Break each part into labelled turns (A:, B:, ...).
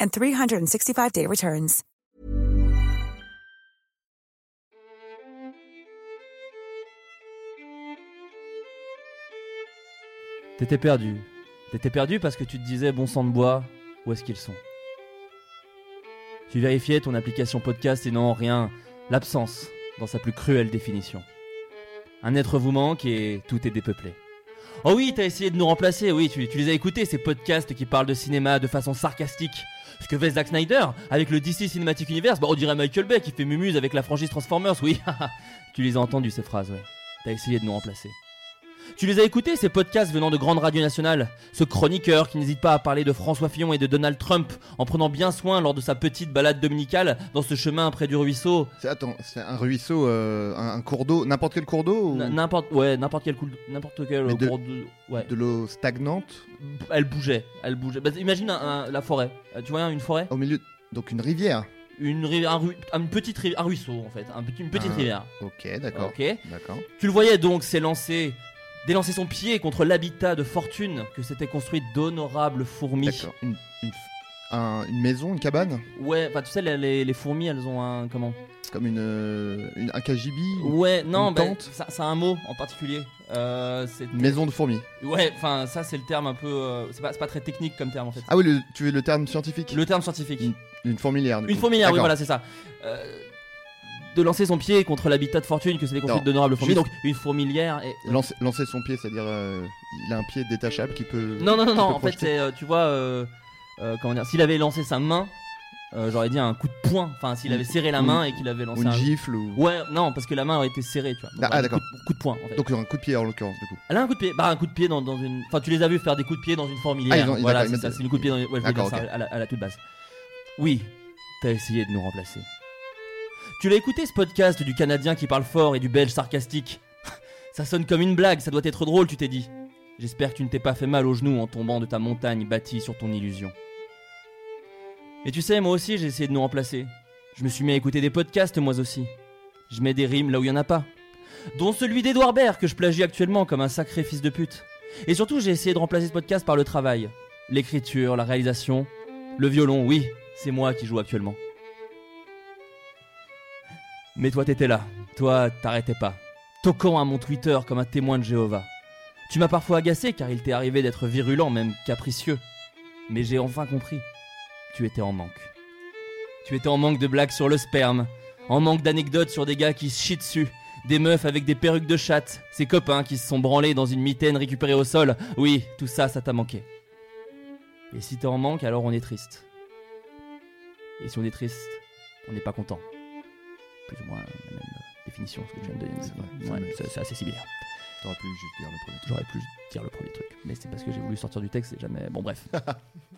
A: and 365-day returns.
B: T'étais perdu. T'étais perdu parce que tu te disais bon sang de bois, où est-ce qu'ils sont Tu vérifiais ton application podcast et non, rien. L'absence, dans sa plus cruelle définition. Un être vous manque et tout est dépeuplé. Oh oui, t'as essayé de nous remplacer, oui, tu, tu les as écoutés, ces podcasts qui parlent de cinéma de façon sarcastique. Ce que fait Zack Snyder avec le DC Cinematic Universe, bah on dirait Michael Bay qui fait mumuse avec la franchise Transformers, oui. haha. tu les as entendues ces phrases, ouais. T'as essayé de nous remplacer. Tu les as écoutés, ces podcasts venant de grandes radios nationales Ce chroniqueur qui n'hésite pas à parler de François Fillon et de Donald Trump en prenant bien soin lors de sa petite balade dominicale dans ce chemin près du ruisseau.
C: C'est, attends, c'est un ruisseau, euh, un, un cours d'eau, n'importe quel cours d'eau ou
B: N- N'importe ouais, n'importe quel coup, n'importe quel
C: Mais de-
B: cours de- ouais.
C: de l'eau stagnante
B: Elle bougeait, elle bougeait. Bah, imagine un- un- la forêt. Euh, Tu vois une forêt
C: au milieu, donc une rivière.
B: Une rivière, un, ru- une petite rivière, un ruisseau en fait, un petit- une petite
C: Ah,
B: rivière.
C: Ok, d'accord.
B: Ok.
C: D'accord.
B: Tu le voyais donc s'élancer, délancer son pied contre l'habitat de fortune que s'était construite d'honorables fourmis.
C: D'accord. Une, une f- un- une maison, une cabane,
B: Ouais, enfin tu sais, les, les- les fourmis elles ont un. Comment
C: C'est comme une, euh, une- un cagibi, une-
B: Ouais, non,
C: une
B: bah,
C: tente
B: ça, ça a un mot en particulier. Euh, c'est-
C: une maison de fourmis.
B: Ouais, enfin ça c'est le terme un peu. euh, c'est, pas, c'est pas très technique comme terme en fait.
C: Ah oui, le- tu veux le terme scientifique
B: Le terme scientifique.
C: Une fourmilière. du
B: Une
C: coup.
B: fourmilière, oui,
C: D'accord.
B: voilà, c'est ça. Euh, de lancer son pied contre l'habitat de fortune que c'était construite
C: Non,
B: d'honorables fourmis.
C: juste-
B: Donc une fourmilière et.
C: Lancer, lancer son pied, c'est-à-dire euh, il a un pied détachable qui peut.
B: Non, non, non,
C: qui
B: non,
C: peut
B: en fait,
C: projeter.
B: c'est, euh, tu vois, euh, euh, comment dire, s'il avait lancé sa main, euh, j'aurais dit un coup de poing, enfin, s'il
C: Ou-
B: avait serré la
C: ou-
B: main et qu'il avait
C: Ou
B: lancé
C: une
B: un.
C: gifle ou.
B: Ouais, non, parce que la main aurait été serrée, tu vois. Donc,
C: Ah, ah,
B: un
C: d'accord.
B: Coup, de- coup de poing, en fait.
C: Donc un coup de pied en l'occurrence du coup.
B: Elle a un coup de pied, bah, un coup de pied dans, dans une. Enfin, tu les as vus faire des coups de pied dans une
C: Ah,
B: fourmilière.
C: ils ont- ils-
B: voilà,
C: d'accord,
B: c'est
C: ils
B: ça,
C: mettent-
B: c'est une coup de pied dans. Ouais, je voulais
C: D'accord,
B: dire ça
C: ok.
B: à, la, à la toute base. Oui, t'as essayé de nous remplacer. Tu l'as écouté ce podcast du Canadien qui parle fort et du Belge sarcastique Ça sonne comme une blague, ça doit être drôle, tu t'es dit. J'espère que tu ne t'es pas fait mal aux genoux en tombant de ta montagne bâtie sur ton illusion. Et tu sais, moi aussi, j'ai essayé de nous remplacer. Je me suis mis à écouter des podcasts, moi aussi. Je mets des rimes là où il y en a pas. Dont celui d'Edouard Baird, que je plagie actuellement comme un sacré fils de pute. Et surtout, j'ai essayé de remplacer ce podcast par le travail. L'écriture, la réalisation, le violon, oui, c'est moi qui joue actuellement. Mais toi, t'étais là. Toi, t'arrêtais pas. Toquant à mon Twitter comme un témoin de Jéhovah. Tu m'as parfois agacé car il t'est arrivé d'être virulent, même capricieux. Mais j'ai enfin compris. Tu étais en manque. Tu étais en manque de blagues sur le sperme, en manque d'anecdotes sur des gars qui se chient dessus, des meufs avec des perruques de chatte, ses copains qui se sont branlés dans une mitaine récupérée au sol. Oui, tout ça, ça t'a manqué. Et si t'es en manque, alors on est triste. Et si on est triste, on n'est pas content. Plus ou moins la même euh, définition, ce que tu viens de donner.
C: C'est vrai, c'est
B: Ouais,
C: vrai.
B: c'est- c'est assez similaire.
C: T'aurais pu juste dire le premier truc.
B: J'aurais pu dire le premier truc, mais c'est parce que j'ai voulu sortir du texte et jamais. Bon, bref.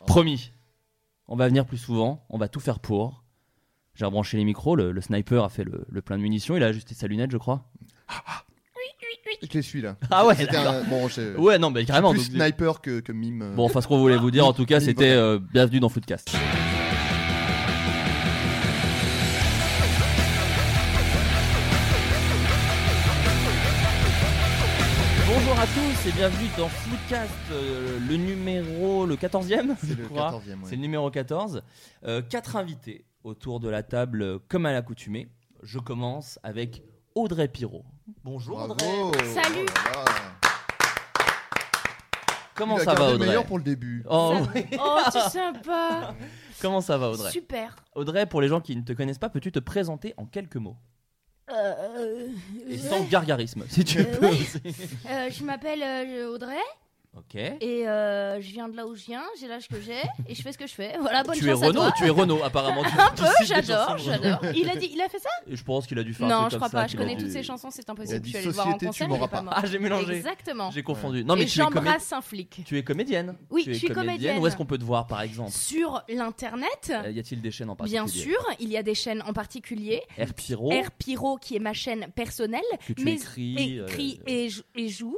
B: Promis, on va venir plus souvent, on va tout faire pour. J'ai rebranché les micros, le, le sniper a fait le, le plein de munitions, il a ajusté sa lunette, je crois.
C: Je les suis là.
B: Ah ouais,
C: C'était
B: d'accord.
C: un- bon, c'est
B: Ouais, non, mais carrément.
C: plus
B: donc-
C: sniper que, que mime. euh,
B: Bon, enfin, ce qu'on voulait vous dire, en tout cas,
C: Mime
B: c'était
C: vocal.
B: euh, bienvenue dans Footcast. Bonjour à tous et bienvenue dans Footcast, euh, le numéro, le 14e,
C: C'est
B: je
C: le
B: crois.
C: 14e. ouais.
B: C'est le numéro 14. Euh, quatre invités autour de la table, euh, comme à l'accoutumée. Je commence avec Audrey Pirot. Bonjour Audrey.
C: Bravo.
D: Salut.
C: Voilà.
B: Comment
C: Il a
B: ça va
C: gardé le
B: Audrey
C: meilleur pour le début.
B: Oh,
D: Oh, tu es sympa.
B: Comment ça va, Audrey
D: Super.
B: Audrey, pour les gens qui ne te connaissent pas, peux-tu te présenter en quelques mots
D: Euh,
B: Et
D: euh,
B: sans gargarisme, si tu
D: Euh,
B: peux.
D: oui.
B: aussi.
D: euh, je m'appelle euh, Audrey
B: Ok.
D: et euh, je viens de là où je viens, j'ai l'âge que j'ai et je fais ce que je fais. Voilà, bonne
B: tu es
D: chance à
B: Renault,
D: toi.
B: tu es Renault apparemment. Tu-
D: Un
B: tu
D: peu,
B: cites des
D: j'adore,
B: chansons de Renault.
D: j'adore. Il a dit, il a fait ça
B: Et Je pense qu'il a dû faire. un
D: Non,
B: truc
D: je
B: comme
D: crois
B: ça,
D: pas. Je
B: qu'il a
D: connais
B: dû-
D: toutes ses chansons, c'est
C: Il a
D: impossible. Je
C: dit
D: suis allée le voir en
C: Société, tu
D: concert. il est
C: m'auras
D: pas
C: pas.
D: mort.
B: Ah, j'ai mélangé.
D: Exactement.
B: J'ai confondu. Non, mais
D: et
B: tu es, comé-
D: j'embrasse un flic.
B: tu es comédienne.
D: Oui,
B: tu es
D: je suis comédienne.
B: Où est-ce qu'on peut te voir, par exemple
D: Sur l'internet,
B: Euh, Y a-t-il des chaînes en particulier
D: bien sûr, il y a des chaînes en particulier.
B: R. Piro,
D: R Pyro qui est ma chaîne personnelle,
B: que tu
D: mais
B: écris. euh,
D: écrit et, jou- et joue.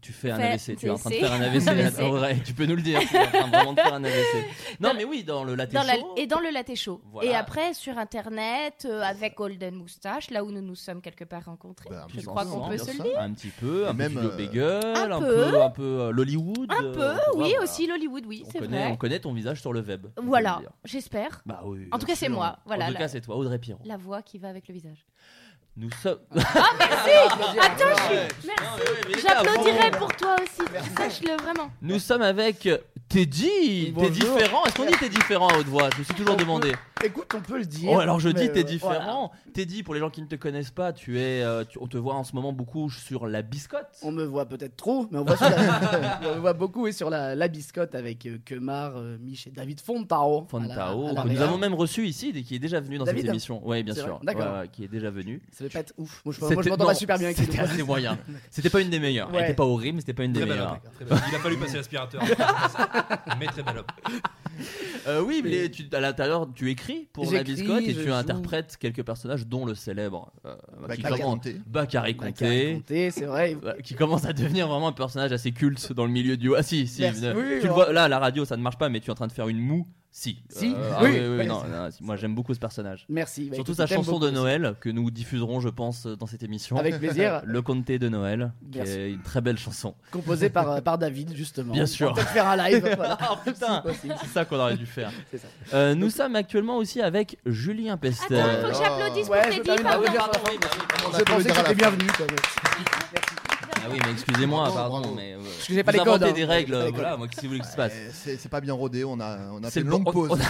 B: Tu fais un
D: Fait-
B: AVC, tu es en train de
D: AVC.
B: faire un AVC. là,
D: AVC.
B: Audrey, tu peux nous le dire, tu es en train vraiment de faire un AVC. Non, mais oui, dans le latte
D: dans la-
B: show.
D: et dans le latte show.
B: Voilà.
D: Et après sur internet euh, avec Golden Moustache, là où nous nous sommes quelque part rencontrés.
C: Bah,
D: je
C: bien
D: crois
C: sûr,
E: hein,
D: qu'on peut
C: bien
D: se le
C: sûr.
D: dire.
B: Un petit peu, un
C: Et même,
B: peu Studio
C: euh,
B: Bagel, un,
D: un
B: peu,
D: peu.
B: un peu euh, l'Hollywood.
D: Un
B: euh,
D: peu, oui,
B: voilà.
D: aussi l'Hollywood, oui,
B: On
D: c'est
B: connaît,
D: vrai.
B: on connaît ton visage sur le web. on peut
D: Voilà,
B: le dire.
D: j'espère.
B: Bah oui.
D: En tout cas, c'est
C: sûr.
D: moi. Voilà.
B: en tout
D: la-
B: cas, c'est toi, Audrey Pierrot.
D: la voix qui va avec le visage. Ah,
B: Nous sommes.
D: Eh, Attends, je suis-
B: Ouais.
D: Merci.
B: Non, mais oui, mais les gars,
D: J'applaudirai
B: bravo.
D: pour toi aussi. Sache-le vraiment.
B: Nous sommes avec Teddy. T'es
E: Bonjour.
B: différent. Est-ce qu'on dit t'es différent à haute voix Je me suis toujours
E: On peut
B: demandé.
E: Écoute, on peut le dire.
B: Oh, alors je
E: mais,
B: dis t'es
E: euh, voilà.
B: différent. Teddy, pour les gens qui ne te connaissent pas, tu es, euh, tu- on te voit en ce moment beaucoup sur la biscotte.
E: On me voit peut-être trop, mais on, voit sur la- on me voit beaucoup et sur la, la biscotte avec euh, Kemar, euh, Mich et David Fontao.
B: Fontao,
E: À la- à la
B: que nous
E: réa.
B: avons même reçu ici, et qui est déjà venu dans
E: David
B: cette émission. Oui, bien
E: C'est
B: sûr.
E: vrai D'accord.
B: Ouais, ouais, qui est déjà venu.
E: Ça devait pas être ouf. Moi, je, moi, je
B: C'était-
E: m'entends pas
B: non,
E: super bien avec
B: C'était
E: lui.
B: assez moyen. C'était pas une des meilleures. Elle
E: Ouais.
B: était pas horrible, mais c'était pas une des
F: Très belle
B: meilleures.
F: op, très belle op. Il a fallu passer l'aspirateur. mais très belle op.
B: Euh, oui, mais
E: Mais-
B: tu, à l'intérieur, tu écris pour la
E: J'écris,
B: biscotte et
E: je
B: tu
E: joue.
B: interprètes quelques personnages, dont le célèbre euh, qui,
C: Baccaré
B: commence,
C: Conté.
B: Baccaré
E: Bah,
B: Conté,
E: Carré Conté, c'est vrai.
B: euh, qui commence à devenir vraiment un personnage assez culte dans le milieu du. Ah si, si.
E: Merci.
B: euh,
E: Oui,
B: tu le
E: oui,
B: vois, là, à la radio, ça ne marche pas, mais tu es en train de faire une moue. Si.
E: Si.
B: Euh, ah
E: Oui.
B: oui, oui,
E: Ouais,
B: non, non, moi j'aime beaucoup ce personnage.
E: Merci. Bah,
B: Surtout
E: écoute,
B: sa
E: je t'aime
B: chanson
E: beaucoup.
B: de Noël que nous diffuserons, je pense, dans cette émission.
E: Avec plaisir,
B: Le Comté de Noël, qui
E: Merci.
B: est une très belle chanson.
E: composée par, euh, par David, justement.
B: Bien
E: On
B: sûr.
E: va Peut-être faire un live. voilà.
B: Ah, putain,
E: C'est possible.
B: c'est ça qu'on aurait dû faire.
E: C'est ça.
G: Oh
B: Euh, nous sommes actuellement aussi avec Julien Pestel.
D: Attends, il faut que
C: alors-
D: j'applaudisse
E: Ouais, je
D: pour
E: t'invite
D: Teddy.
E: à
D: pardon.
E: applaudir.
B: bah
E: Je pensais que c'était bienvenu. quand même.
B: Ah oui, mais excusez-moi,
C: Bravo,
B: pardon,
C: bravo.
B: mais euh,
E: que j'ai pas
B: vous
E: les codes,
B: inventez
E: hein.
B: des règles,
E: J'ai pas les
B: voilà,
E: codes.
B: moi qu'est-ce que vous voulez que se passe
C: Eh, C'est c'est pas bien rodé, on a, on a
B: C'est
C: fait une
B: le
C: longue
B: bon- on-
C: pause.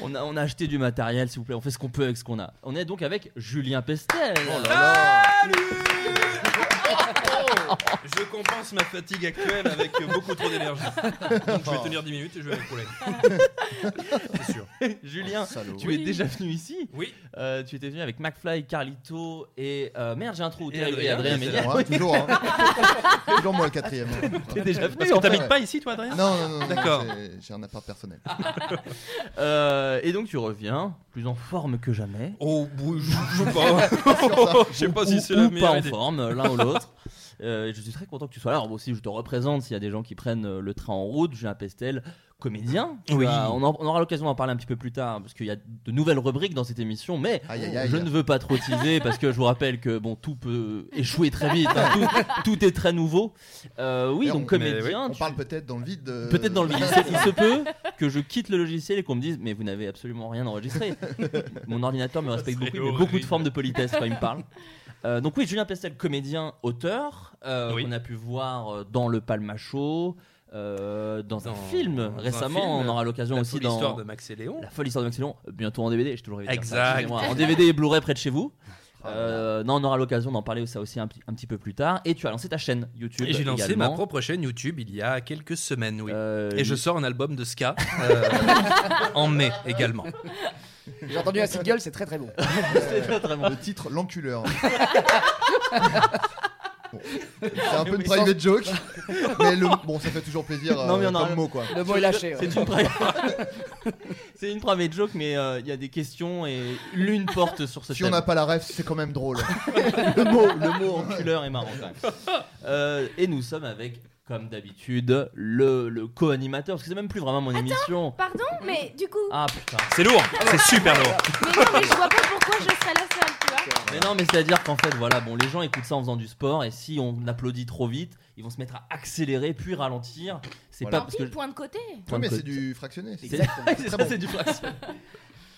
B: on On a, on a acheté du matériel, s'il vous plaît, on fait ce qu'on peut avec ce qu'on a. On est donc avec Julien Pestel.
E: Oh
F: Oh, Je compense ma fatigue actuelle avec euh, beaucoup trop d'énergie. Donc je vais tenir 10 minutes et je vais m'écrouler. C'est sûr.
B: Julien,
C: Oh, Salaud.
B: tu es déjà venu ici
F: Oui,
B: Euh, Tu étais venu avec McFly, Carlito et. euh, merde, j'ai un trou,
F: Et
B: t'es arrivé,
F: Adrien,
B: Adrien
F: c'est
B: Méniel.
C: Alors, hein, toujours, hein. toujours moi le quatrième.
B: T'es déjà venu
F: parce que
B: en fait.
F: t'habites pas ici, toi, Adrien
C: Non, non, non, non,
F: D'accord.
C: c'est- J'ai un appart personnel.
B: Euh, Et donc tu reviens, plus en forme que jamais.
F: Oh, oui, je je sais pas. Je sais pas
B: ou,
F: si c'est la
B: ou pas
F: meilleure
B: en
F: idée.
B: forme, euh, l'un ou l'autre. Euh, je suis très content que tu sois là. Alors, moi aussi, je te représente. S'il y a des gens qui prennent euh, le train en route, j'ai un pestel comédien. Tu
F: Oui.
B: as- on, en- on aura l'occasion d'en parler un petit peu plus tard, parce qu'il y a de nouvelles rubriques dans cette émission. Mais
C: Aïe, aïe, aïe.
B: je ne veux pas trop teaser, parce que je vous rappelle que bon, tout peut échouer très vite. hein. Tout, tout est très nouveau. Euh, oui,
C: Mais
B: donc
C: on-
B: comédien.
C: On
B: tu-
C: parle peut-être dans le vide. euh,
B: Peut-être dans le vide. Il se- Il se peut que je quitte le logiciel et qu'on me dise mais vous n'avez absolument rien enregistré. Mon ordinateur me respecte
F: serait
B: beaucoup, il met
F: horrible.
B: beaucoup de formes de politesse quand il me parle. Euh, donc oui, Julien Pestel, comédien, auteur, euh,
F: Oui.
B: qu'on a pu voir euh, dans Le Palma Show, euh, dans, un
F: Dans
B: film
F: un
B: récemment.
F: film,
B: on aura l'occasion
F: La
B: aussi
F: folle
B: dans
F: histoire de Max et Léon.
B: La folle histoire de Max Léon, bientôt en DVD. J'ai toujours envie de dire ça,
F: Exact. Oh
B: excusez-moi. En DVD et Blu-ray près de chez vous. Euh, non, on aura l'occasion d'en parler ça aussi un, petit- un petit peu plus tard. Et tu as lancé ta chaîne YouTube.
F: Et j'ai lancé
B: également.
F: ma propre chaîne YouTube il y a quelques semaines, oui.
B: Euh,
F: Et je sors un album de ska euh, en mai également.
E: J'ai entendu un single, c'est très très bon.
B: c'est très, très bon.
C: Le titre L'enculeur. Bon. C'est un peu une
B: Mais
C: private joke, mais le, bon, ça fait toujours plaisir.
B: Non, mais
C: euh,
B: on en-
C: comme mot quoi.
E: Le mot est lâché. ouais.
B: C'est une private... C'est une private joke, mais euh, il y a des questions et l'une porte sur ce
C: Si on
B: thème.
C: n'a pas la ref, c'est quand même drôle. le mot, le mot.
B: Culeur est marrant quand même. Euh, et nous sommes avec, comme d'habitude, le, le co-animateur, parce que c'est même plus vraiment mon émission.
D: Pardon, mais du coup,
B: Ah putain.
F: C'est lourd, c'est super lourd.
D: mais non, mais je vois pas pourquoi je serais la seule, tu vois.
B: Mais non, mais c'est-à-dire qu'en fait, voilà, bon, les gens écoutent ça en faisant du sport, et si on applaudit trop vite, ils vont se mettre à accélérer puis ralentir. C'est
C: Voilà.
B: pas
D: Tant
B: parce
D: pis,
B: que
D: point de côté.
C: Ouais, mais c'est du fractionné. c'est-
B: C'est c'est ça, c'est du fraction.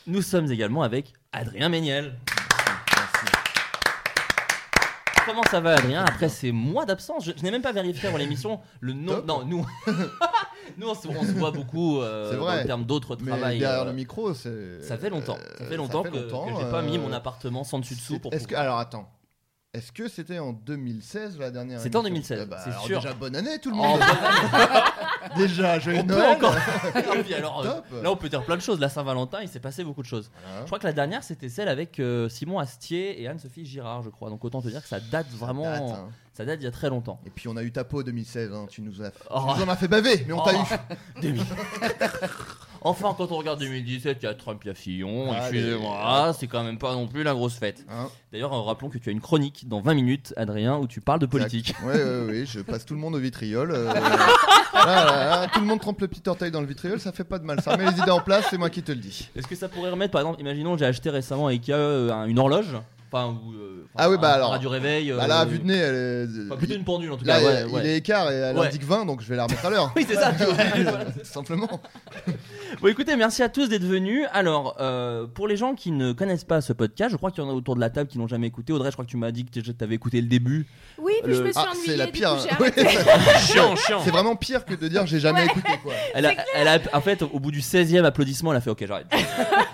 B: Nous sommes également avec Adrien Méniel. comment ça va, Adrien Après ces mois d'absence, je, je n'ai même pas vérifié avant l'émission le nom.
C: Top.
B: Non, nous, nous on, se, on se voit beaucoup euh,
C: C'est vrai.
B: en termes d'autres
C: Mais
B: travail.
C: derrière
B: euh,
C: le micro, c'est. euh,
B: ça fait longtemps. Ça fait longtemps que, que j'ai pas mis mon appartement sans dessus dessous pour.
C: Est-ce que
B: pouvoir-
C: alors attends, est-ce que c'était en 2016 la dernière
B: C'était en
C: émission
B: 2016,
C: Ah bah,
B: c'est
C: alors
B: sûr.
C: Déjà bonne année tout le
B: Oh,
C: monde.
B: bah,
C: déjà joyeux
B: on peut
C: Noël.
B: encore. Et puis alors, euh,
C: Top.
B: là, on peut dire plein de choses. La Saint-Valentin, il s'est passé beaucoup de choses.
C: Voilà.
B: Je crois que la dernière, c'était celle avec euh, Simon Astier et Anne-Sophie Girard, je crois. Donc autant te dire que ça date vraiment.
C: Date, hein.
B: Ça date il y a très longtemps.
C: Et puis on a eu ta peau 2016, hein, tu nous as, tu
B: Oh.
C: nous en as fait baver, mais on t'a
B: Oh.
C: eu.
B: 2000. enfin, quand on regarde 2017, il y a Trump, il y a Fillon.
C: Allez.
B: Excusez-moi, c'est quand même pas non plus la grosse fête.
C: Hein,
B: D'ailleurs, euh, rappelons que tu as une chronique dans 20 minutes, Adrien, où tu parles de politique.
C: exact. Ouais, ouais, ouais, je passe tout le monde au vitriol. euh, voilà, tout le monde trempe le Peter Taille dans le vitriol, ça fait pas de mal. Ça met les idées en place, c'est moi qui te le dis.
B: Est-ce que ça pourrait remettre, par exemple, imaginons, j'ai acheté récemment à Ikea euh, un- une horloge. Enfin, ou, euh, enfin,
C: Ah oui, bah
B: un-
C: alors.
B: un du réveil. euh,
C: Bah là, à vue de nez, elle est- euh,
B: enfin, plutôt une pendule en tout
C: Là,
B: cas. ouais,
C: il
B: ouais.
C: est écart et elle
B: Ouais.
C: indique 20, donc je vais la remettre à l'heure.
B: Oui, c'est ça. tu vois. Voilà.
C: Tout Simplement.
B: Bon écoutez, merci à tous d'être venus. Alors, euh, pour les gens qui ne connaissent pas ce podcast, je crois qu'il y en a autour de la table qui n'ont jamais écouté. Audrey, je crois que tu m'as dit que tu avais écouté le début.
D: Oui, puis je
B: Le-
D: me suis
C: Ah,
D: ennuyée.
C: c'est la
D: du
C: pire.
D: coup, j'ai
C: Oui,
D: arrêté.
F: Chiant, chiant.
C: c'est vraiment pire que de dire j'ai jamais écouté quoi.
B: Elle a, elle a, en fait, au bout du 16e applaudissement, elle a fait OK, j'arrête.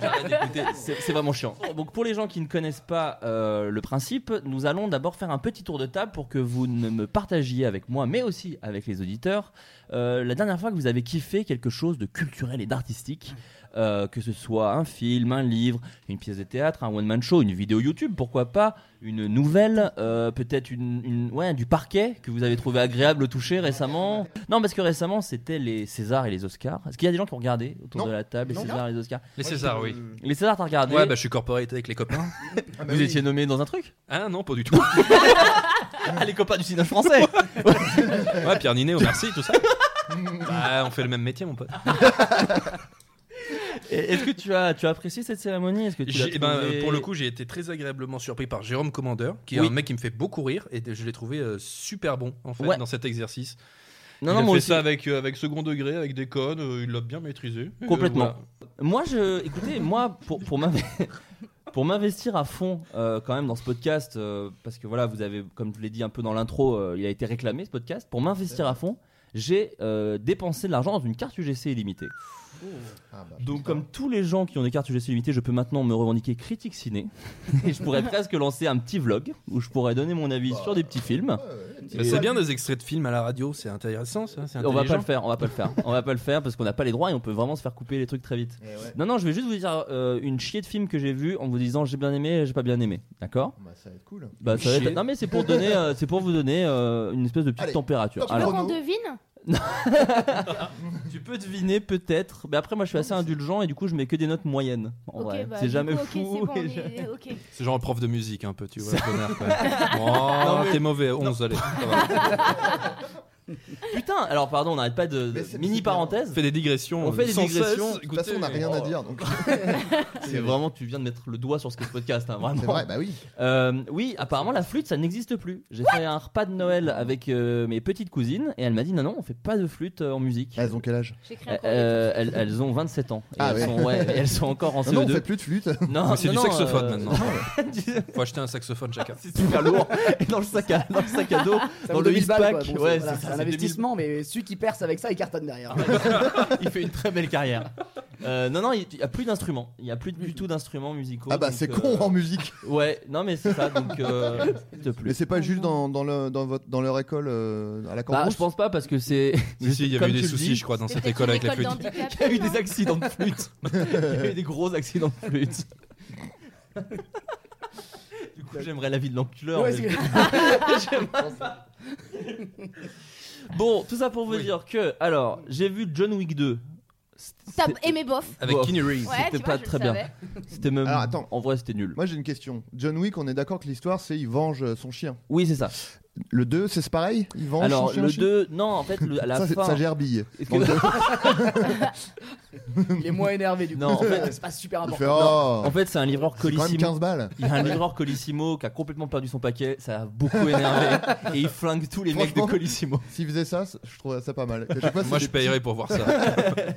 B: J'arrête d'écouter. Ah, C'est c'est vraiment chiant. Donc, pour les gens qui ne connaissent pas euh, le principe, nous allons d'abord faire un petit tour de table pour que vous ne me partagiez avec moi, mais aussi avec les auditeurs, euh, la dernière fois que vous avez kiffé quelque chose de culturel et d'artistique. euh, que ce soit un film, un livre, une pièce de théâtre, un one-man show, une vidéo YouTube, pourquoi pas, une nouvelle, euh, peut-être une, une- ouais, du parquet que vous avez trouvé agréable au toucher récemment. Non, parce que récemment, c'était les Césars et les Oscars. Est-ce qu'il y a des gens qui ont regardé autour
C: Non.
B: de la table les
C: Non.
B: Césars Ah, et les Oscars
F: Les Césars, oui.
B: Les Césars, t'as regardé
F: Ouais, bah je suis corporate avec les copains.
C: Ah bah
B: Vous
C: oui.
B: étiez nommé dans un truc
F: Ah non, pas du tout.
B: Ah, les copains du cinéma français
F: Ouais, Pierre Ninet, merci, tout ça. Bah, on fait le même métier, mon pote.
B: Et Est-ce que tu as, tu as apprécié cette cérémonie Est-ce que tu l'as
F: J'ai- eh ben,
B: trouvée-
F: euh, pour le coup, j'ai été très agréablement surpris par Jérôme Commandeur, qui est
B: Oui.
F: un mec qui me fait beaucoup rire, et je l'ai trouvé euh, super bon en fait
B: Ouais.
F: dans cet exercice.
B: Non,
F: il
B: non,
F: a
B: moi
F: fait
B: aussi.
F: ça avec, euh, avec second degré, avec des codes, euh, il l'a bien maîtrisé. Et,
B: Complètement.
F: euh, voilà.
B: Moi, je, écoutez, moi, pour, pour m'inv- pour m'investir à fond euh, quand même dans ce podcast, euh, parce que voilà, vous avez, comme je vous l'ai dit un peu dans l'intro, euh, il a été réclamé ce podcast. Pour m'investir à fond, j'ai euh, dépensé de l'argent dans une carte UGC illimitée.
C: Ah bah,
B: Donc,
C: putain.
B: comme tous les gens qui ont des cartes UGC limitées, je peux maintenant me revendiquer critique ciné. Et je pourrais presque lancer un petit vlog où je pourrais donner mon avis sur des petits films.
C: Bah, Ouais, ouais,
F: Bah, c'est bien des extraits de films à la radio, c'est intéressant ça. c'est
B: On va pas
F: intelligent.
B: le faire, on va pas le faire. On va pas le faire parce qu'on n'a pas les droits et on peut vraiment se faire couper les trucs très vite.
C: Eh ouais.
B: Non, non, je vais juste vous dire euh, une chier de film que j'ai vu en vous disant j'ai bien aimé, j'ai pas bien aimé. D'accord
C: Bah, ça va être cool.
B: bah, ça va être-
F: Chier.
B: Non, mais c'est pour, donner, euh, c'est pour vous donner euh, une espèce de petite
C: Allez.
B: température.
C: Top
B: Alors,
D: Alors on devine
B: tu peux deviner peut-être, mais après, moi je suis assez indulgent et du coup, je mets que des notes moyennes. En vrai,
D: bah,
B: c'est
D: du
B: jamais
D: coup, ok,
B: fou.
D: c'est bon,
B: et
D: on
B: je-
D: est- ok.
F: C'est genre prof de musique un peu, tu vois. connard, quoi. Oh,
B: Non, mais-
F: t'es mauvais, 11, allez. ça va.
B: Putain, alors pardon, on n'arrête pas de.
C: Mais c'est-
B: Mini
C: c'est bien.
F: On
B: parenthèse.
F: fait des digressions.
B: On
F: euh,
B: fait des
F: sans
B: digressions.
F: cesse.
C: De toute façon, on n'a rien à dire. Donc...
B: C'est vraiment, tu viens de mettre le doigt sur ce que ce podcast, hein, vraiment.
C: C'est vrai, bah oui.
B: Euh, oui, apparemment la flûte ça n'existe plus. J'ai fait un repas de Noël avec euh, mes petites cousines et elle m'a dit non non on fait pas de flûte euh, en musique.
C: Ah, Elles ont quel âge
D: J'ai créé
B: Euh,
D: un courrier.
B: euh, elles, elles ont 27 ans. Et
C: Ah
B: elles,
C: ouais.
B: sont, ouais, et elles sont encore en
C: Non, non, on
B: CE2.
C: fait plus de flûte.
B: Non,
F: Mais c'est
B: non,
F: du
B: non,
F: saxophone
B: euh,
F: maintenant. Faut acheter un saxophone chacun.
B: c'est super lourd. Et dans le sac à, dans le sac à dos,
E: Ça
B: dans
E: vaut
B: le
E: 2000 balles,
B: pack.
E: quoi. Bon,
B: ouais,
E: voilà,
B: c'est
E: c'est
B: ça,
E: un
B: c'est 2000
E: investissement, mais celui qui perce avec ça, il cartonne derrière.
B: il fait une très belle carrière. Euh, non, non, il n'y a plus d'instruments. Il n'y a plus du tout d'instruments musicaux.
C: Ah bah
B: donc,
C: c'est
B: euh,
C: con en musique.
B: Ouais, non, mais c'est ça. Donc, euh, s'il te plaît.
C: Mais c'est pas juste dans, dans, le, dans, votre, dans leur école euh, à la
B: Bah,
C: campagne.
B: je pense pas parce que c'est.
F: Si, si, il y avait
B: Comme
F: eu des
B: tu le
F: soucis,
B: dis,
F: je crois, dans
D: C'était
F: cette école avec la
D: une
F: flûte.
D: école
B: Il y a eu des
D: d'handicapés,
B: accidents de flûte. Il y a eu des gros accidents de flûte. Du coup, j'aimerais la vie de l'enculeur.
E: Ouais,
B: mais-
E: c'est-
B: Bon, tout ça pour vous
F: Oui.
B: dire que, alors, j'ai vu John Wick 2. C'était-
D: non T'as aimé bof
F: Avec
B: Bon.
F: Keanu Reeves.
D: Ouais,
B: C'était
D: tu vois,
B: pas
D: je
B: très
D: le
B: bien.
D: savais.
B: C'était même.
C: Alors, attends.
B: En vrai, c'était nul.
C: Moi j'ai une question. John Wick, on est d'accord que l'histoire c'est il venge euh, son chien.
B: Oui, c'est ça.
C: Le 2, c'est pareil Il venge
B: Alors,
C: son chien
B: le
C: chien
B: 2, non, en fait, le- à la
C: Ça, c'est-
B: fin.
C: ça gerbille.
B: Est-ce que-
E: Il est moins énervé du coup.
B: Non, en fait-
E: c'est pas super
C: Il
E: important.
C: fait oh,
B: En fait, c'est un livreur
C: c'est quand même
B: colissimo.
C: 15 balles.
B: Il y a un livreur Colissimo qui a complètement perdu son paquet, ça a beaucoup énervé et il flingue tous les mecs de
C: Franchement.
B: Colissimo.
C: S'il faisait ça, c- je trouverais ça pas mal. À chaque fois,
F: Moi,
C: c'est
F: je
C: des
F: payerais pour voir ça.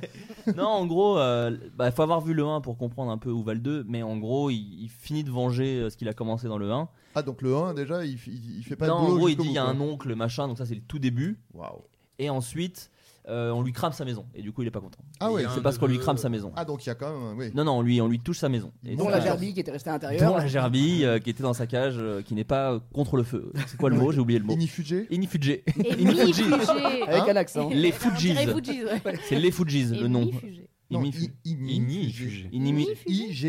B: Non, en gros, euh, bah, faut avoir vu le 1 pour comprendre un peu où va le 2, mais en gros, il, il finit de venger euh, ce qu'il a commencé dans le 1.
C: petits- Ah, donc le 1, déjà, il, f- il, il fait pas
B: non,
C: de boulot.
B: en gros, il
C: jusqu'au
B: dit il y a
C: bout,
B: un
C: quoi.
B: oncle, machin, donc ça c'est le tout début.
C: Waouh.
B: Et ensuite, euh, on lui crame sa maison, et du coup, il est pas content.
C: Ah, ouais.
F: Il y a un
B: C'est parce qu'on lui
F: neveu.
B: crame sa maison.
C: Ah, donc il y a quand même. Oui.
B: Non, non, on lui, on lui touche sa maison. Et
E: Dont
B: ça-
E: la gerbille qui était restée à l'intérieur.
B: Dont la gerbille euh, qui était dans sa cage, euh, qui n'est pas euh, contre le feu. C'est quoi le mot J'ai oublié le mot.
C: Inifugé
B: Inifugé.
D: Et
B: Inifugé.
D: mi-fugé.
E: Avec
C: Hein
E: un accent.
B: Les
D: On dirait
B: Fujis.
D: Fujis, ouais.
B: C'est les Fujis,
D: Et
B: le nom.
D: mi-fugé.
C: Non,
B: Imi-
C: i- ini-
B: Inifugé. Inimi-
D: Mi-fugé.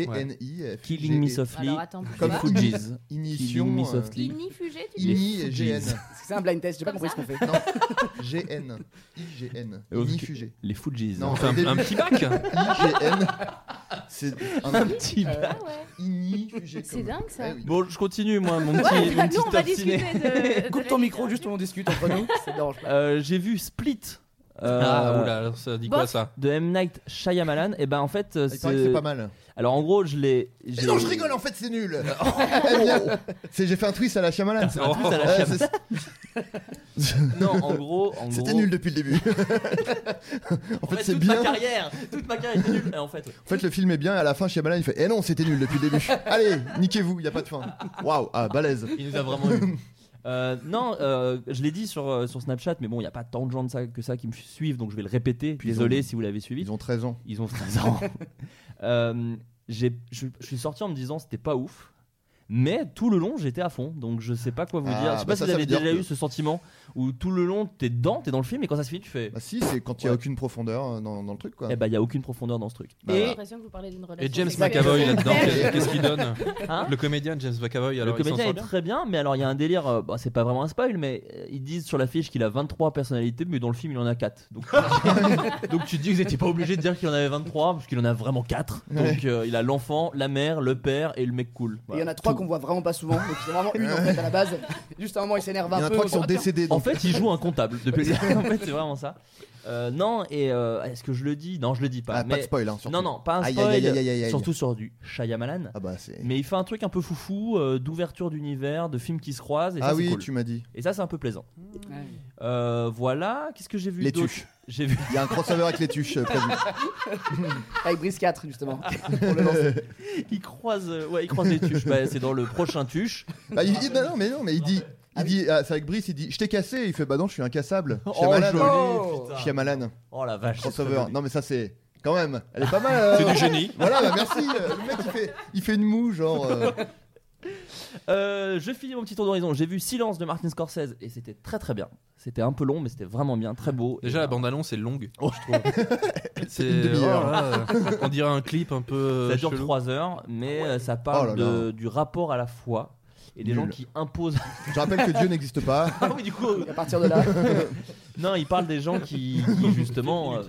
C: I-G-N-I. euh,
B: Killing Me
C: G-
B: Softly.
D: Alors attends, bouge
C: Comme
D: pas.
C: Fuji.
B: Fujis.
C: Ignition.
B: Killing Me
C: euh,
B: Softly.
D: Mi-fugé, tu dis
C: Ini et GN.
B: Fujis.
E: Parce que C'est un blind test, j'ai pas
D: Comme
E: compris ce qu'on fait.
C: Non, GN. IGN.
B: Et au-
C: Inifugé.
B: Les Fujis.
C: Non,
F: Enfin, un, un petit bac
C: IGN. C'est
B: Un
C: un
B: petit peu.
D: Ah ouais.
C: inifugé.
D: C'est dingue, ça.
C: Eh oui.
B: Bon, je continue, moi, mon petit,
D: Ouais,
B: mon
D: nous,
B: petit
D: on va
B: obstiné.
D: discuter de. de
E: Coupe
D: la
E: ton
D: vie.
E: micro, juste on discute entre nous. C'est dérange pas.
B: Euh, J'ai vu Split. euh,
F: Ah, oula, ça dit quoi
D: Bof.
F: ça
B: de M Night Shyamalan et ben en fait euh,
C: Il paraît que c'est pas mal.
B: alors en gros je l'ai j'ai-
C: Mais non, je rigole, en fait, c'est nul. Eh bien, c'est- j'ai fait un twist à la Shyamalan.
B: Ah, Un plus à la
C: Euh,
B: Shyam-
C: c'est-
B: non en gros en
C: C'était
B: gros-
C: nul depuis le début. en
B: En
C: fait,
B: fait,
C: c'est
B: toute ma
C: bien. En
B: carrière toute ma carrière était nulle Et en fait ouais.
C: fait, le film est bien. Et à la fin, Shyamalan, il fait Eh non, c'était nul depuis le début. Allez, niquez-vous, il y a pas de fin. Waouh, ah, balèze.
B: il nous a vraiment eu Euh, non, euh, je l'ai dit sur, euh, sur Snapchat, mais bon, il n'y a pas tant de gens de ça, que ça qui me suivent, donc je vais le répéter.
C: Puis ils
B: Désolé
C: ont-
B: si vous l'avez suivi.
C: Ils ont 13 ans.
B: Ils ont 13 ans. Euh, j'ai- je, je suis sorti en me disant c'était pas ouf, mais tout le long j'étais à fond, donc je sais pas quoi vous
C: Ah,
B: dire. Je sais
C: bah
B: pas
C: ça,
B: si vous
C: ça
B: avez
C: veut dire
B: déjà
C: que-
B: eu ce sentiment où tout le long t'es dedans, t'es dans le film, et quand ça se finit, tu fais.
C: Bah, si, c'est quand il y a
B: Ouais.
C: aucune profondeur euh, dans, dans le truc, quoi.
B: Eh bah, il y a aucune profondeur dans ce truc.
C: Bah,
D: J'ai
B: et
D: l'impression que vous parlez d'une relation.
F: Et James
D: sexuelle.
F: McAvoy là-dedans,
D: Ouais.
F: qu'est- qu'est-ce qu'il donne
B: Hein
F: Le comédien James McAvoy, alors
B: le
F: il s'en
B: comédien
F: sort
B: est
F: bien
B: très bien, mais alors il y a un délire, euh, bah, c'est pas vraiment un spoil, mais euh, ils disent sur l'affiche qu'il a 23 personnalités, mais dans le film il en a 4. Donc, donc tu te dis que vous n'étiez pas obligé de dire qu'il en avait 23, parce qu'il en a vraiment 4. Donc euh, il a l'enfant, la mère, le père et le mec cool.
E: Il y en a trois qu'on voit vraiment pas souvent, donc c'est vraiment une en fait à la base. Juste à un moment, il s'énerve
C: Il y en
E: un
C: a
E: peu.
C: trois qui sont
E: Bon, tiens,
C: décédés.
B: En
C: donc.
B: fait, il joue un comptable depuis le début. En fait, c'est vraiment ça. Euh, non, et euh, est-ce que je le dis Non, je le dis pas.
C: Ah,
B: mais...
C: Pas de spoil, hein, surtout.
B: non, non, pas un
C: Aïe,
B: spoil.
C: aïe, aïe, aïe, aïe, aïe.
B: Surtout sur du Shyamalan.
C: Ah bah c'est.
B: Mais il fait un truc un peu foufou, euh, d'ouverture d'univers, de films qui se croisent. Et
C: Ah
B: ça, c'est
C: oui,
B: cool.
C: tu m'as dit.
B: Et ça, c'est un peu plaisant.
E: Ouais.
B: Euh, voilà, qu'est-ce que j'ai vu
C: Les
B: d'autre
C: tuches.
B: J'ai vu.
C: Il y a un crossover avec les tuches euh, prévu.
E: Avec Brice 4, justement.
B: il croise, euh, ouais, il croise les tuches. Bah, c'est dans le prochain tuche.
C: Bah, il, il- non, non, mais non, mais il dit, il dit, ah, c'est avec Brice, il dit, je t'ai cassé. Il fait, bah non, je suis incassable. Shyamalan.
B: joli,
E: Oh
B: putain.
C: Shyamalan,
B: Oh la vache. c'est très
C: crossover.
B: joli.
C: Non, mais ça c'est quand même. Elle est pas mal. euh,
F: C'est du génie.
C: Voilà, bah merci. euh, Le mec, il fait, il fait une moue, genre. euh,
B: Euh, je finis mon petit tour d'horizon. J'ai vu Silence de Martin Scorsese et c'était très très bien. C'était un peu long, mais c'était vraiment bien, très beau.
F: Déjà,
B: Et,
F: la
B: euh,
F: bande-annonce est longue.
B: Oh,
F: je trouve. C'est
C: une demi-heure. hein.
F: oh là là, on dirait un clip un peu.
B: Ça dure
F: chelou. Ah
B: 3 heures, mais euh, ça parle
C: Oh là là.
B: de- du rapport à la foi et des
C: Nul.
B: gens qui imposent.
C: Je rappelle que Dieu n'existe pas.
B: Ah oui, du coup.
E: Et À partir de là,
B: Non, il parle des gens qui, qui, justement, euh,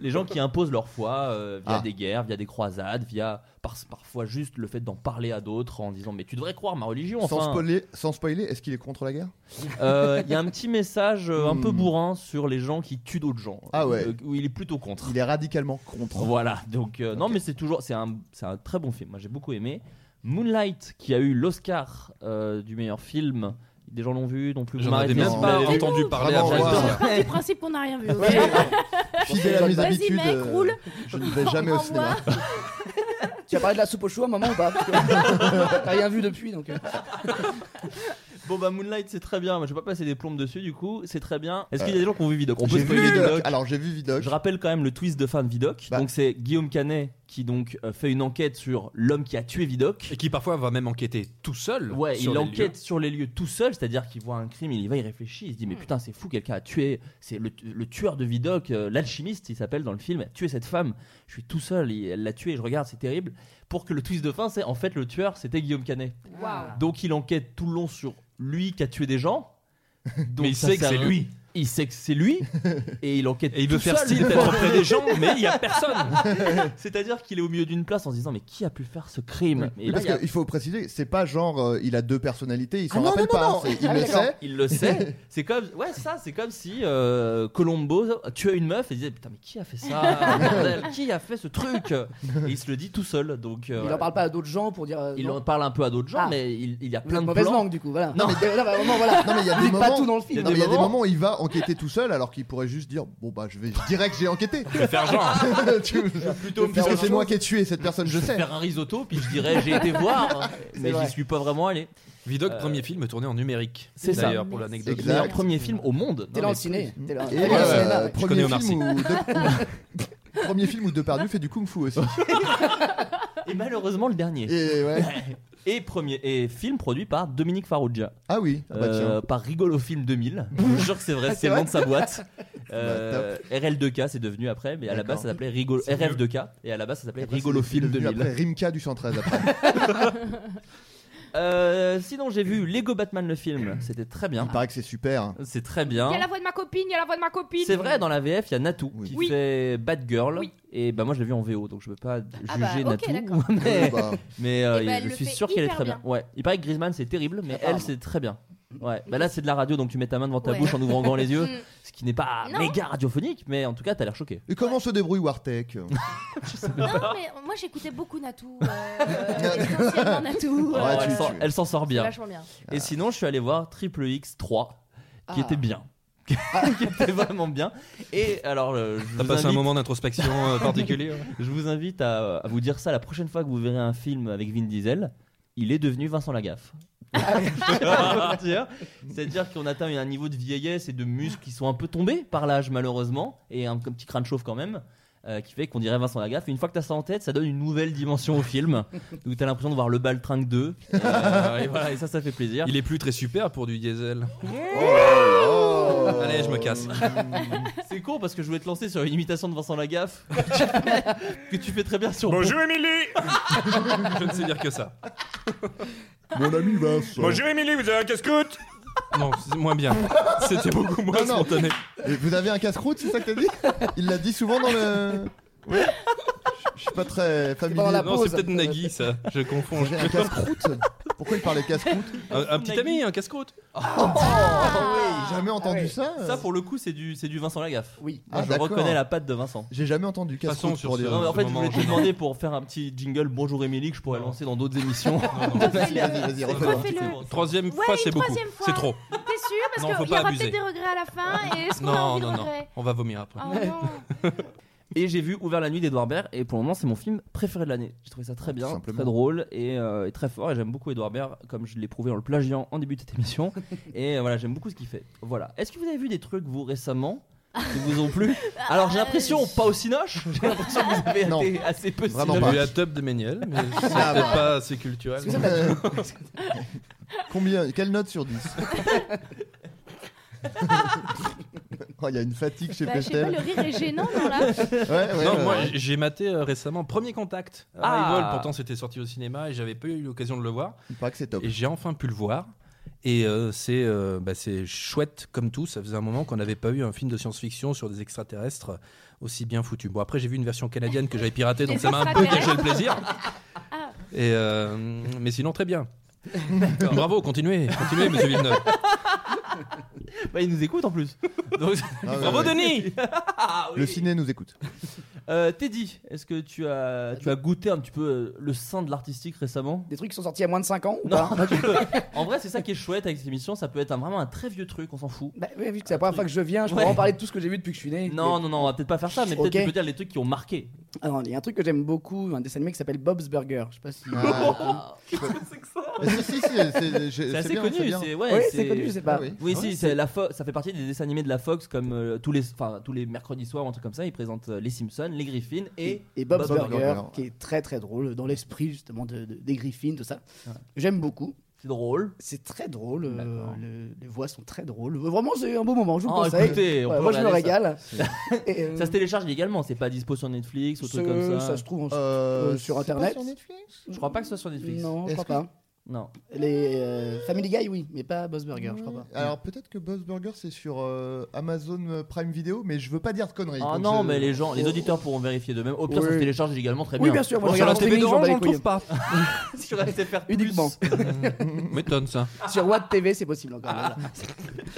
B: les gens qui imposent leur foi euh, via
C: Ah.
B: des guerres, via des croisades, via par- parfois juste le fait d'en parler à d'autres en disant mais tu devrais croire ma religion.
C: Sans
B: Enfin, Euh,
C: spoiler, sans spoiler, est-ce qu'il est contre la guerre
B: il Euh, y a un petit message euh, un peu
C: Hmm.
B: bourrin sur les gens qui tuent d'autres gens.
C: Ah ouais.
B: euh, où il est plutôt contre.
C: Il est radicalement contre.
B: Voilà, donc euh, non, mais c'est toujours, c'est un, c'est un très bon film. Moi, j'ai beaucoup aimé. Moonlight, qui a eu l'Oscar euh, du meilleur film. Des gens l'ont vu, non plus. vous
F: J'en avais
B: m'arrêtez
F: même
B: si vous
F: pas
B: l'avez vu.
F: entendu parler
C: Vraiment,
F: avant
C: wow.
F: ça.
D: Part Du principe qu'on n'a rien vu. ok
C: Fidèle à mes
D: Vas-y,
C: habitudes.
D: mec,
C: euh,
D: roule.
C: Je ne vais jamais au cinéma.
E: tu as parlé de la soupe au chou à un moment ou pas Parce que T'as rien vu depuis, donc. euh,
B: Bon, bah, Moonlight, c'est très bien. Moi, je vais pas passer des plombes dessus, du coup, c'est très bien. Est-ce qu'il y a des gens qui ont vu Vidoc On peut
C: Euh, J'ai vu
B: spoiler Vidocq.
C: Vidocq. Alors j'ai vu Vidocq.
B: Je rappelle quand même le twist de fin de Vidoc.
C: Bah.
B: Donc, c'est Guillaume Canet qui donc euh, fait une enquête sur l'homme qui a tué Vidoc.
F: Et qui parfois va même enquêter tout seul.
B: Ouais,
F: sur
B: il
F: les
B: enquête sur les lieux tout seul, c'est-à-dire qu'il voit un crime, il y va, il réfléchit, il se dit mais putain c'est fou, quelqu'un a tué, c'est le, le tueur de Vidocq, euh, l'alchimiste il s'appelle dans le film, a tué cette femme, je suis tout seul, il- elle l'a tué, je regarde, c'est terrible, pour que le twist de fin c'est en fait le tueur c'était Guillaume Canet. Ah.
D: Waouh.
B: Donc il enquête tout le long sur lui qui a tué des gens. Donc
F: Mais il
B: ça
F: sait que
B: sert-
F: c'est lui.
B: il sait que c'est lui et il enquête.
F: Et il veut
B: tout
F: faire
B: seul.
F: style d'être auprès des gens, mais il y a personne.
B: C'est-à-dire qu'il est au milieu d'une place en se disant mais qui a pu faire ce crime Et
C: Oui,
B: là,
C: parce
B: il y a-
C: qu'il faut préciser, c'est pas genre euh, il a deux personnalités, il s'en
B: Ah non,
C: rappelle
B: non,
C: pas.
B: non,
C: hein,
B: non.
C: c'est- Il
B: Ah,
C: le
B: d'accord.
C: sait.
B: Il le sait. C'est comme ouais c'est ça. C'est comme si euh, Colombo tuait une meuf et disait putain mais qui a fait ça Bordel, Qui a fait ce truc Et il se le dit tout seul. Donc euh,
E: Il en parle pas à d'autres gens pour dire. euh,
B: il
E: non,
B: en parle un peu à d'autres gens,
E: Ah.
B: mais il, il y a
E: vous êtes
B: plein de
E: mauvaise
B: plans.
E: langue du coup, voilà.
B: Non,
E: mais euh, là, vraiment, voilà.
C: Non, mais il y a
E: Vous
C: des
E: dites
C: moments-
E: pas tout dans le film.
B: il y a
C: Non, mais il y a des
B: moments-
C: moments où il va enquêter tout seul alors qu'il pourrait juste dire Bon bah je vais je dirais que j'ai enquêté.
F: Je vais faire genre. hein.
C: Tu-
F: Plutôt me
C: Puisque
F: faire
C: c'est moi qui ai tué cette personne, je sais.
B: Faire un risotto, puis je dirais j'ai été voir, mais
E: vrai.
B: j'y suis pas vraiment allé.
F: Vidoc,
B: Euh,
F: premier film tourné en numérique.
B: c'est ça.
F: D'ailleurs, pour l'anecdote.
B: Le
C: Exact.
B: meilleur premier film au monde.
E: T'es là
B: Non,
E: en
B: mais-
E: ciné. T'es là. t'es
C: Et
E: là au
C: euh,
E: cinéma, ouais.
C: premier,
F: connais
C: film où De- premier film où Depardieu fait du kung fu aussi.
B: Et malheureusement le dernier.
C: Et ouais.
B: Et premier et film produit par Dominique Farrugia.
C: Ah oui, ah bah tiens. Ah,
B: Euh, par Rigolo Film 2000. Je vous jure que c'est vrai, c'est le nom de sa boîte. Euh, RL2K c'est devenu après, mais à la
C: Bah, D'accord.
B: base ça s'appelait Rigolo
F: C'est mieux.
B: RF2K et à la base ça s'appelait
C: Après,
B: Rigolo
C: c'est- c'est
B: Film
C: devenu
B: 2000.
C: Après Rimka du 113 après.
B: Euh, sinon j'ai vu Lego Batman le film, c'était très bien.
C: Il paraît que c'est super.
B: C'est très bien.
D: Il y a la voix de ma copine, il y a la voix de ma copine.
B: C'est vrai, dans la VF, il y a Natou
C: Oui.
B: qui
D: Oui.
B: fait Batgirl.
D: Oui.
B: Et bah moi je l'ai vu en VO, donc je peux pas juger
D: Ah bah, ok,
B: Natou.
D: d'accord.
B: mais
C: Bah,
B: mais, euh,
D: Eh ben, elle
B: je
D: le
B: suis
D: fait
B: sûr qu'elle est
D: hyper
B: très bien. Ouais. Il paraît que Griezmann c'est terrible, mais elle c'est très bien. Ouais. Bah là c'est de la radio, donc tu mets ta main devant ta
D: Ouais.
B: bouche en ouvrant grand les yeux,
D: Mm.
B: ce qui n'est pas
D: Non.
B: méga radiophonique, mais en tout cas t'as l'air choqué.
C: et comment se débrouille Wartek
D: Non, mais moi j'écoutais beaucoup Natou. Euh, essentiellement
F: Oh,
D: Natou.
C: Ouais,
D: euh,
C: tu-
B: Ah, elle s'en-
C: tu- Ah.
B: elle s'en sort bien.
D: Vachement bien.
B: Et sinon je suis allé voir Triple X 3, qui
E: Ah.
B: était bien. qui était vraiment bien. Et alors, euh, je
F: T'as
B: vous
F: passé un
B: invite-
F: moment d'introspection euh, particulier ouais.
B: Je vous invite à, à vous dire ça la prochaine fois que vous verrez un film avec Vin Diesel. Il est devenu Vincent Lagaffe. Je peux vous dire. C'est-à-dire qu'on atteint un niveau de vieillesse et de muscles qui sont un peu tombés par l'âge malheureusement, et un petit crâne chauve quand même, euh, qui fait qu'on dirait Vincent Lagaffe. Et une fois que t'as ça en tête, ça donne une nouvelle dimension au film, où t'as l'impression de voir le Baltringue 2. Et, euh, et voilà, et ça, ça fait plaisir.
F: Il est plus très super pour du diesel. Oh. Allez, je me casse.
B: C'est con parce que je voulais te lancer sur une imitation de Vincent Lagaffe que tu fais, que tu fais très bien sur
F: Émilie Je ne sais dire que ça.
C: Mon ami Vincent.
F: Émilie, vous avez un casse-croûte Non, c'est moins bien. C'était beaucoup moins
C: Non, non.
F: spontané.
C: Et vous avez un casse-croûte, c'est ça que t'as dit Il l'a dit souvent dans le. Oui. Je- Je suis pas très familier.
E: pendant la
F: Non, c'est
E: pause.
F: peut-être Nagui, ça. Je confonds.
C: J'ai un casse-croûte Pourquoi il parlait casse-croûte
F: Un, un petit ami, un casse-croûte.
B: Oh.
C: J'ai
D: Ah.
C: jamais entendu ça. euh.
B: Ça, pour le coup, c'est du, c'est du Vincent Lagaffe.
E: Oui.
C: Ah,
B: je
C: d'accord.
B: reconnais la patte de Vincent.
C: J'ai jamais entendu
F: Passons
C: casse-croûte
F: sur
C: pour
F: ce-
C: dire.
B: Non, mais en fait, je
F: moment
B: voulais te
F: gênant.
B: demander pour faire un petit jingle Bonjour Émilie que je pourrais lancer dans d'autres émissions.
C: Vas-y, vas-y, refais-le.
D: Refais-le.
B: C'est bon, c'est bon.
F: Troisième
D: Ouais,
F: fois, c'est beaucoup.
D: troisième fois.
F: C'est trop.
D: T'es sûr
F: Non,
D: Parce
F: faut
D: qu'il y
F: pas
D: aura
F: abuser.
D: peut-être des regrets à la fin. Et est-ce qu'on a
F: Non,
D: envie de
F: non, non.
D: regrets
F: On va vomir après.
D: Oh non.
B: Et j'ai vu Ouvert la nuit d'Edouard Baird, et pour le moment, c'est mon film préféré de l'année. J'ai trouvé ça très bien,
C: Tout simplement.
B: très drôle et, euh, et très fort. Et j'aime beaucoup Edouard Baird, comme je l'ai prouvé en le plagiant en début de cette émission. et euh, voilà, j'aime beaucoup ce qu'il fait. Voilà. Est-ce que vous avez vu des trucs, vous, récemment qui vous ont plu Alors,
D: Euh,
B: j'ai l'impression, pas aussi noche. J'ai l'impression que vous avez
C: Non.
B: été assez peu
C: Vraiment
B: sinoche.
F: J'ai
C: pas.
F: eu la top de Méniel, mais c'est
C: Ah,
F: peut-être pas assez culturel.
C: Euh, Combien Quelle note sur 10 Oh, il y a une fatigue chez
D: Bah, je sais pas,
C: Pestel.
D: le rire est gênant non là.
C: Ouais, ouais,
F: Non,
C: ouais.
F: moi j'ai maté euh, récemment Premier Contact.
B: Ah.
F: Ah. pourtant c'était sorti au cinéma et j'avais pas eu l'occasion de le voir.
C: Il paraît que c'est top.
F: Et j'ai enfin pu le voir. Et euh, c'est euh, bah, c'est chouette comme tout. Ça faisait un moment qu'on n'avait pas eu un film de science-fiction sur des extraterrestres euh, aussi bien foutu. Bon, après, j'ai vu une version canadienne que j'avais piratée, donc
D: Des
F: ça m'a un peu gâché
D: extraterrestres.
F: le plaisir. Et, euh, mais sinon, très bien. Bravo, continuez, continuez, monsieur Villeneuve.
B: Bah, il nous écoute en plus. Donc,
C: Ah, ouais,
F: Bravo,
C: ouais.
F: Denis
B: Ah, oui.
C: Le ciné nous écoute.
B: Euh, Teddy, est-ce que tu as, tu as goûté un petit peu euh, le sein de l'artistique récemment
E: Des trucs qui sont sortis il y a moins de 5 ans ou
B: Non,
E: pas
B: tu peux- en vrai, c'est ça qui est chouette avec cette émission. Ça peut être un- vraiment un très vieux truc, on s'en fout.
E: Bah oui, vu que c'est la première fois que je viens, je
B: Ouais.
E: pourrais en parler de tout ce que j'ai vu depuis que je suis né.
B: Non, non, non, on va peut-être pas faire ça, mais peut-être
E: Ok.
B: tu peux dire les trucs qui ont marqué.
E: Alors, il y a un truc que j'aime beaucoup, un dessin animé qui s'appelle Bob's Burger. Je sais pas si.
C: Ah. Mais si, si, si, c'est- c'est
B: C'est
C: c'est
B: assez
C: bien,
B: connu,
C: bien.
B: c'est
E: Oui,
B: ouais,
E: c'est connu, je sais pas.
C: Ah oui.
B: Oui, si, c'est la Fo- ça fait partie des dessins animés de la Fox, comme euh, tous, les, enfin, tous les mercredis soirs ou un truc comme ça. Ils présentent euh, les Simpsons, les Griffins et.
E: Et Bob's
B: Bob
E: Burger,
C: Burger.
E: qui est très très drôle, dans l'esprit justement de, de- des Griffins, tout ça.
B: Ouais.
E: J'aime beaucoup.
B: C'est drôle.
E: C'est très drôle, euh,
B: D'accord.
E: le- les voix sont très drôles. Vraiment, c'est un beau moment, je vous le
B: Oh,
E: conseille.
B: écoutez, on
E: Ouais,
B: peut
E: moi, je me
B: regarder
E: régale. Et, euh,
B: Ça se télécharge également, c'est pas dispo sur Netflix ou truc
E: ce-
B: comme ça.
E: se trouve en-
C: Euh,
E: sur
C: c'est pas
E: Internet.
C: sur Netflix
B: Je crois pas que ce soit sur Netflix.
E: Non, je
C: Est-ce
E: crois
C: que-
E: pas.
B: Non.
E: Les euh, Family Guy, oui, mais pas Boss Burger, je crois pas.
C: Alors peut-être que Buzz Burger c'est sur euh, Amazon Prime Video, mais je veux pas dire de conneries.
B: Ah
C: donc
B: non,
C: je- Oh.
B: mais les gens, les auditeurs pourront vérifier d'eux-mêmes. Au pire, ça
E: Oui.
B: se télécharge également très
E: Oui,
B: bien.
E: bien sûr, moi
F: Bon,
E: je
F: sur la
E: regarde en
F: TV
E: streaming, j'en
F: d'Orange,
E: bats
F: on
E: les
F: le
E: couilles.
F: trouve pas.
B: Si j'aurais été faire plus.
E: Uniquement.
F: M'étonne ça.
E: Sur Watt TV, c'est possible encore.
C: Ah.
E: voilà.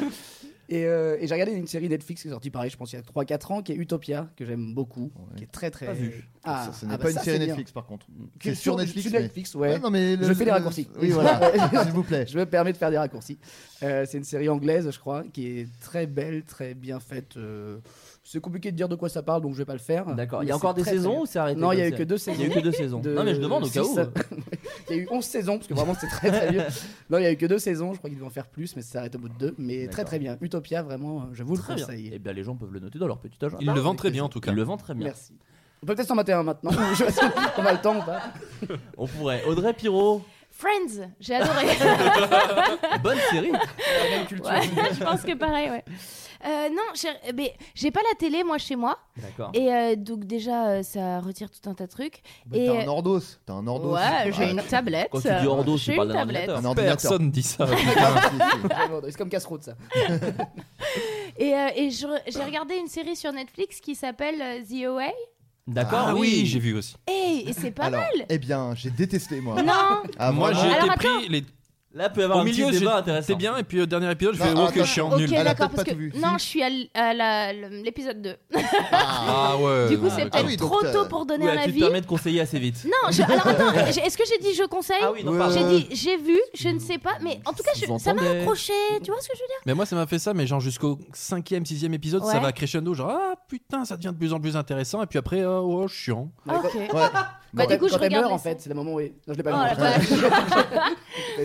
E: Et, euh, et j'ai regardé une série Netflix qui est sortie pareil, je pense, il y a 3-4 ans, qui est Utopia, que j'aime beaucoup, qui est très très.
B: Pas vu.
E: Ah,
C: Ça, ce
E: ah
C: n'est
E: bah
C: pas une
E: ça,
C: série
E: c'est bien.
C: Netflix par contre.
E: Qui est
C: C'est sur Netflix.
E: sur
C: mais-
E: Netflix, ouais.
C: Ah, non, mais
E: Je fais les raccourcis.
C: Oui, voilà. S'il vous plaît.
E: Je me permets de faire des raccourcis. Euh, c'est une série anglaise, je crois, qui est très belle, très bien faite. euh, c'est compliqué de dire de quoi ça parle, donc je vais pas le faire.
B: D'accord.
E: Mais
B: Il y a
E: c'est
B: encore des
E: très, très
B: saisons
E: bien.
B: ou c'est arrêté
E: Non, il y a
B: comme
E: eu que deux
B: ça Il y a eu
E: saisons.
B: que deux saisons.
E: De
B: Non, mais je demande au cas
E: six
B: où.
E: à- il y a eu 11 saisons, parce que vraiment c'est très très vieux. Non, il y a eu que deux saisons, je crois qu'ils devaient en faire plus, mais ça s'arrête au bout de deux. Mais très
B: D'accord.
E: très bien. Utopia, vraiment, euh, je vous le
B: Très bien.
E: conseille.
B: Eh bien, les gens peuvent le noter dans leur petit agenda.
F: Il le vend très bien en tout cas.
B: Il le vend très bien.
E: Merci. On peut peut-être s'en mater un maintenant. Je sais pas si on a le temps ou pas.
B: On pourrait. Audrey Pirot,
D: Friends, j'ai adoré.
B: bonne série.
C: Ah,
D: Ouais, je pense que pareil, ouais. Euh, non, j'ai- mais j'ai pas la télé moi chez moi
B: D'accord.
D: et euh, donc déjà euh, ça retire tout un tas de trucs.
C: Bah,
D: Et,
C: T'as un
D: euh,
C: ordos. T'as un ordos.
D: Ouais,
C: Ah,
D: j'ai une tablette.
B: Quand tu dis ordo, tu
D: j'ai
B: parles
D: une
B: d'un
D: tablette.
B: ordinateur.
C: Un ordinateur.
F: Personne dit ça.
E: Vraiment, C'est comme casse-route ça.
D: Ah, Et, euh, et je re- j'ai regardé une série sur Netflix qui s'appelle euh, The OA.
B: D'accord.
F: Ah oui, j'ai vu aussi.
D: Hey, et c'est pas
C: Alors,
D: mal.
C: Eh bien, j'ai détesté moi.
D: Non,
C: Ah,
F: Moi,
C: vraiment.
F: j'ai
D: Alors,
F: été
D: attends.
F: pris les
B: Là, peut y avoir
F: Au
B: un
F: milieu,
B: petit débat
F: j'ai-
B: intéressant.
F: C'est bien, et puis au dernier épisode, je
C: Non,
F: fais Oh,
C: attends.
F: que chiant,
D: ok,
F: nul.
C: Elle a
D: d'accord,
C: peut-être
D: parce
C: pas
D: que
C: tout vu. Si.
D: non, je suis à l- à la- l'épisode 2.
C: Ah.
F: Ah ouais.
D: du coup,
F: ouais,
D: c'est
F: ouais.
D: peut-être
C: oui, donc,
D: trop
C: euh,
D: tôt pour donner
B: Ouais,
D: un
B: tu te
D: avis.
B: permets de conseiller assez vite.
D: Non, je- alors attends, j'ai- est-ce que j'ai dit je conseille
B: Ah oui, non,
C: Ouais.
B: pardon.
D: J'ai dit j'ai vu, je ne sais pas, mais en tout cas, je-
B: Vous
D: ça m'a
B: entendez
D: accroché. Tu vois ce que je veux dire
F: Mais moi, ça m'a fait ça, mais genre jusqu'au 5ème, 6ème épisode, ça
D: Ouais.
F: va crescendo. Genre, ah putain, ça devient de plus en plus intéressant, et puis après, euh, oh, chiant.
E: Ouais,
D: Ok.
C: Ouais.
D: Bah,
E: Quand-
D: du coup, je
E: quand elle
D: regarde
E: meurt, en
D: les-
E: fait, c'est le moment où. elle- Non, je l'ai
D: Oh
E: pas
D: la
E: vu. J'ai pas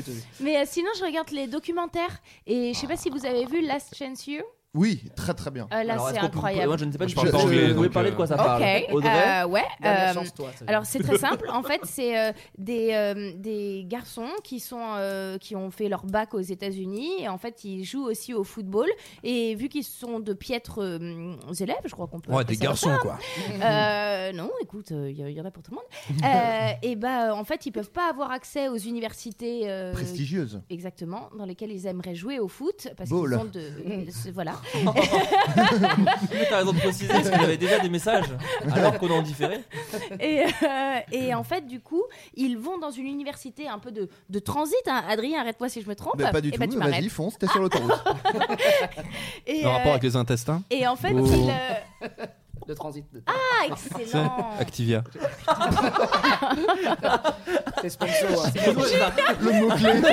E: vu.
D: Mais euh, sinon, je regarde les documentaires et je sais pas si vous avez vu Last Chance You.
C: Oui, très très bien.
D: Euh, là,
B: Alors,
D: c'est
B: est-ce qu'on peut- Moi,
D: incroyable.
B: je ne sais pas
F: Je
B: du
F: parle
B: tout.
C: pas anglais,
B: Vous pouvez
F: donc,
B: parler de quoi ça
D: Ok.
B: parle Audrey
D: euh, ouais.
E: Dernière
D: euh,
E: chance, toi. ça.
D: Alors c'est très simple, en fait c'est euh, des, euh, des garçons qui, sont, euh, qui ont fait leur bac aux États-Unis et en fait ils jouent aussi au football et vu qu'ils sont de piètres euh, élèves, je crois qu'on peut...
F: Ouais,
D: appeler
F: des
D: ça comme
F: garçons, quoi.
D: Euh, non, écoute, il y, en a pour tout le monde. Euh, et bah, euh, en fait, ils peuvent pas avoir accès aux universités. euh,
C: Prestigieuse.
D: Exactement, dans lesquelles ils aimeraient jouer au foot parce qu'ils
C: Ball.
D: sont de euh, ce- voilà.
B: Mais T'as raison de préciser, parce que j'avais déjà des messages, alors qu'on est en différé.
D: Et, euh, et en fait, du coup, ils vont dans une université un peu de, de transit. hein. Adrien, arrête-moi si je me trompe.
C: Bah, pas du
D: et
C: tout.
D: bah, tu
C: Vas-y,
D: m'arrêtes.
C: fonce. T'es sur l'autoroute.
D: Et,
F: En
D: euh,
F: rapport avec les intestins.
D: et en fait,
F: Oh.
D: ils, euh,
E: Le transit. de-
D: ah
F: C'est
D: excellent.
F: Activia.
E: C'est sponsor. hein. C'est
C: Le mot clé.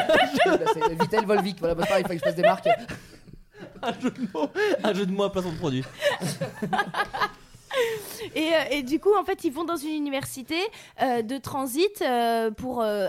E: Là, c'est Vitel Volvic, voilà, parce que pareil, il faut que je fasse des marques.
B: Un jeu de mots, un jeu de mots à façon de produit.
D: Et, euh, et du coup, en fait, ils vont dans une université euh, de transit euh, pour euh, euh,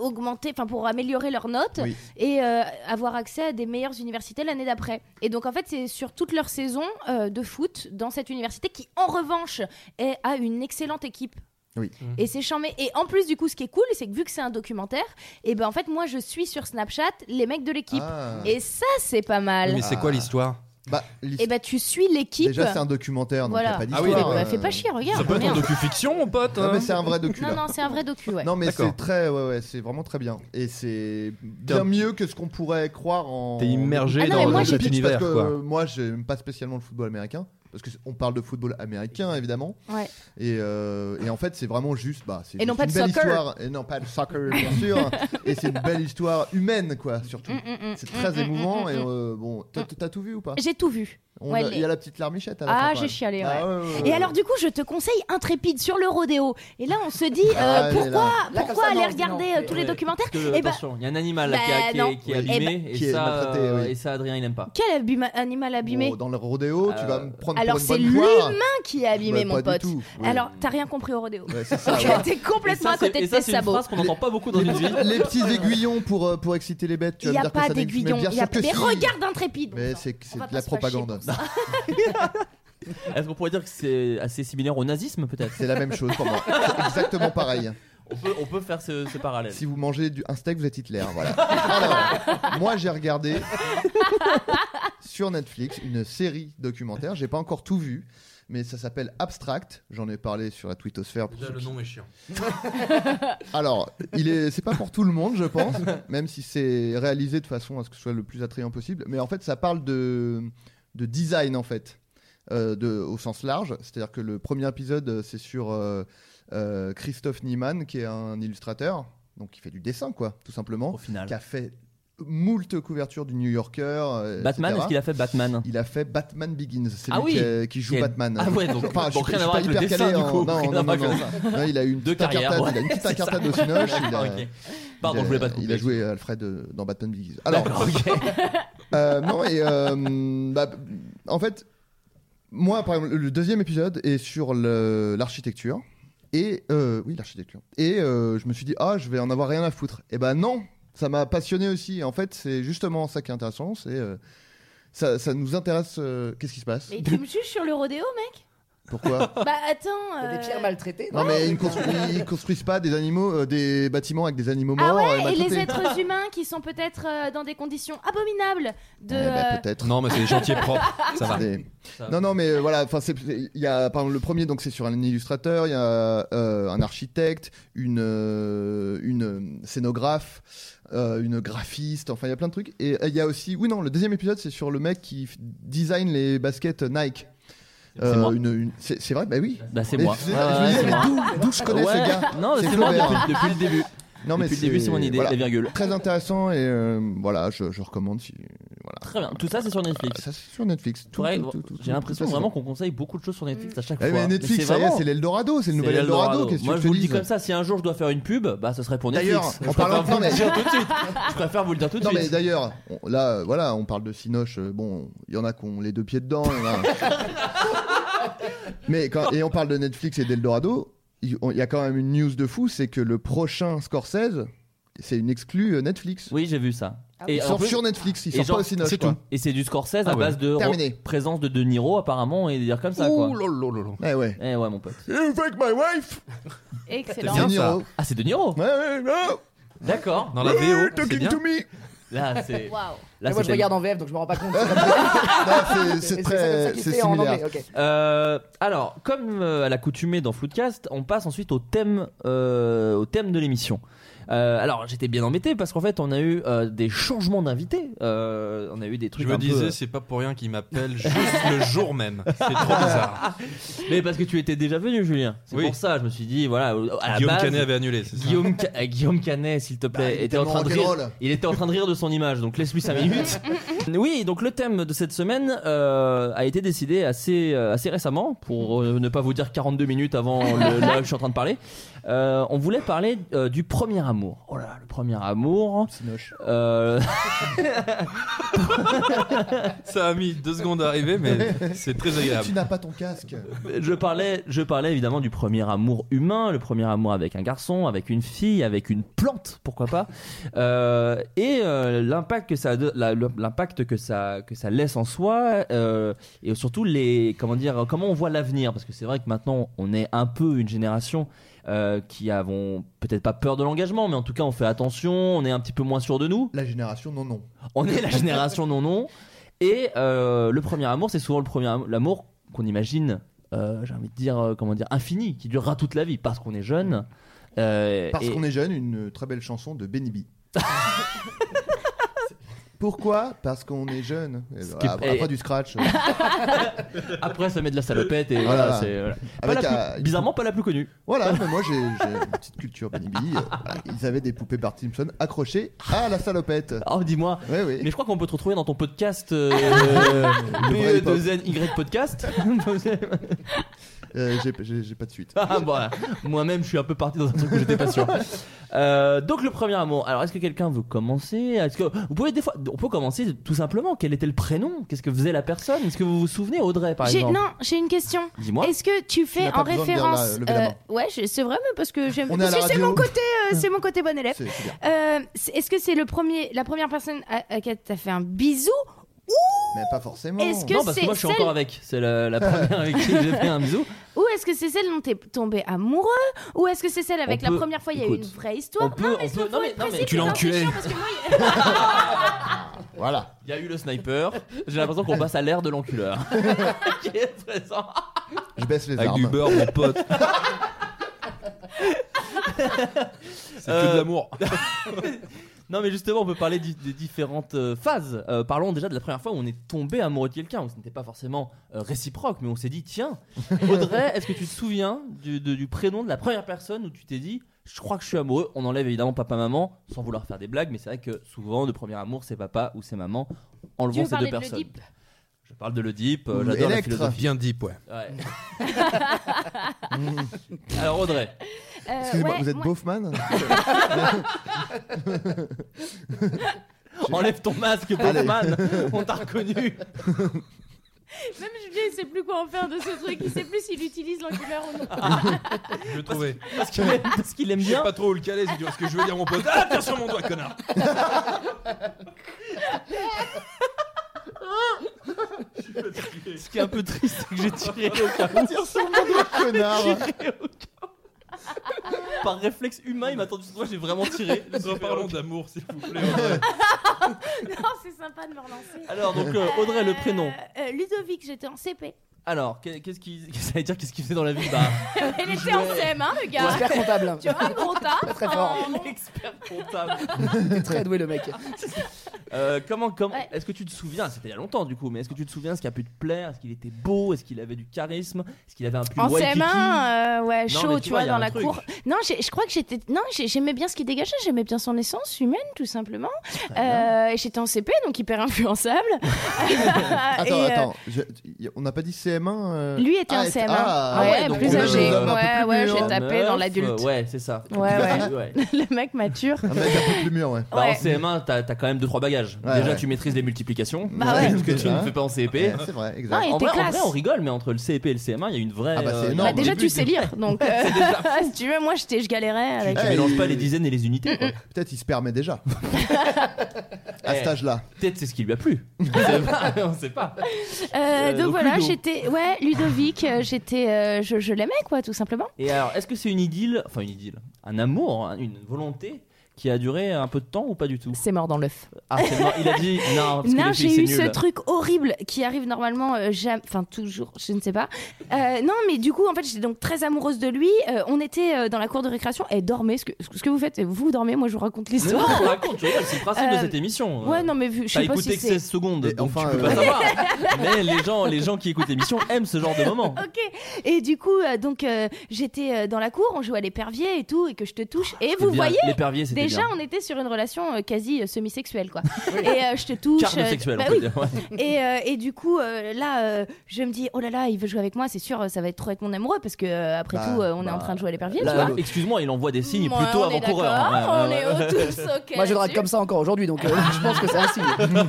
D: augmenter, enfin pour améliorer leurs notes
C: Oui.
D: et euh, avoir accès à des meilleures universités l'année d'après. Et donc, en fait, c'est sur toute leur saison euh, de foot dans cette université qui, en revanche, est, a une excellente équipe.
C: Oui.
F: Mhm.
D: Et c'est chambé. Et en plus, du coup, ce qui est cool, c'est que vu que c'est un documentaire, et ben en fait, moi, je suis sur Snapchat les mecs de l'équipe.
C: Ah.
D: Et ça, c'est pas mal.
F: Mais c'est quoi
C: Ah.
F: l'histoire
C: Bah, l'histoire-
D: Et ben tu suis l'équipe.
C: Déjà, c'est un documentaire, donc
D: Voilà.
C: y a pas
F: Ah
C: d'histoire.
F: oui,
D: Bah,
C: euh,
D: fais pas chier, regarde.
F: Ça peut être un
D: merde.
F: docu-fiction, mon pote.
C: Non,
F: hein.
C: mais c'est un vrai docu.
D: Non,
C: là.
D: non, c'est un vrai docu, ouais.
C: Non, mais
F: D'accord.
C: c'est très, ouais, ouais, c'est vraiment très bien. Et c'est bien
F: T'as-
C: mieux que ce qu'on pourrait croire en.
F: T'es immergé
D: Ah non, mais
F: dans
D: moi,
F: le-
D: j'ai-
F: cet
C: pitch,
F: univers,
C: parce que
F: quoi.
C: euh, moi, j'aime pas spécialement le football américain. Parce qu'on parle de football américain, évidemment.
D: Ouais.
C: Et, euh, et en fait, c'est vraiment juste. Bah, c'est
D: Et non
C: juste
D: pas de
C: une belle
D: soccer.
C: histoire. Et non, pas de soccer, bien sûr. et c'est une belle histoire humaine, quoi, surtout.
D: Mm, mm, mm,
C: C'est
D: mm,
C: très
D: mm,
C: émouvant.
D: mm,
C: et
D: mm.
C: euh, bon, t'as- t'as tout vu ou pas
D: J'ai tout vu.
C: On
D: ouais,
C: a-
D: les-
C: Il y a la petite larmichette à la fin,
D: Ah,
C: quand
D: j'ai
C: même.
D: chialé, ouais.
C: Ah, ouais, ouais, ouais.
D: Et alors du coup, je te conseille Intrépide sur le rodéo. Et là, on se dit euh,
C: Ah, elle est
D: pourquoi,
C: là.
E: Là, comme
D: pourquoi
E: ça,
D: aller
E: non,
D: regarder
E: non,
D: euh, tous les
B: Ouais,
D: documentaires
B: parce que,
D: Eh ben,
B: attention, il y a un animal là qui, a-
D: bah,
B: qui est-
D: non.
B: qui est
C: Oui.
B: abîmé, et,
C: Qui est
B: ça,
C: maltraité,
B: euh,
C: oui.
B: et ça, Adrien, il aime pas.
D: Quel abîma- animal abîmé
C: Bon, dans le rodéo, tu vas me prendre
D: Euh, Alors,
C: pour une
D: c'est
C: bonne poire.
D: l'humain qui est abîmé,
C: Bah,
D: mon
C: pas
D: pote.
C: Du tout. Oui.
D: Alors, t'as rien compris au rodéo.
C: Ouais, c'est ça.
D: Ok,
C: ouais.
D: T'es complètement
B: Ah, et ça,
D: à côté
B: c'est-
D: de
B: et ça,
D: tes
B: c'est une
D: sabots.
B: phrase qu'on n'entend pas beaucoup dans une vie.
C: Les petits aiguillons pour, euh, pour exciter les bêtes, tu vas
D: Il n'y
C: me
D: a
C: dire que
D: pas
C: ça n'existe
D: d'aiguillon.
C: Mais bien
D: il y a
C: sûr
D: pas-
C: que
D: Mais
C: si.
D: regarde Intrépide. bon
C: Mais
D: sang.
C: c'est c'est
D: On va
C: de
D: pas
C: la
D: se fâcher
C: propagande.
D: pour ça.
B: Est-ce qu'on pourrait dire que c'est assez similaire au nazisme, peut-être
C: C'est la même chose pour moi. C'est exactement pareil.
B: on peut, on peut faire ce, ce parallèle.
C: Si vous mangez du, un steak, vous êtes Hitler. Voilà. Alors, moi, j'ai regardé sur Netflix une série documentaire. J'ai pas encore tout vu. mais ça s'appelle Abstract. J'en ai parlé sur la twittosphère. pour
F: Déjà,
C: ceux
F: le
C: qui-
F: nom est chiant.
C: Alors, il est, c'est pas pour tout le monde, je pense, même si c'est réalisé de façon à ce que ce soit le plus attrayant possible. Mais en fait, ça parle de, de design, en fait, euh, de, au sens large. C'est-à-dire que le premier épisode, euh, c'est sur euh, euh, Christophe Niemann, qui est un illustrateur, donc qui fait du dessin, quoi, tout simplement,
B: Au final.
C: qui a fait moult couvertures du New Yorker. euh,
B: Batman,
C: etc.
B: est-ce qu'il a fait Batman
C: Il a fait Batman Begins, c'est
B: Ah
C: lui
B: oui.
C: qui, euh, qui joue
B: Quel-
C: Batman.
B: Ah ouais, donc-
C: Enfin, je
B: donc
C: suis-
B: rien
C: je suis
B: à voir
C: pas
B: avec le
C: hyper
B: dessin,
C: calé
B: du
C: en-
B: coup.
C: Non,
B: Rien à
C: non, non,
B: voir avec
C: non,
B: le-
C: ça. Non, il a eu une
B: Deux
C: petite
B: carrières,
C: incartade, il a
B: ouais,
C: une petite
B: c'est ça.
C: incartade au Cinoche. il a-
B: Ok. Pardon,
C: il a-
B: je voulais pas te couper.
C: Il a joué Alfred euh, dans Batman Begins. Alors,
B: D'accord, ok.
C: euh, non, et euh, bah, en fait, moi, par exemple, le deuxième épisode est sur le- l'architecture. Et euh, oui, l'architecture. Et euh, je me suis dit, ah, je vais en avoir rien à foutre. Et ben non, ça m'a passionné aussi. Et en fait, c'est justement ça qui est intéressant. C'est euh, ça, ça nous intéresse. euh, Qu'est-ce qui se passe
D: Mais tu me juges sur le rodéo, mec
C: Pourquoi
D: Bah attends.
E: Il y a
D: euh,
E: des pierres maltraitées.
C: Non, mais ils ne construisent, ils construisent pas des animaux, euh, des bâtiments avec des animaux
D: Ah
C: morts. euh,
D: ouais, et
C: maltraités.
D: les êtres humains qui sont peut-être euh, dans des conditions abominables de.
C: Ouais, bah,
D: euh,
C: peut-être.
B: Oh,
F: Non, mais c'est des chantiers propres. Ça va.
C: Des- Non, non, mais euh, voilà, enfin, c'est- c'est- il y a, par exemple, le premier, donc c'est sur un illustrateur, il y a euh, un architecte, une, euh, une euh, scénographe, euh, une graphiste, enfin, il y a plein de trucs. Et euh, il y a aussi, oui, non, le deuxième épisode, c'est sur le mec qui f- design les baskets Nike.
B: C'est
C: Euh,
B: moi.
C: une- une- c'est c'est vrai, bah oui.
B: Bah, c'est
C: Mais
B: moi.
C: c'est-
B: Ouais,
C: je me disais,
B: c'est
C: mais
B: moi.
C: d'où- D'où je connais
B: Ouais.
C: ce gars
B: Non, mais
C: C'est
B: c'est moi
C: Flaubert.
B: depuis, depuis le début.
C: Non,
B: depuis le début, c'est mon idée,
C: voilà.
B: la virgule.
C: Très intéressant et euh, voilà, je, je recommande. Si, voilà.
B: Très bien. Tout ça, c'est sur Netflix.
C: Euh, Ça, c'est sur Netflix. Tout,
B: Ouais,
C: tout, tout, tout,
B: J'ai
C: tout,
B: l'impression
C: tout ça,
B: vraiment qu'on conseille beaucoup de choses sur Netflix à chaque
C: Eh,
B: fois.
C: mais Netflix,
B: c'est
C: ça y est,
B: vraiment-
C: c'est l'Eldorado, c'est le nouvel
B: C'est
C: Eldorado. Qu'est-ce que
B: Moi,
C: tu
B: je vous
C: te
B: le dis
C: dise
B: comme ça. Si un jour je dois faire une pub, bah, ce serait pour
C: D'ailleurs,
B: Netflix.
C: en
B: Je préfère
C: parlant-
B: vous
C: non, mais-
B: le dire tout de suite. Je préfère vous le dire tout de
C: Non mais
B: suite.
C: d'ailleurs, on- là, euh, voilà, on parle de Sinoche. euh, Bon, il y en a qui ont les deux pieds dedans. il y en a- mais quand, et on parle de Netflix et d'Eldorado. Il on- il y a quand même une news de fou, c'est que le prochain Scorsese, c'est une exclue euh, Netflix.
B: Ah Oui, j'ai vu ça.
C: il
B: en
C: sort
B: plus-
C: sur Netflix, il
B: et
C: sort
B: genre,
C: pas au Cinoche.
F: c'est
C: quoi.
F: tout.
B: Et c'est du Scorsese
F: Ah
B: à
F: ouais.
B: base de
C: Terminé.
B: re- présence de De Niro apparemment et des dires comme ça quoi.
F: Ouh là là là là.
C: Eh ouais.
B: Eh ouais mon pote.
C: You fuck my wife.
D: Excellent.
F: C'est
C: De
F: bien, ça.
C: Niro.
B: Ah c'est De Niro.
C: Ouais, ouais, ouais.
B: D'accord.
F: Dans la VO, c'est
C: Talking
F: bien.
C: to me.
B: Là Ah, c'est.
D: Waouh.
B: Là,
E: Eh, moi, je
B: c'était-
E: regarde en VF, donc je me rends pas compte. Ah,
C: Non, c'est- c'est
E: Mais comme ça
C: très,
E: qu'il
C: c'est
E: fait en
C: similaire.
E: anglais, ok.
B: Euh, alors, comme euh, à l'accoutumée dans Floodcast, on passe ensuite au thème, euh, au thème de l'émission. Euh, alors, j'étais bien embêté parce qu'en fait, on a eu euh, des changements d'invités. Euh, on a eu des
F: Je
B: trucs.
F: me
B: un peu-
F: disais, c'est pas pour rien qu'il m'appelle juste le jour même. C'est trop
B: Ah.
F: bizarre.
B: Mais parce que tu étais déjà venu, Julien. C'est
F: Oui.
B: pour ça, je me suis dit, voilà. À la
F: Guillaume
B: base,
F: Canet avait annulé, c'est ça
B: Guillaume, Ca- euh, Guillaume Canet, s'il te
C: Bah,
B: plaît,
C: il est
B: était en train de
C: tellement
B: rire.
C: rock'n'roll.
B: Il était en train de rire de son image, donc laisse-lui 5 minutes. oui, donc le thème de cette semaine euh, a été décidé assez, euh, assez récemment, pour euh, ne pas vous dire 42 minutes avant le, là où je suis en train de parler. Euh, on voulait parler euh, du premier amour. Oh là, là, le premier amour.
C: Sinoche.
B: Euh,
F: Ça a mis deux secondes à arriver, mais c'est très
C: Tu
F: agréable.
C: n'as pas ton casque.
B: je parlais, je parlais évidemment du premier amour humain, le premier amour avec un garçon, avec une fille, avec une plante, pourquoi pas, Euh, et euh, l'impact que ça, a de- la- le- l'impact que ça, que ça laisse en soi, euh, et surtout les, comment dire, comment on voit l'avenir, parce que c'est vrai que maintenant on est un peu une génération. euh, qui avons peut-être pas peur de l'engagement, mais en tout cas on fait attention, on est un petit peu moins sûr de nous.
C: La génération, non, non.
B: On est la génération non non. Et euh, le premier amour, c'est souvent le premier am- l'amour qu'on imagine, euh, j'ai envie de dire, euh, comment dire, infini, qui durera toute la vie parce qu'on est jeune. euh,
C: Parce
B: et-
C: qu'on est jeune, une très belle chanson de Benny B. Pourquoi Parce qu'on est jeune. Eh ben,
B: Ce qui est-
C: après,
B: eh-
C: après du scratch. euh,
B: Après, ça met de la salopette et
C: Voilà.
B: voilà. c'est, voilà. Pas
C: Avec
B: la
C: un-
B: plus- bizarrement, pas la plus connue.
C: voilà, mais moi j'ai j'ai une petite culture Benny B. Euh, voilà, Ils avaient des poupées Bart Simpson accrochées à la salopette.
B: Oh, dis-moi.
C: Oui, oui.
B: Mais je crois qu'on peut te retrouver dans ton podcast euh, E
C: vrai hip-hop.
B: PE2NY Podcast.
C: Euh, j'ai- j'ai j'ai pas de suite.
B: Ah, voilà. Moi-même, je suis un peu parti dans un truc où j'étais pas sûr. Euh, donc le premier amour. Alors est-ce que quelqu'un veut commencer Est-ce que vous pouvez des fois on peut commencer tout simplement quel était le prénom Qu'est-ce que faisait la personne Est-ce que vous vous souvenez Audrey par
D: euh, J'ai-
B: exemple
D: Non, j'ai une question.
B: Dis-moi.
D: Est-ce que tu fais
C: n'as pas
D: en
C: besoin de dire
D: référence
C: la- lever la main.
D: euh, Ouais, je- c'est vrai, mais parce que j'aime.
C: On est à la
D: C'est c'est
C: radio.
D: mon côté, euh, c'est mon côté bon élève.
C: C'est c'est bien.
D: Euh, c'est- Est-ce que c'est le premier, la première personne à, à qui t'as fait un bisou
C: Mais pas forcément.
D: Est-ce que
B: Non parce que
D: c'est
B: moi je suis
D: celle-
B: encore avec. C'est la, la première avec qui j'ai fait un bisou.
D: ou est-ce que c'est celle dont t'es tombé amoureux ou est-ce que c'est celle avec
B: On
D: la
B: peut-
D: première fois il y a eu
B: écoute,
D: une vraie histoire
B: on peut- on
D: mais
B: peut-
D: faut-
B: non,
D: faut
B: mais-
D: être
B: non, mais-
D: précis,
B: Tu
D: parce
F: l'as
D: que c'est
F: enculé.
D: chiant, parce que moi,
C: Voilà.
B: Il y a eu le sniper. J'ai l'impression qu'on passe à l'ère de l'enculeur. qui est présent.
C: baisse les
F: Avec
C: armes.
F: du beurre, mon pote. C'est que
B: Euh,
F: de l'amour.
B: Non, mais justement, on peut parler di- des différentes euh, phases. Euh, parlons déjà de la première fois où on est tombé amoureux de quelqu'un. où Ce n'était pas forcément euh, réciproque, mais on s'est dit tiens, Audrey, est-ce que tu te souviens du, de- du prénom de la première personne où tu t'es dit je crois que je suis amoureux On enlève évidemment papa-maman, sans vouloir faire des blagues, mais c'est vrai que souvent, de premier amour, c'est papa ou c'est maman.
D: Tu
B: Enlevons ces
D: veux
B: deux
D: parler de
B: personnes.
D: l'Oedipe
B: je parle de l'Oedipe, euh,
C: Ou
B: j'adore la
C: Electre.
B: philosophie.
F: Bien deep, ouais.
B: Ouais. Ah, Alors, Audrey,
D: Euh,
C: Excusez-moi,
D: ouais,
C: vous êtes
D: moi-
C: Beaufman
B: enlève ton masque,
C: Allez.
B: Batman, on t'a reconnu.
D: Même Julien, il sait plus quoi en faire de ce truc. Il sait plus s'il utilise l'angulaire ou non.
B: Ah.
F: Je vais trouver.
B: Parce que- parce qu'il aime
F: Je sais
B: bien.
F: pas trop où le caler, c'est dur. Parce que je veux dire mon pote. Ah, tiens sur mon doigt, connard.
C: Euh.
B: Ce qui est un peu triste, c'est que j'ai tiré au cas
C: Tire sur mon doigt, connard
B: tiré au cœur. Par réflexe humain, il m'a tendu sur toi, j'ai vraiment tiré.
F: Reparlons d'amour, s'il vous plaît. Audrey.
D: Non, c'est sympa de me relancer.
B: Alors, donc, euh, Audrey, le prénom.
D: Euh, euh, Ludovic, j'étais en CP.
B: Alors, qu'est- qu'est-ce qu'il qu'est-ce que ça veut dire Qu'est-ce qu'il faisait dans la vie Bah,
D: Elle était en CM, hein, le gars.
E: Expert comptable.
D: Tu vois, un gros tas. Oh,
E: très fort.
D: un-
B: expert comptable.
E: T'es très doué le mec.
B: Euh, comment, comment
D: Ouais.
B: Est-ce que tu te souviens C'était il y a longtemps du coup, mais est-ce que tu te souviens ce qui a pu te plaire Est-ce qu'il était beau Est-ce qu'il avait du charisme Est-ce qu'il avait un pull
D: En
B: Waikiki
D: CM1, euh, ouais,
B: Non,
D: chaud,
B: mais
D: tu,
B: tu
D: vois,
B: vois, y a
D: dans
B: un
D: la
B: truc.
D: cour. Non, j'ai- je crois que j'étais. Non, j'ai- j'aimais bien ce qu'il dégageait, j'aimais bien son essence humaine, tout simplement. Euh, et j'étais en CP, donc hyper influençable.
C: Attends,
D: Et, euh,
C: attends. je- y- On n'a pas dit CM1 euh,
D: Lui était
C: ah,
D: en
C: et-
D: CM1.
C: Ah,
B: ouais,
D: ouais,
B: donc
D: plus
B: on
D: âgé.
B: est un peu
D: Ouais,
C: plus
D: ouais,
C: mûr.
D: j'ai tapé dans
B: Meuf,
D: l'adulte.
B: euh, Ouais, c'est ça.
D: Ouais, ouais.
B: ouais.
D: Le mec mature.
C: Un mec un peu plus mûr, ouais.
B: Bah, En
D: Ouais.
B: CM1, t'as t'as quand même 2-3 bagages.
C: Ouais,
B: Déjà,
C: ouais.
B: tu maîtrises les multiplications.
D: Bah ouais.
B: Ce que tu
C: Déjà.
B: ne fais pas en CP.
C: Ouais, C'est vrai,
D: Non,
C: exact.
D: il
B: En
D: était
B: vrai, en
D: classe.
B: vrai, on rigole, mais entre le CP et le CM1, il y a une vraie.
C: Ah bah, c'est
B: euh,
C: énorme.
D: Bah,
C: Non,
D: déjà,
C: au
D: tu sais lire, donc euh, si tu veux, moi, j'étais- je galérais
B: Tu,
D: avec. Euh,
B: tu
C: Ouais,
B: mélanges
C: il-
B: pas les dizaines et les unités. quoi.
C: Peut-être il se permet déjà. à
B: Eh,
C: cet âge-là.
B: Peut-être c'est ce qui lui a plu. on sait pas. On sait pas.
D: Euh, donc
B: donc
D: voilà,
B: Ludo.
D: j'étais, ouais, Ludovic, euh, j'étais, euh, je, je l'aimais quoi, tout simplement.
B: Et alors, est-ce que c'est une idylle, enfin une idylle, un amour, hein, une volonté qui a duré un peu de temps ou pas du tout
D: C'est mort dans l'œuf.
B: Ah, c'est mort. il a dit non, parce que
D: Non,
B: les filles,
D: j'ai eu
B: c'est
D: ce
B: nul.
D: truc horrible qui arrive normalement, euh, jamais, enfin toujours, je ne sais pas. Euh, non, mais du coup, en fait, j'étais donc très amoureuse de lui. Euh, on était euh, dans la cour de récréation et dormait. Ce que, ce que vous faites, vous dormez, moi je vous raconte
B: Mais non,
D: l'histoire.
B: raconte, tu rigoles, c'est le principe de
D: Euh,
B: cette émission.
D: Ouais, non, mais vu- je
B: T'as
D: sais pas
B: écouté
D: si
B: que
D: c'est.
B: 16 secondes,
C: Et
B: donc
C: enfin,
B: tu peux
C: euh,
B: pas savoir. Mais les gens, les gens qui écoutent l'émission aiment ce genre de moment.
D: Ok. Et du coup, euh, donc euh, j'étais euh, dans la cour, on jouait à l'épervier et tout, et que je te touche. Et
B: Ah,
D: vous
B: C'était bien.
D: voyez.
B: L'épervier, c'était
D: Déjà,
B: bien.
D: on était sur une relation euh, quasi euh, semi-sexuelle, quoi. Et euh, je te touche. euh,
B: Carnosexuel,
D: bah
B: on peut
D: oui.
B: dire. ouais.
D: Et, euh, et du coup, euh, là, euh, je me dis, oh là là, il veut jouer avec moi, c'est sûr, euh, ça va être trop avec mon amoureux, parce que euh, après
C: Bah,
D: tout, euh, on est
B: bah,
D: en train de jouer à l'épervier, tu
B: Là,
D: vois.
B: Excuse-moi, il envoie des signes
D: Moi,
B: plutôt
D: on est
B: avant-coureurs.
D: d'accord,
B: Ouais, ouais,
D: Ah, On
B: ouais.
D: est tous ok.
E: Moi je drague
D: là-dessus.
E: comme ça encore aujourd'hui, donc euh, je pense que c'est un signe.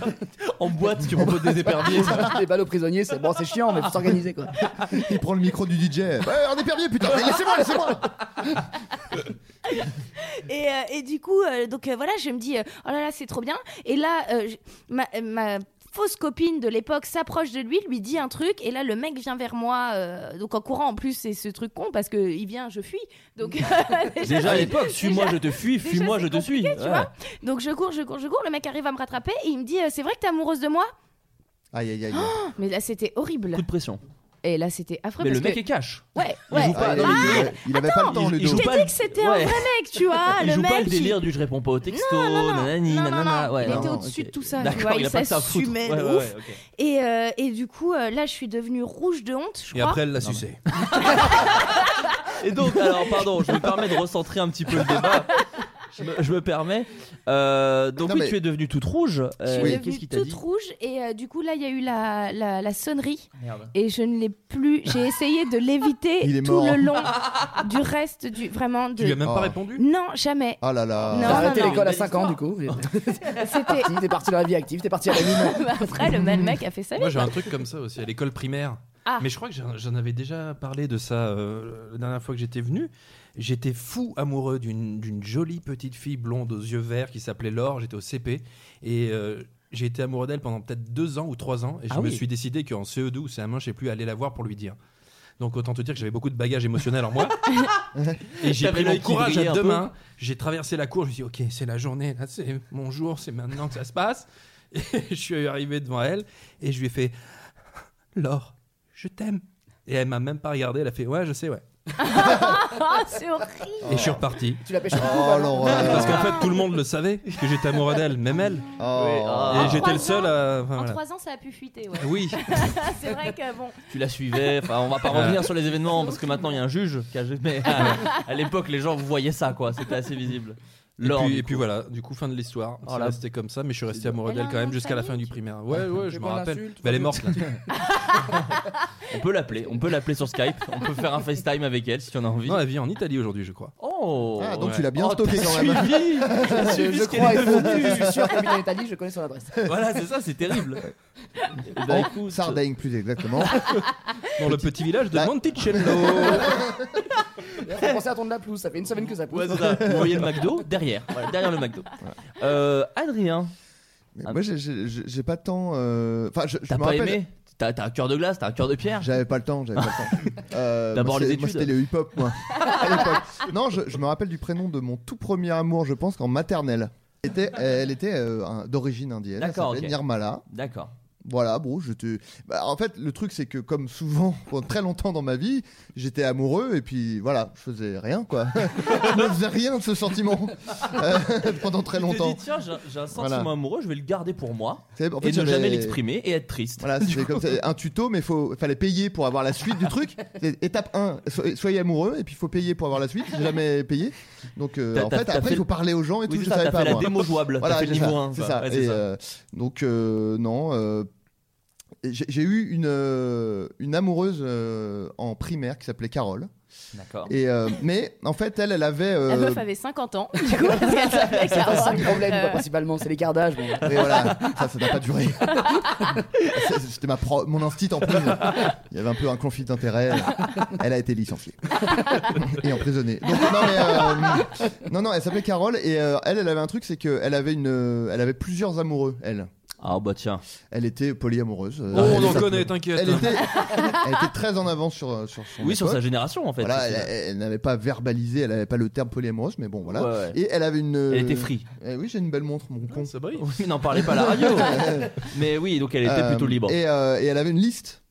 B: En boîte, tu proposes des éperviers.
E: Les balles aux prisonniers, c'est bon, c'est chiant, mais faut s'organiser quoi.
C: Il prend le micro du DJ. Ouais, on est perdu, putain. mais Laissez-moi, laissez-moi.
D: Et, euh, et du coup, euh, donc euh, voilà, je me dis, euh, oh là là, c'est trop bien. Et là, euh, je- ma, euh, ma fausse copine de l'époque s'approche de lui, lui dit un truc, et là, le mec vient vers moi, euh, donc en courant, en plus, c'est ce truc con, parce que il vient, je fuis. Donc,
B: Déjà à l'époque, suis-moi,
D: Déjà-
B: je te fuis,
D: déjà,
B: fuis-moi,
D: c'est
B: je te suis.
D: tu vois. donc je cours, je cours, je cours, le mec arrive à me rattraper, et il me dit, euh, c'est vrai que t'es amoureuse de moi
C: Aïe, aïe, aïe.
D: Oh, Mais là, c'était horrible.
B: Coup de pression.
D: Et là, c'était affreux.
B: Mais
D: parce
B: le mec
D: que...
B: est cash.
D: Ouais,
B: il
D: ouais.
B: joue pas.
C: Aïe,
B: non,
C: aïe,
B: mais-
C: aïe. Ah, il avait pas le temps,
B: il-
C: le
B: il
C: dos.
B: joue
D: Je
B: pas
D: t'ai
B: le-
D: dit que c'était
B: Ouais.
D: un vrai mec, tu vois.
B: Il
D: le
B: joue
D: mec
B: pas le
D: qui-
B: délire du je réponds pas au texto, nanani,
D: Non, non, non,
B: nanana. ouais,
D: il était
C: non,
D: au-dessus
C: ok.
D: de tout ça. tu vois,
B: D'accord, il a pas que ça à foutre.
D: s'assumait de
B: Ouais, ouais,
D: ouf.
B: ouais, ok.
D: Et, euh, et du coup, euh, là, je suis devenue rouge de honte, je
F: Et
D: crois.
F: après, elle l'a sucé.
B: Et donc, alors, pardon, je me permets de recentrer un petit peu le débat. Je me, je me permets. Euh, donc,
C: Non,
B: oui,
C: mais-
B: tu es devenue toute rouge.
D: Je suis
B: Euh,
C: Oui.
B: Qu'est-ce
D: devenue
B: qui t'a dit
D: toute rouge et euh, du coup là il y a eu la, la, la sonnerie
B: Merde.
D: et je ne l'ai plus. J'ai essayé de l'éviter
C: Il est
D: tout
C: mort.
D: le long du reste du vraiment
F: Tu lui as
D: de.
F: même pas
C: Oh.
F: répondu
D: Non jamais.
C: Ah là là.
E: T'as
D: Non.
E: arrêté l'école à
B: Belle
E: 5 ans du coup.
D: C'était
E: T'es parti dans la vie active, t'es parti à la mine.
D: Bah, après le même mec a fait ça.
F: Moi, j'ai un truc comme ça aussi à l'école primaire.
D: Ah.
F: Mais je crois que j'en j'en avais déjà parlé de ça euh, la dernière fois que j'étais venu. J'étais fou amoureux d'une d'une jolie petite fille blonde aux yeux verts qui s'appelait Laure. J'étais au CP et euh, j'ai été amoureux d'elle pendant peut-être deux ans ou trois ans. Et je
B: Ah
F: me
B: oui.
F: suis décidé qu'en CE2 ou CM1, je sais plus aller la voir pour lui dire. Donc autant te dire que j'avais beaucoup de bagages émotionnels en moi. et j'ai
B: T'avais
F: pris mon
B: l'œil qui
F: courage
B: brillait
F: à
B: un
F: deux
B: peu.
F: mains. J'ai traversé la cour. Je me suis dit, ok, c'est la journée, là, c'est mon jour, c'est maintenant que ça se passe. Et je suis arrivé devant elle et je lui ai fait Laure, je t'aime. Et elle m'a même pas regardé, elle a fait Ouais, je sais, ouais.
D: Ah, c'est horrible.
F: Et je suis reparti.
E: Tu la pêches au
C: Oh
E: coup,
F: Parce
C: l'horreur.
F: qu'en fait, tout le monde le savait que j'étais amoureux d'elle, même elle.
B: Ah.
C: Oh.
F: Et j'étais
D: trois
F: le seul
B: euh,
F: à. enfin,
D: En
F: voilà.
D: trois ans, ça a pu fuiter, ouais.
F: Oui,
D: c'est vrai que bon.
B: Tu la suivais. Enfin, on va pas revenir sur les événements parce que maintenant il y a un juge. qui a- Mais à, à l'époque, les gens vous voyaient ça, quoi. C'était assez visible.
F: et
B: Laure,
F: puis,
B: du
F: et puis voilà, du coup, fin de l'histoire.
B: Oh
F: C'est
B: là.
F: resté comme ça, mais je suis resté amoureux
D: Elle
F: d'elle
D: a
F: quand
D: un
F: même
D: nom de
F: jusqu'à la fin
D: famille,
F: du
D: tu-
F: primaire. Ouais, ouais,
E: C'est
F: je me
E: bon,
F: rappelle.
E: l'insulte,
F: Mais elle est morte là.
B: on peut l'appeler. On peut l'appeler sur Skype. On peut faire un FaceTime avec elle si tu en as envie.
F: Non, elle vit en Italie aujourd'hui, je crois.
B: Oh.
C: Ah, donc
B: ouais.
C: tu l'as bien
B: Oh,
C: stocké
B: t'as
C: quand même.
B: suivi.
E: je, je
B: ce qu'elle
E: crois,
B: est
E: il faut- je suis sûr qu'habitant en Italie, je connais son adresse.
B: voilà, c'est ça, c'est terrible. Eh ben,
C: En
B: écoute,
C: Sardaigne plus exactement.
F: Dans le petit village de
C: Là-
F: Monticello.
E: Il faut penser à tourner la pelouse, ça fait une semaine que ça pousse.
B: ouais, c'est ça. Vous voyez le McDo derrière, Voilà, derrière le McDo. Euh, Adrien,
C: Mais
B: Ah.
C: Moi j'ai- j'ai j'ai- j'ai pas tant. euh, Enfin je, je
B: t'as
C: me
B: pas
C: rappelle.
B: aimé T'as t'as un cœur de glace, t'as un cœur de pierre.
C: J'avais pas le temps, j'avais pas le temps. Euh,
B: D'abord
C: moi,
B: les
C: c'est- moi,
B: études.
C: c'était le hip-hop, moi. à l'époque. Non, je, je me rappelle du prénom de mon tout premier amour, je pense, qu'en maternelle. Elle était, elle était euh, un- d'origine indienne. Elle
B: D'accord,
C: s'appelait
B: ok.
C: Nirmala.
B: D'accord.
C: Voilà, bon, je te. Bah, en fait, le truc, c'est que comme souvent, pendant très longtemps dans ma vie, j'étais amoureux et puis voilà, je faisais rien, quoi. je ne faisais rien de ce sentiment euh, pendant très
B: Il te
C: longtemps.
B: dit, tiens, j'ai j'ai un sentiment
C: Voilà.
B: amoureux, je vais le garder pour moi
C: C'est- en
B: et ne
C: j'avais-
B: jamais l'exprimer et être triste.
C: Voilà, c'était comme ça, un tuto, mais il fallait payer pour avoir la suite du truc. C'est Étape 1, so- soyez amoureux, et puis il faut payer pour avoir la suite. J'ai jamais payé. Donc euh,
B: T'as-
C: en
B: t'as-
C: fait,
B: t'as
C: après,
B: fait
C: il faut
B: le-
C: parler aux gens et
B: Oui,
C: tout,
B: c'est
C: je
B: ça,
C: savais
B: t'as
C: pas.
B: fait la
C: moi.
B: démo jouable, t'as
C: Voilà,
B: fait le
C: c'est
B: niveau
C: ça,
B: 1.
C: c'est
B: quoi.
C: ça.
B: Ouais, c'est
C: Et,
B: ça.
C: euh, donc, euh, non. euh, j'ai j'ai eu une, euh, une amoureuse euh, en primaire qui s'appelait Carole.
B: D'accord.
C: Et, euh, mais en fait, elle, elle avait. euh,
D: La meuf avait 50 ans, du coup, parce qu'elle s'appelait
E: C'est pas ça
D: Carole.
E: le problème,
D: Euh,
E: quoi, principalement, c'est les gardages. Mais...
C: Oui, voilà, ça, ça n'a pas duré. C'est- C'était ma pro- mon instit en prison. Il y avait un peu un conflit d'intérêt. Elle a été licenciée et emprisonnée. Donc, non, mais, euh, non, non, elle s'appelait Carole et euh, elle, elle avait un truc, c'est qu'elle avait une, euh, elle avait plusieurs amoureux. Elle,
B: Ah bah tiens.
C: elle était polyamoureuse. Euh,
F: Oh, on
C: elle
F: en
C: était-
F: connaît, t'inquiète.
C: Elle était, elle était très en avance sur, euh, sur son.
B: Oui, sur sa
C: époque.
B: génération en fait.
C: Voilà,
B: c'est
C: elle,
B: ça.
C: elle n'avait pas verbalisé, elle n'avait pas le terme polyamoureuse, mais bon, voilà.
B: Ouais, ouais.
C: Et elle avait une. euh,
B: Elle était free.
C: eh oui, j'ai une belle montre, mon con.
F: Ah, Ça brille.
B: Oui, n'en parlez pas à la radio. Mais oui, donc elle était
C: Euh,
B: plutôt libre.
C: Et, euh, et elle avait une liste.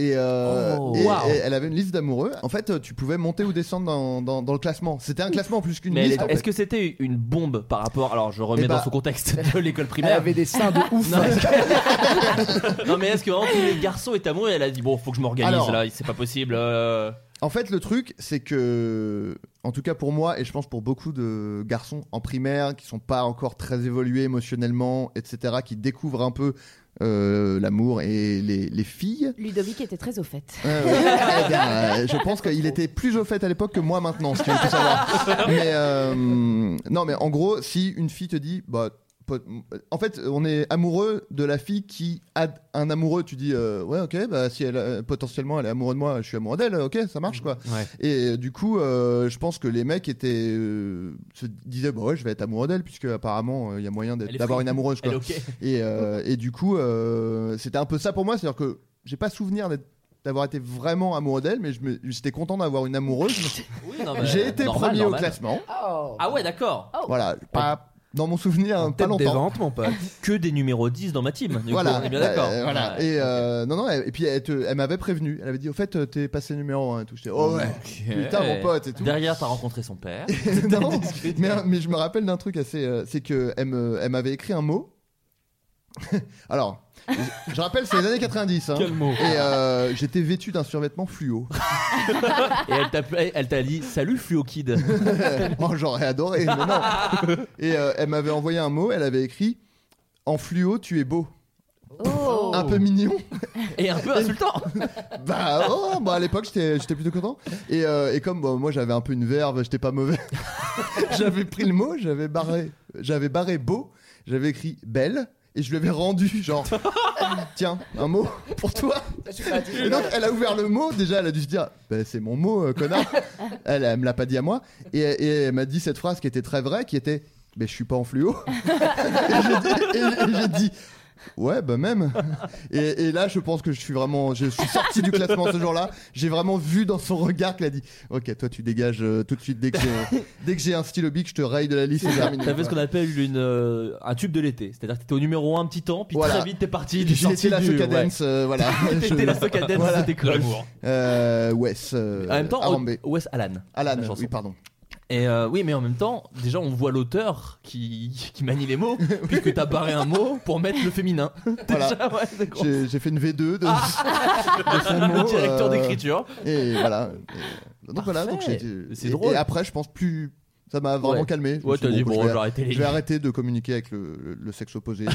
C: Et, euh,
B: Oh.
C: et-
B: Wow.
C: et elle avait une liste d'amoureux. En fait, euh, tu pouvais monter ou descendre dans, dans- dans le classement. C'était un classement plus qu'une
B: Mais elle
C: liste.
B: est-
C: en fait.
B: est-ce que c'était une bombe par rapport Alors je remets
C: Eh bah-
B: dans son contexte de l'école
E: Elle
B: primaire.
E: avait des seins de ouf.
B: Non, est-ce que- non, mais est-ce que vraiment tous les garçons étaient amoureux et elle a dit bon faut que je m'organise
C: Alors-
B: là c'est pas possible euh,
C: En fait, le truc, c'est que, en tout cas pour moi, et je pense pour beaucoup de garçons en primaire qui sont pas encore très évolués émotionnellement, etc., qui découvrent un peu euh, l'amour et les, les filles.
D: Ludovic était très au fait.
C: Euh, eh bien, euh, je pense qu'il était plus au fait à l'époque que moi maintenant, si tu veux tout savoir. Mais euh, non, mais en gros, si une fille te dit, bah, po- en fait, on est amoureux de la fille qui a un amoureux, tu dis, euh, ouais, ok, bah, si elle euh, potentiellement elle est amoureuse de moi, je suis amoureux d'elle, ok, ça marche quoi.
F: Ouais.
C: Et euh, du coup, euh, je pense que les mecs étaient euh, se disaient, bah ouais, je vais être amoureux d'elle, puisque apparemment, euh, il y a moyen d'être-
B: Elle est
C: d'avoir
B: free.
C: une amoureuse quoi.
B: elle est ok
C: Et, euh, et du coup, euh, c'était un peu ça pour moi. C'est-à-dire que j'ai pas souvenir d'être- d'avoir été vraiment amoureux d'elle, mais je me- j'étais content d'avoir une amoureuse.
B: Oui, non, mais-
C: J'ai été
B: normal,
C: premier
B: normal.
C: au classement.
E: Oh.
B: Ah ouais d'accord.
C: Voilà, pas dans mon souvenir, hein, pas
F: Tête des
C: longtemps.
F: ventes, mon pote.
B: Que des numéros 10 dans ma team. Du
C: voilà,
B: coup, on est bien d'accord.
C: Euh, voilà.
B: Ouais.
C: Et euh, non, non, et puis elle, te- elle m'avait prévenu. Elle avait dit, au fait, euh, t'es passé numéro 1 et tout. J'étais, oh ouais,
B: Ok.
C: putain, mon pote et tout.
B: Derrière, t'as rencontré son père.
C: Non, mais, mais je me rappelle d'un truc assez. euh, c'est que elle me- elle m'avait écrit un mot. Alors, je, je rappelle, c'est les années 90. hein.
F: Quel mot.
C: Et euh, j'étais vêtu d'un survêtement fluo.
B: Et elle t'a, elle t'a dit Salut Fluo Kid.
C: oh, j'aurais adoré, mais non. Et euh, elle m'avait envoyé un mot, elle avait écrit En fluo, tu es beau.
D: Oh
C: Un peu mignon.
B: Et un peu insultant.
C: Bah, oh, bah à l'époque, j'étais j'étais plutôt content. Et, euh, et comme bon, moi, j'avais un peu une verve, j'étais pas mauvais. j'avais pris le mot, j'avais barré, j'avais barré beau, j'avais écrit belle. Et je lui avais rendu, genre, tiens, un mot pour toi. Et donc, elle a ouvert le mot. Déjà, elle a dû se dire, Bah, c'est mon mot, euh, connard. Elle, elle me l'a pas dit à moi. Et, et elle m'a dit cette phrase qui était très vraie, qui était, mais je suis pas en fluo. et j'ai dit, et- et j'ai dit, Ouais, bah même. et, et là, je pense que je suis vraiment. Je suis sorti du classement ce jour-là. J'ai vraiment vu dans son regard qu'il a dit Ok, toi, tu dégages euh, tout de suite. Dès que j'ai- dès que j'ai un stylo bic, je te raye de la liste. c'est terminé.
B: T'as fait ce qu'on
C: Voilà.
B: appelle une, euh, un tube de l'été. C'est-à-dire que t'étais au numéro 1 un petit temps, puis
C: Voilà.
B: très vite t'es parti. t'es
C: J'ai été
B: sorti
C: la
B: du- ouais.
C: Socadence, euh, voilà.
B: T'étais
C: Je-
B: la Socadence de
C: Voilà.
B: cette école.
C: Euh, Wes. euh,
B: En même temps,
C: Arambe.
B: Wes Alan.
C: Alan,
B: la chanson.
C: oui, pardon.
B: Et euh, oui, mais en même temps, déjà on voit l'auteur qui, qui manie les mots, puisque t'as barré un mot pour mettre le féminin.
C: Voilà.
B: Déjà, ouais, c'est Ah, gros.
C: J'ai j'ai fait une V2 de, de son
B: le
C: mot,
B: directeur
C: euh,
B: d'écriture.
C: Et voilà. Et- donc voilà,
B: Parfait.
C: donc j'ai été-
B: C'est
C: et-
B: drôle.
C: Et après, je pense plus. Ça m'a vraiment
B: Ouais.
C: calmé. Je me
B: Ouais,
C: suis
B: t'as dit,
C: je
B: bon,
C: vais-
B: je vais arrêter les
C: Je vais arrêter de communiquer avec le, le- le sexe opposé.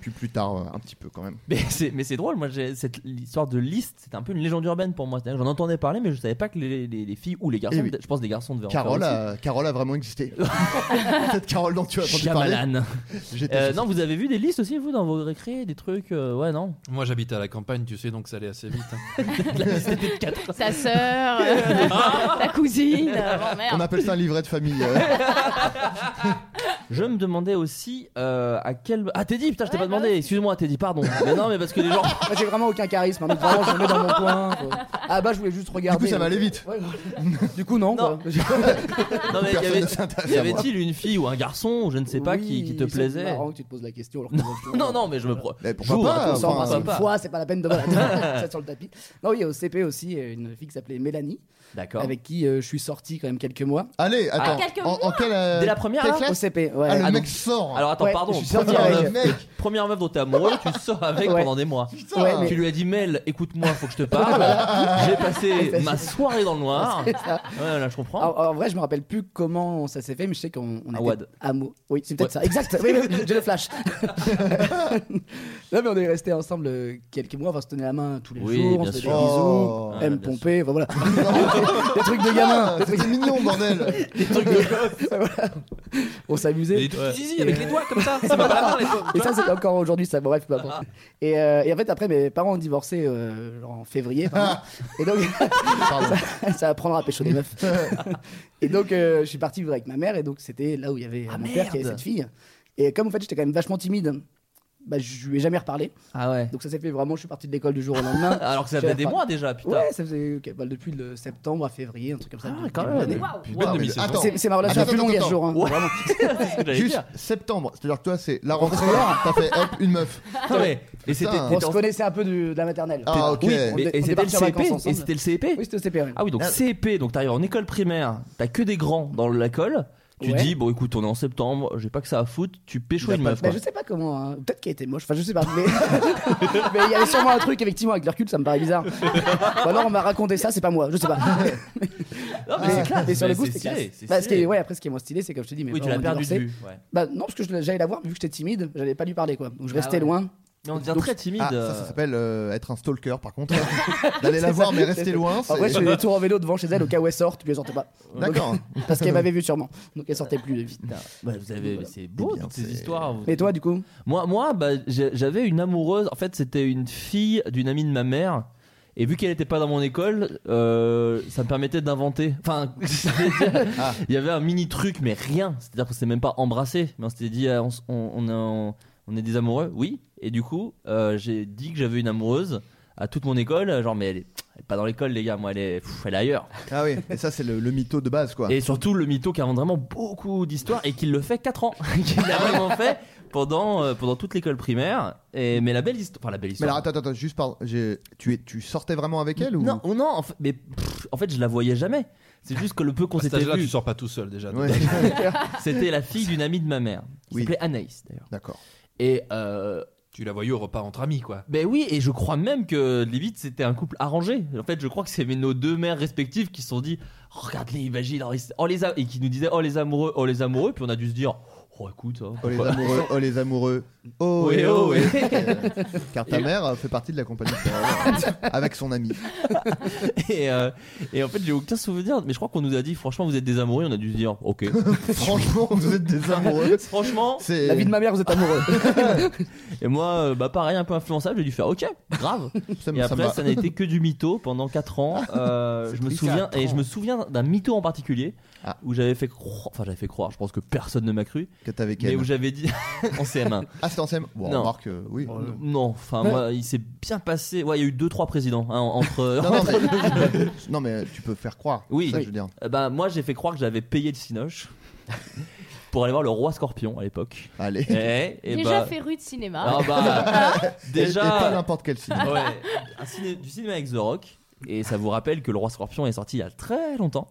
C: Puis plus tard, euh, un petit peu quand même.
B: Mais c'est, mais c'est drôle, moi j'ai cette l'histoire de liste, c'était un peu une légende urbaine pour moi. C'est-à-dire que J'en entendais parler, mais je savais pas que les, les- les filles ou les garçons,
C: Eh oui.
B: je pense des garçons devaient en faire
C: Carole
B: aussi.
C: a, Carole a vraiment existé. Cette Carole dont tu as entendu parler.
B: Shyamalan.
C: J'étais
B: Euh,
C: sur-
B: non, vous avez vu des listes aussi, vous, dans vos récré, des trucs, euh, ouais, non
F: Moi j'habite à la campagne, tu sais donc ça allait assez vite. hein.
B: La liste était de 4.
D: Sa sœur, euh, ta cousine, euh, bon, merde.
C: On appelle ça un livret de famille. euh.
B: Je me demandais aussi euh, à quel. Ah, Teddy, putain, je t'ai
D: Ouais,
B: pas
D: bah
B: demandé,
D: oui.
B: excuse-moi, Teddy, pardon. mais non, mais parce que les gens.
E: Moi, j'ai vraiment aucun charisme. hein, donc vraiment, je me mets dans mon coin. quoi. Ah bah, je voulais juste
C: du
E: regarder.
C: coup, ça va aller vite.
E: Ouais, voilà. du coup, non.
B: Non.
E: quoi.
B: Non, mais y
C: Personne
B: avait-
C: ne s'intéresse
B: y
C: à moi.
B: avait-il une fille ou un garçon, ou je ne sais pas, qui, qui te
E: Oui, C'est
B: plaisait
E: marrant que tu te poses la question. alors que moi, je-
B: Non, non, mais je me. pro-
C: Mais pourquoi
B: J'ouvre,
C: pas,
B: attends,
E: On
C: enfin, euh,
B: pourquoi
E: s'embrasse une
B: pas
E: fois, Ah, c'est pas la peine de voilà, ça sur le tapis. Non, oui, au CP aussi, une fille qui s'appelait Mélanie,
B: D'accord. Ah.
E: avec qui euh, je suis sorti quand même quelques mois.
C: Allez, attends.
D: quelques
C: en, en quelle, euh,
B: Dès la première,
C: quelle
B: là,
C: classe
E: Au CP, ouais.
C: Ah, le
E: Ah,
C: mec sort.
B: Alors attends,
E: Ouais,
B: pardon,
E: je suis sorti
B: première
E: avec-
B: meuf,
C: mec.
B: première meuf dont t'es amoureux, tu sors avec
E: Ouais.
B: pendant des mois.
C: Putain.
E: Ouais, mais-
B: Tu lui as dit Mel, écoute-moi, faut que je te parle. J'ai passé ma soirée dans le noir. Ouais,
E: c'est ça.
B: là, je comprends.
E: Alors, en vrai, je me rappelle plus comment ça s'est fait, mais je sais qu'on on
B: À
E: était
B: Wad.
E: amoureux. Oui, c'est peut-être ça. Exact. Oui, oui, j'ai le flash. non, mais on est restés ensemble euh, quelques mois. Enfin, on se tenait la main tous les
B: Oui,
E: jours.
B: bien
E: on se faisait
B: sûr.
E: des bisous.
C: Oh.
B: Ah,
E: M
B: bien
E: pompé. Enfin, voilà. des trucs de gamin.
C: Ah, C'était mignon, bordel.
B: Des trucs de gosse.
E: On s'amusait.
F: Et tout
B: Ouais.
F: zizi
E: euh,
F: avec les doigts comme ça, ça va pas la main, les doigts.
E: Et ça, c'est encore aujourd'hui, ça. Bon, bref, peu importe. Et, euh, et en fait, après, mes parents ont divorcé euh, genre en février. pardon.
C: Ah.
E: et donc, ça, ça apprendra à pécho des meufs. et donc, euh, je suis parti vivre avec ma mère. Et donc, c'était là où il y avait
B: Ah,
E: mon père qui avait
B: merde.
E: cette fille. Et comme en fait, j'étais quand même vachement timide, bah, je lui ai jamais reparlé.
B: Ah ouais.
E: Donc, ça s'est fait vraiment. Je suis parti de l'école du jour au lendemain.
B: Alors que ça faisait des mois déjà, putain.
E: Ouais, ça faisait ok, bah, depuis le septembre à février, un truc comme ça.
B: Ah,
E: depuis
B: quand
E: le début de
B: même.
E: l'année.
D: Waouh.
F: Bonne
C: Non, mais
F: demi-saison.
C: attends.
E: C'est c'est ma relation
C: Attends,
E: la plus longue à
C: attends,
E: ce jour. hein, vraiment.
B: C'est ce que j'allais
C: Juste
B: dire.
C: septembre. C'est-à-dire que toi, c'est la rentrée. T'as fait hop, une meuf.
B: Attends, mais- Et c'était
C: Putain.
B: t'étais
E: On se
B: en-
E: connaissait un peu du- de la maternelle.
C: Ah, ok.
B: Oui,
C: On
B: mais-
E: est-
B: et
E: on est
B: c'était le
E: partis en vacances
B: CP. Et
E: ensemble.
B: c'était le CP.
E: Oui, c'était au CP. ouais.
B: Ah oui, donc
C: Ah.
B: CP, donc t'arrives en école primaire, t'as que des grands dans l'école. Tu
E: Ouais.
B: dis, bon écoute, on est en septembre, j'ai pas que ça à foutre, tu pécho
C: Il a
B: une
C: pas-
B: meuf.
E: Bah,
B: quoi.
E: je sais pas comment, hein. peut-être qu'elle était moche, enfin je sais pas, mais mais il y avait sûrement un truc effectivement avec le recul, ça me paraît bizarre. Ou alors on m'a raconté ça, c'est pas moi, je sais pas.
B: Non, mais
E: Mais-
B: c'est classe,
E: mais sur
B: mais
E: le coup,
B: c'est
E: c'était
B: stylé,
E: classe.
B: c'est
E: Bah, ce qui
B: stylé.
E: est- ouais, après ce qui est moins stylé, c'est comme je te dis, mais
B: Oui, tu l'as perdu de vue. ouais.
E: Bah non, parce que je- j'allais la voir, mais vu que j'étais timide, j'allais pas lui parler quoi, donc je
B: Ah
E: restais
B: ouais.
E: loin.
B: Mais on devient
E: Donc-
B: très timide.
C: Ah, ça, ça
B: euh.
C: s'appelle euh, être un stalker par contre. D'aller la voir mais rester loin.
E: En
C: c'est-
E: vrai, je faisais des tours en vélo devant chez elle au cas où elle sorte, puis elle sortait pas.
C: D'accord.
E: Donc- parce qu'elle m'avait vu sûrement, donc elle sortait plus. vite.
B: Bah, vous avez,
E: Voilà.
B: c'est beau
C: Eh bien,
B: toutes ces
C: c'est-
B: histoires. vous-
E: Et toi du coup
B: Moi, moi, bah, j'ai- j'avais une amoureuse. En fait, c'était une fille d'une amie de ma mère. Et vu qu'elle n'était pas dans mon école, euh, ça me permettait d'inventer. Enfin, c'est-à-dire,
C: Ah.
B: il y avait un mini truc, mais rien. C'est-à-dire qu'on s'est même pas embrassé. Mais on s'était dit, ah, on, s- on- on est en- on est des amoureux, oui. Et du coup, euh, j'ai dit que j'avais une amoureuse à toute mon école. Genre, mais elle est, elle est pas dans l'école, les gars. Moi, elle est, pff, elle est ailleurs.
C: Ah oui. Et ça c'est le, le mytho de base quoi.
B: Et surtout le mytho qui invente vraiment beaucoup d'histoires et qui le fait 4 ans. qui l'a
C: Ah
B: vraiment fait pendant, euh, pendant toute l'école primaire. Et, mais la belle histoire. Enfin, la belle
C: Mais alors
B: histoire.
C: attends, attends, juste pardon. j'ai- Tu, es, tu sortais vraiment avec elle ou
B: Non, oh non en fait, mais, pff, en fait, je la voyais jamais. C'est juste que le peu qu'on
F: À cet
B: s'était
F: âge-là, tu
B: vu,
F: sors pas tout seul déjà.
C: Ouais.
B: c'était la fille d'une amie de ma mère. Qui
C: Oui.
B: s'appelait Anaïs d'ailleurs.
C: D'accord.
B: Et euh,
F: Tu la voyais au repas entre amis quoi.
B: ben oui, et je crois même que limite c'était un couple arrangé. En fait, je crois que c'est nos deux mères respectives qui se sont dit oh, Regarde-les, imagine, oh, ils- oh, les a- et qui nous disaient Oh les amoureux, oh les amoureux. Puis on a dû se dire Oh écoute, hein,
C: Oh les
B: pourquoi-
C: amoureux, oh les amoureux. Oh,
B: Ouais,
C: et
B: oh,
C: oh, et-
B: ouais.
C: Euh, Car ta mère fait partie de la compagnie de Ferrero, euh, avec son ami.
B: Et, euh, et en fait, j'ai aucun souvenir, mais je crois qu'on nous a dit, franchement, vous êtes des amoureux, on a dû se dire, ok.
C: Franchement, vous êtes des amoureux.
B: franchement,
C: C'est
E: La vie de ma mère, vous êtes amoureux.
B: et moi, euh, bah pareil, un peu influençable, j'ai dû faire, ok, grave.
C: ça me- ça me
B: Et après,
C: va.
B: ça n'a été que du mytho pendant 4 ans. Euh, je me
C: triste.
B: souviens,
C: Quatre
B: et je
C: ans.
B: me souviens d'un mytho en particulier,
C: Ah.
B: où j'avais fait croire, enfin, j'avais fait croire, je pense que personne ne m'a cru,
C: que podcast avec
B: mais
C: elle.
B: où j'avais dit en CM1.
C: Ah, c'est en CM Bon,
B: Non.
C: remarque, euh, oui.
B: Non, enfin
C: Ouais.
B: moi, il s'est bien passé. Ouais, il y a eu deux trois présidents hein, entre.
C: Non, non, mais, non, mais tu peux faire croire.
B: Oui.
C: c'est ça que
B: Oui.
C: je veux dire.
B: Euh, bah moi, j'ai fait croire que j'avais payé le Cinoche pour aller voir le roi Scorpion à l'époque.
C: Allez.
B: Et, et
D: Déjà
B: bah-
D: fait rue de cinéma. Hein
B: Ah bah,
C: Et, et pas
B: déjà,
C: n'importe quel signe.
B: ouais, un ciné- du cinéma avec The Rock. Et ça vous rappelle que Le Roi Scorpion est sorti il y a très longtemps.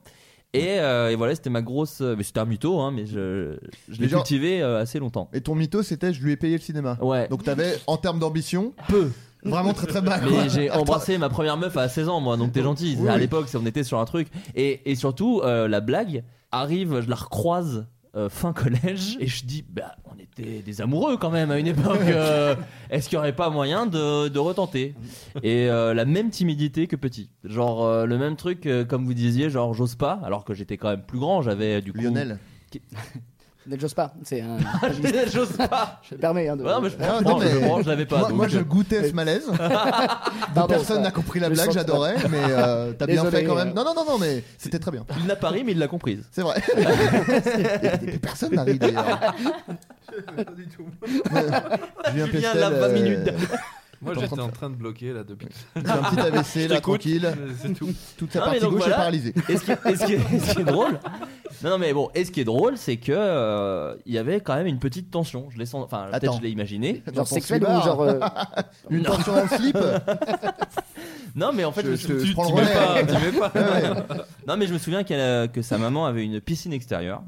B: Et, euh, et voilà, c'était ma grosse. Mais c'était un mytho, hein, mais je, je l'ai
C: Mais genre-
B: cultivé euh, assez longtemps.
C: Et ton mytho, c'était je lui ai payé le cinéma.
B: Ouais.
C: Donc t'avais, en termes d'ambition,
B: peu.
C: vraiment très très mal.
B: Mais j'ai embrassé ma première meuf à 16 ans, moi, donc t'es gentil.
C: Oui,
B: à
C: oui.
B: l'époque, on était sur un truc. Et, et surtout, euh, la blague arrive, je la recroise. euh, fin collège et je dis bah on était des amoureux quand même à une époque euh, est-ce qu'il y aurait pas moyen de, de retenter et euh, la même timidité que petit genre euh, le même truc euh, comme vous disiez genre j'ose pas alors que j'étais quand même plus grand j'avais du coup
C: Lionel.
E: Ne j'ose pas. C'est un.
B: j'ose pas
E: je me permets. hein, de-
B: Ouais, non, mais je
C: Ah,
B: prends,
C: non,
B: je
C: mais-
B: prends, je l'avais pas
C: moi, moi,
B: donc,
C: je goûtais ce malaise.
E: Pardon,
C: Personne
E: ça-
C: n'a compris la
E: je
C: blague,
E: sens-
C: j'adorais, mais euh, t'as bien
E: Désolé,
C: fait quand
E: euh.
C: même. Non, non, non, non, mais c'était très bien.
B: il l'a pas ri mais il l'a comprise
C: C'est vrai. Et- et- et personne n'arrive d'ailleurs. Julien
B: Julien
C: Pestel,
B: l'a 20
C: euh,
B: minutes.
F: Moi,
C: T'es en train
F: j'étais
C: de
F: en
C: faire-
F: train de bloquer là depuis.
C: J'ai un petit AVC là,
F: t'écoute.
C: tranquille.
F: C'est tout.
C: Toute sa
B: Non, mais
C: partie
B: donc
C: gauche
B: voilà.
C: est paralysée.
B: Et ce qui, et ce qui- et ce qui est drôle, non, non, mais bon, et ce qui est drôle, c'est que euh, il y avait quand même une petite tension. Je l'ai sens, enfin, peut-être
C: Attends.
B: je l'ai imaginé.
C: Dans ton
E: Genre sexuel ou
C: slibard.
E: genre. euh,
C: Une
B: Non.
C: tension en slip
B: Non, mais en fait,
C: Je-
B: je me
C: je-
B: sou-
C: je
B: tu-
C: prends le
B: tu mets
C: relais.
B: pas, tu mets pas.
C: Ouais, ouais.
B: Non, mais je me souviens qu'elle, euh, que sa maman avait une piscine extérieure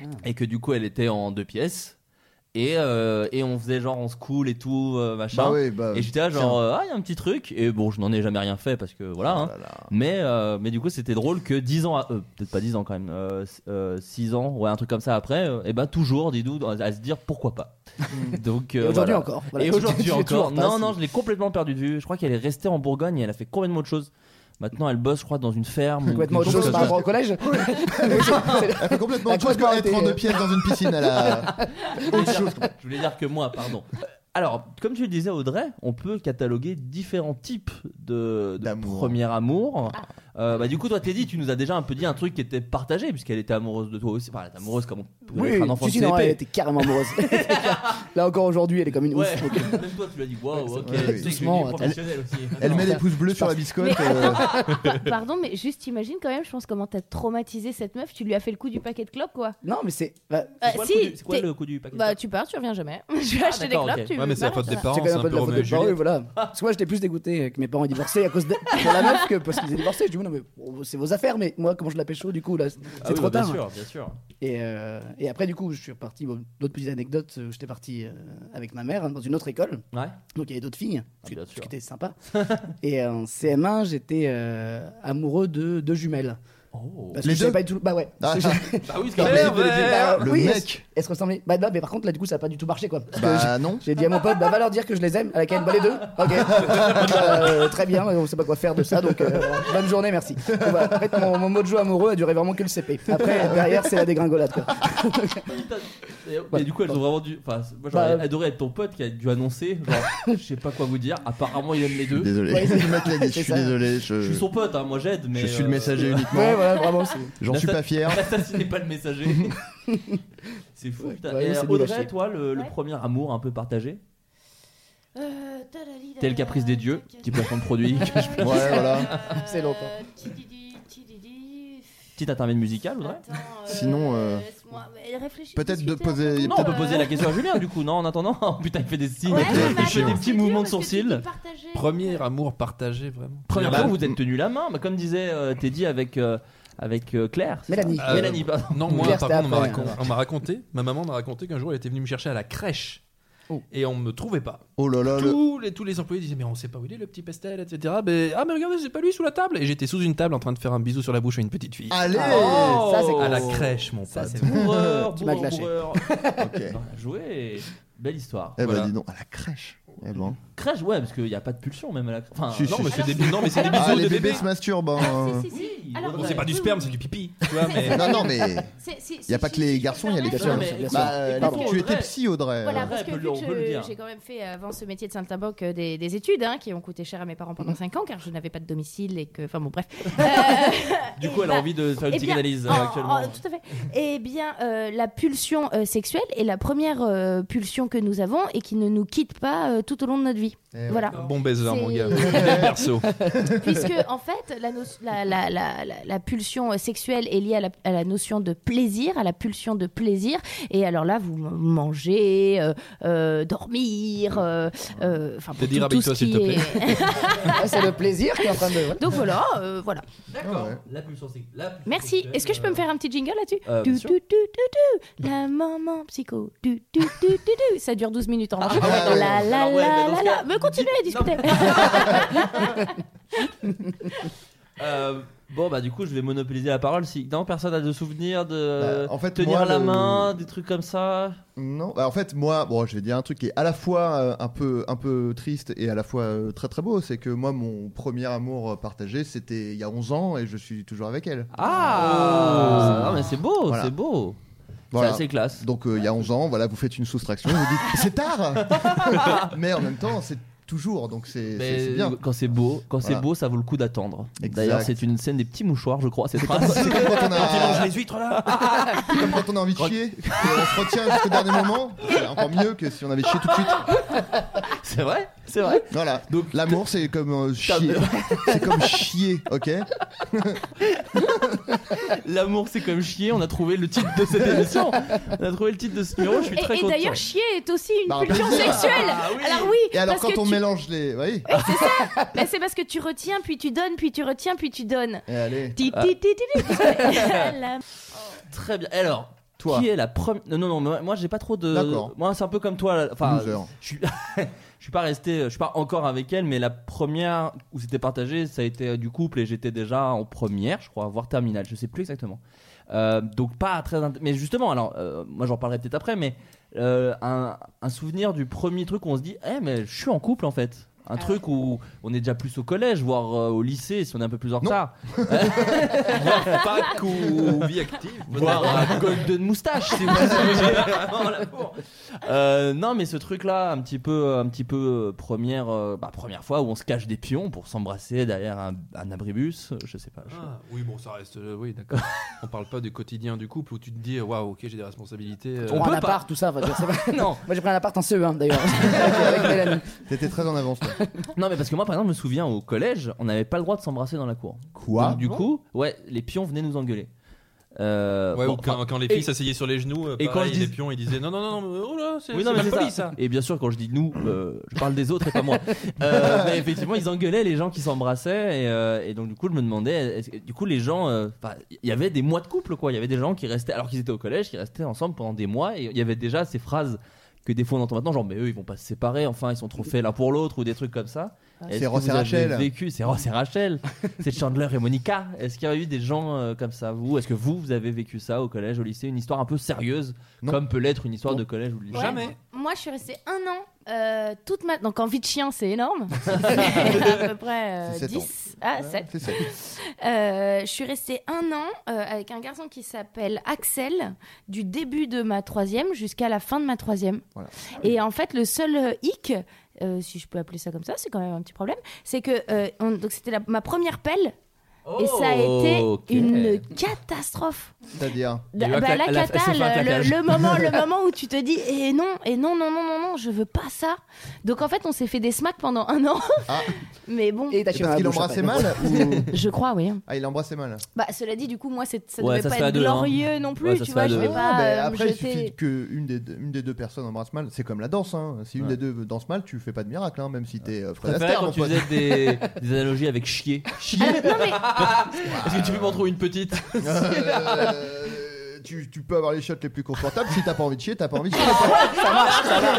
C: Ah.
B: et que du coup, elle était en deux pièces. Et, euh, et on faisait genre on se coule et tout euh, machin.
C: Bah ouais, bah,
B: et j'étais là genre euh, ah il y a un petit truc et bon je n'en ai jamais rien fait parce que voilà. hein.
C: Oh là là.
B: Mais, euh, mais du coup, c'était drôle que 10 ans, à- euh, peut-être pas 10 ans quand même, euh, 6 ans, ouais, un truc comme ça après, et ben toujours, dis-nous, à, à se dire pourquoi pas. Donc,
E: Mm. Et
B: euh,
E: aujourd'hui
B: voilà.
E: encore. voilà.
B: et
E: Tu-
B: aujourd'hui
E: tu- tu- tu-
B: encore.
E: tu- tu-
B: Non, non, je l'ai complètement perdu de vue. Je crois qu'elle est restée en Bourgogne et elle a fait complètement autre chose. Maintenant, elle bosse, je crois, dans une ferme. ou
E: Complètement autre
B: quelque
E: chose
B: chose
E: par
B: comme ça.
E: rapport au collège.
C: Elle fait complètement
E: Elle
C: autre chose
E: peut pas
C: que être en
E: arrêter.
C: deux pièces dans une piscine. Elle a...
B: Je voulais dire- Je voulais dire que moi, pardon. Alors, comme tu le disais, Audrey, on peut cataloguer différents types de, de
C: D'amour.
B: premier amour.
E: Ah.
B: Euh, bah, du coup, toi, Teddy, tu nous as déjà un peu dit un truc qui était partagé, puisqu'elle était amoureuse de toi aussi. Enfin, elle était amoureuse comme on peut
E: euh, Oui,
B: être un enfant
E: tu-
B: de
E: tu- non,
B: CP.
E: elle était carrément amoureuse. Là encore aujourd'hui, elle est comme une
B: Ouais,
E: ouf. donc- euh,
B: même toi, tu l'as dit, waouh, ok,
C: Ouais, ouais.
B: tu sais que
E: Doucement,
B: je suis professionnel aussi.
C: Elle
B: Non.
C: met des pouces bleus sur la biscotte.
D: Mais-
C: euh,
D: Pardon, mais juste imagine quand même, je pense comment t'as traumatisé cette meuf. Tu lui as fait le coup du paquet de clopes, quoi.
E: Non, mais c'est. bah,
D: Euh,
B: C'est quoi, le, coup
D: si,
B: du, c'est quoi
D: t'es-
B: le coup du paquet
D: Bah, tu pars, tu reviens jamais. Je vais
B: Ah,
D: acheter des
B: d'accord,
D: clopes,
B: ok.
D: tu
F: Ouais, mais c'est la faute
D: balances,
F: des
D: ça.
E: C'est
F: parents,
E: quand
F: c'est
E: même
F: un
E: un peu
F: peu
E: de la faute
F: Roméo et
E: de parents, oui,
F: Juliette.
E: voilà. Parce que moi, j'étais plus dégoûté que mes parents divorcés à cause de pour la meuf que parce qu'ils étaient divorcés. Je dis, oui, non, mais bon, c'est vos affaires, mais moi, comment je la pécho, du coup, là, c'est
B: Ah oui,
E: trop
B: bah,
E: tard.
B: Bien sûr, bien sûr.
E: Et, euh, et après, du coup, je suis reparti. bon, D'autres petites anecdotes, euh, j'étais parti euh, avec ma mère hein, dans une autre école.
B: Ouais.
E: Donc, il y avait d'autres filles, ce qui-
B: bien
E: ce
B: sûr.
E: qui était sympa. et en CM1, j'étais euh, amoureux de deux jumelles.
B: Oh.
E: Parce que
C: Les
E: je savais
C: deux
E: pas du tout. Bah ouais.
C: Ah.
B: Bah oui,
F: quand
B: quand
F: même.
B: même.
E: Bah,
C: Le
E: oui,
C: mec.
E: elles- Elles se ressemblaient. Bah non, mais par contre, là, du coup, ça a pas du tout marché, quoi. Parce que
C: Bah non.
E: J'ai dit à mon pote, bah va leur dire que je les aime, à laquelle bah les deux. Ok. Euh, très bien, on sait pas quoi faire de ça, donc euh, bonne journée, merci. Donc, voilà. en fait, mon, mon mot de jeu amoureux a duré vraiment que le CP. Après, derrière, c'est la dégringolade. Quoi.
B: Et- Mais du coup, elles ont vraiment dû. Enfin, moi j'aurais
E: Bah, euh,
B: adoré être ton pote qui a dû annoncer. Genre, je sais pas quoi vous dire. Apparemment, il aime les deux.
C: Désolé.
E: Ouais, c'est-
C: Le mec l'a dit, je
E: c'est
C: suis
E: ça.
C: désolé.
B: ah, Je
C: Je,
B: suis son pote, hein, moi j'aide, mais.
C: je suis le messager uniquement.
E: Ouais, voilà, vraiment. c'est-
C: J'en suis pas fier.
B: Assassiner pas le messager. c'est fou. putain.
E: ouais,
B: Et euh,
E: c'est nul à
B: Audrey,
E: chier.
B: toi, le, le
D: Ouais.
B: premier amour un peu partagé,
D: Euh, talalila,
B: tel Caprice des Dieux,
D: tac,
B: qui placement de produit. que je-
C: Ouais, voilà.
D: Euh,
E: C'est longtemps.
D: tididi, tididi.
B: Petite intermède musicale, Audrey
D: Attends, euh,
C: Sinon, euh,
D: laisse-moi- mais réfléchis,
C: peut-être de
D: discutez un
C: poser-
D: peu.
B: Non,
G: euh
B: on peut poser la question à Julien du coup, non En attendant, Oh, putain, il fait des signes,
D: Ouais, non, mais
B: il fait
D: attends,
B: des
D: c'est
B: petits
D: dur,
B: mouvements de
D: parce que tu
B: sourcils.
D: dis partagé.
F: Premier amour partagé, vraiment.
B: Première
C: Bah,
B: fois, vous êtes tenu la main, mais comme disait euh, Teddy avec euh, avec euh, Claire. c'est
E: Mélanie.
B: ça
F: Euh,
B: Mélanie, pardon.
F: Non, moi,
E: Claire,
F: par
E: c'était
F: contre, on m'a
E: après,
F: racon-
E: alors.
F: on m'a raconté, ma maman m'a raconté qu'un jour, elle était venue me chercher à la crèche.
E: Oh.
F: Et on me trouvait pas.
C: Oh là là. le-
F: Tous les, tous les employés disaient Mais on sait pas où il est, le petit Pestel, etc. Mais, ah, mais regardez, c'est pas lui sous la table. Et j'étais sous une table en train de faire un bisou sur la bouche à une petite fille. Ah.
C: Allez.
B: Oh
E: ça, c'est-
F: À la crèche, mon
B: Ça
F: pote.
B: c'est bourreur,
E: Tu m'as
B: bourreur,
E: clashé.
B: bourreur.
C: Ok.
B: Bien joué, belle histoire.
C: Eh ben
F: Voilà.
C: dis donc, à la crèche. Eh ben.
B: crèche, ouais, parce qu'il n'y a pas de pulsion même à la crèche. Enfin,
C: Si,
B: non,
C: si,
B: mais
C: si.
B: c'est Ah, des, bi- non, mais c'est des
C: Ah,
B: bisous
C: les
B: de
C: bébés
B: bébé.
C: se masturbent. hein.
D: Si, si,
B: Oui,
D: Alors,
B: bon,
F: Bon, c'est pas du sperme, c'est du pipi. Tu vois, mais.
C: Non, non, mais
D: Il
C: il n'y a pas que les garçons, il y a les
B: Non,
C: filles.
B: mais-
E: bien sûr.
C: Bah, euh,
B: Parce
C: pardon,
B: que-
C: tu étais
B: Audrey-
C: psy, Audrey.
D: Voilà,
C: Euh,
D: parce que
B: on peut
D: vu
B: le- on peut le
D: que
B: dire.
D: je- j'ai quand même fait euh, avant ce métier de Saint-Taboc euh, des, des études hein, qui ont coûté cher à mes parents pendant 5 ans car je n'avais pas de domicile et que. Enfin bon, bref. Euh,
B: Du
D: et
B: coup, elle a
D: bah,
B: envie de faire une
D: eh bien,
B: psychanalyse euh,
D: en- en-
B: actuellement.
D: tout à fait. Eh bien, euh, la pulsion euh, sexuelle est la première euh, pulsion que nous avons et qui ne nous quitte pas euh, tout au long de notre vie.
C: Eh ouais.
D: Voilà.
F: Bon baiser, mon
D: C'est-
F: gars. Idée perso.
D: Euh, Puisque, en fait, la, no- la, la, la, la- la pulsion euh, sexuelle est liée à la, à la notion de plaisir, à la pulsion de plaisir. Et alors là, vous m- mangez, euh, euh, dormir. euh, euh, Enfin,
F: Te
D: pour
F: dire
D: tout-
F: avec
D: tout ce
F: toi, s'il te
D: qui
F: plaît.
D: est-
E: Ah, c'est le plaisir qui est en train de. voilà.
D: Donc voilà, euh, voilà.
B: D'accord.
C: Ah ouais.
B: La pulsion c'est- la pulsion
D: Merci.
B: sexuelle,
D: Est-ce que je peux me
B: euh,
D: faire un petit jingle là-dessus
B: Euh, bien
D: Du,
B: sûr.
D: du, du, du, du. La maman psycho. Du, du, du, du, du. Ça dure 12 minutes en vrai.
C: ouais, ouais,
D: la
B: Ah, ouais.
D: la
B: Alors, ouais,
D: la
B: mais dans
D: la
B: ce
D: la.
B: cas,
D: Mais continuez à
B: dis-
D: discuter.
B: Euh, bon bah du coup je vais monopoliser la parole si non personne a de souvenirs de
C: Bah, en fait,
B: tenir
C: moi,
B: la
C: le-
B: main des trucs comme ça
C: Non, bah, en fait, moi, bon, je vais dire un truc qui est à la fois euh, un peu, un peu triste et à la fois euh, très très beau. C'est que moi, mon premier amour partagé, c'était il y a 11 ans et je suis toujours avec elle. Euh,
B: ah non mais c'est beau
C: Voilà.
B: c'est beau
C: Voilà.
B: c'est assez classe
C: Donc euh, il y a 11 ans, voilà, vous faites une soustraction, vous dites c'est tard Mais en même temps, c'est toujours, donc c'est
B: Mais
C: c'est- c'est bien.
B: quand c'est beau quand
C: Voilà.
B: c'est beau ça vaut le coup d'attendre
C: Exact.
B: d'ailleurs c'est une scène des petits mouchoirs je crois cette
C: C'est
B: phrase
C: comme quand on
F: Tu manges
C: a,
F: les huîtres là
C: c'est comme quand on a envie de chier, et on se retient jusqu'au dernier moment, c'est encore mieux que si on avait chié tout de suite.
B: c'est vrai c'est vrai
C: Voilà.
B: Donc,
C: L'amour, c'est comme euh, chier. c'est comme chier, ok
B: l'amour c'est comme chier on a trouvé le titre de cette émission on a trouvé le titre de ce numéro je suis
D: Et-
B: très
D: Et,
B: content
D: d'ailleurs, chier est aussi une
C: Bah,
D: pulsion
C: plaisir.
D: sexuelle.
B: Ah, oui.
D: Alors oui,
C: Et alors
D: parce que
C: quand on
D: tu-
C: mélange les, oui.
D: bah, c'est parce que tu retiens, puis tu donnes, puis tu retiens, puis tu donnes.
C: Et allez,
D: Ti,
B: Ah.
D: ti, ti, ti, ti. La-
B: très bien alors
C: toi.
B: Qui est la première Non, non, non, moi, moi, j'ai pas trop de.
C: D'accord.
B: Moi c'est un peu comme toi. là. Enfin,
C: Loser.
B: je suis, je suis pas resté, je suis pas encore avec elle, mais la première où c'était partagé, ça a été euh, du couple et j'étais déjà en première, je crois, voire terminale, je sais plus exactement. Euh, donc pas très. int- Mais justement, alors, euh, moi j'en parlerai peut-être après, mais euh, un, un souvenir du premier truc où on se dit, eh mais je suis en couple en fait. Un truc où on est déjà plus au collège, voire euh, au lycée, si on est un peu plus en
C: Non.
B: retard.
F: Pack ou vie active
B: Voir un golden moustache si vous voulez. Vraiment, là, pour. Euh, non mais ce truc là un petit peu un petit peu euh, première euh, bah, première fois où on se cache des pions pour s'embrasser derrière un, un abribus euh, je sais pas je-
F: Ah, oui, bon, ça reste. euh, oui, d'accord. On parle pas du quotidien du couple où tu te dis, waouh, ok, j'ai des responsabilités. euh,
E: On
B: peut
E: prend un
B: pas.
E: appart, tout ça. enfin, je sais pas.
B: non
E: Moi j'ai pris un appart en CE1 d'ailleurs. Avec Mélanie.
C: T'étais très en avance. toi.
B: non mais parce que moi par exemple je me souviens au collège on n'avait pas le droit de s'embrasser dans la cour
C: Quoi
B: Donc, du coup ouais les pions venaient nous engueuler Euh,
F: Ouais,
B: bon,
F: ou quand,
B: enfin,
F: quand les
B: et-
F: filles s'asseyaient sur les genoux, euh,
B: et quand
F: pareil,
B: je dis-
F: les pions, ils disaient non, non, non, non, mais oh là, c'est
B: Oui,
F: c'est
B: non, mais
F: la
B: c'est
F: police, hein.
B: ça.
F: ça.
B: Et bien sûr, quand je dis nous, euh, je parle des autres et pas moi. Euh, mais effectivement, ils engueulaient les gens qui s'embrassaient. Et, euh, et donc, du coup, je me demandais, est-ce que- du coup, les gens, euh, 'fin, il y avait des mois de couple, quoi. Il y avait des gens qui restaient, alors qu'ils étaient au collège, qui restaient ensemble pendant des mois. Et il y avait déjà ces phrases que des fois on entend maintenant, genre, mais eux, ils vont pas se séparer, enfin, ils sont trop faits l'un pour l'autre, ou des trucs comme ça. Est-ce
C: Ah. C'est
B: que
C: Ross
B: vous
C: et
B: avez
C: Rachel.
B: Vécu, c'est Ross et Rachel. c'est Chandler et Monica. Est-ce qu'il y a eu des gens euh, comme ça, vous Est-ce que vous, vous avez vécu ça au collège, au lycée Une histoire un peu sérieuse,
C: Non.
B: comme peut l'être une histoire de collège ou de lycée
D: Ouais. Moi, je suis restée un an. euh, toute ma... Donc, en vie de chien, c'est énorme. C'est à peu près euh,
C: C'est sept
D: 10. Ah, 7.
C: C'est ça.
D: Euh, je suis restée un an euh, avec un garçon qui s'appelle Axel, du début de ma troisième jusqu'à la fin de ma troisième. Ah
C: Voilà.
D: Et en fait, le seul euh, hic, euh, si je peux appeler ça comme ça, c'est quand même un petit problème, c'est que euh, on- donc c'était la- ma première pelle et ça a été
B: Ok.
D: une catastrophe.
C: C'est-à-dire.
B: Il y a eu
D: Bah,
B: un cla-
D: la
B: elle a- elle s'est
D: cata,
B: fait un
D: le,
B: claquage.
D: le- le moment, le moment où tu te dis et non, et non, non, non, non, non, je veux pas ça. Donc en fait, on s'est fait des smacks pendant un an.
C: Ah.
D: Mais bon,
E: Et t'as
C: C'est
E: tué
C: parce
E: un
C: qu'il
E: bouche
C: embrassait
E: après.
C: mal ou...
D: je crois, oui.
C: Ah, il embrassait mal.
D: Bah, cela dit, du coup, moi, c'est- ça
B: Ouais,
D: devait
B: ça se fait
D: pas
B: à
D: être
B: deux, hein.
D: glorieux non plus,
B: Ouais, ça se
D: tu
B: fait à
D: vois. Je
B: deux. hein.
C: Non,
D: vais pas
C: mais
D: euh, me
C: Ah, ben, après, il
D: jeter.
C: suffit qu'une des, deux- une des deux personnes embrasse mal. C'est comme la danse. Hein. Si une
B: Ouais.
C: des deux danse mal, tu fais pas de miracle, hein, même si t'es euh,
B: Je
C: Fred
B: préférais
C: Astaire,
B: quand
C: mon
B: tu
C: pote.
B: faisais des, des analogies avec chier. Chier
D: Ah, Non, mais
B: Est-ce que tu peux m'en trouver une petite
C: Euh, tu, tu peux avoir les shots les plus confortables. Si t'as pas envie de chier, t'as pas envie de chier.
D: Ah,
B: Ah,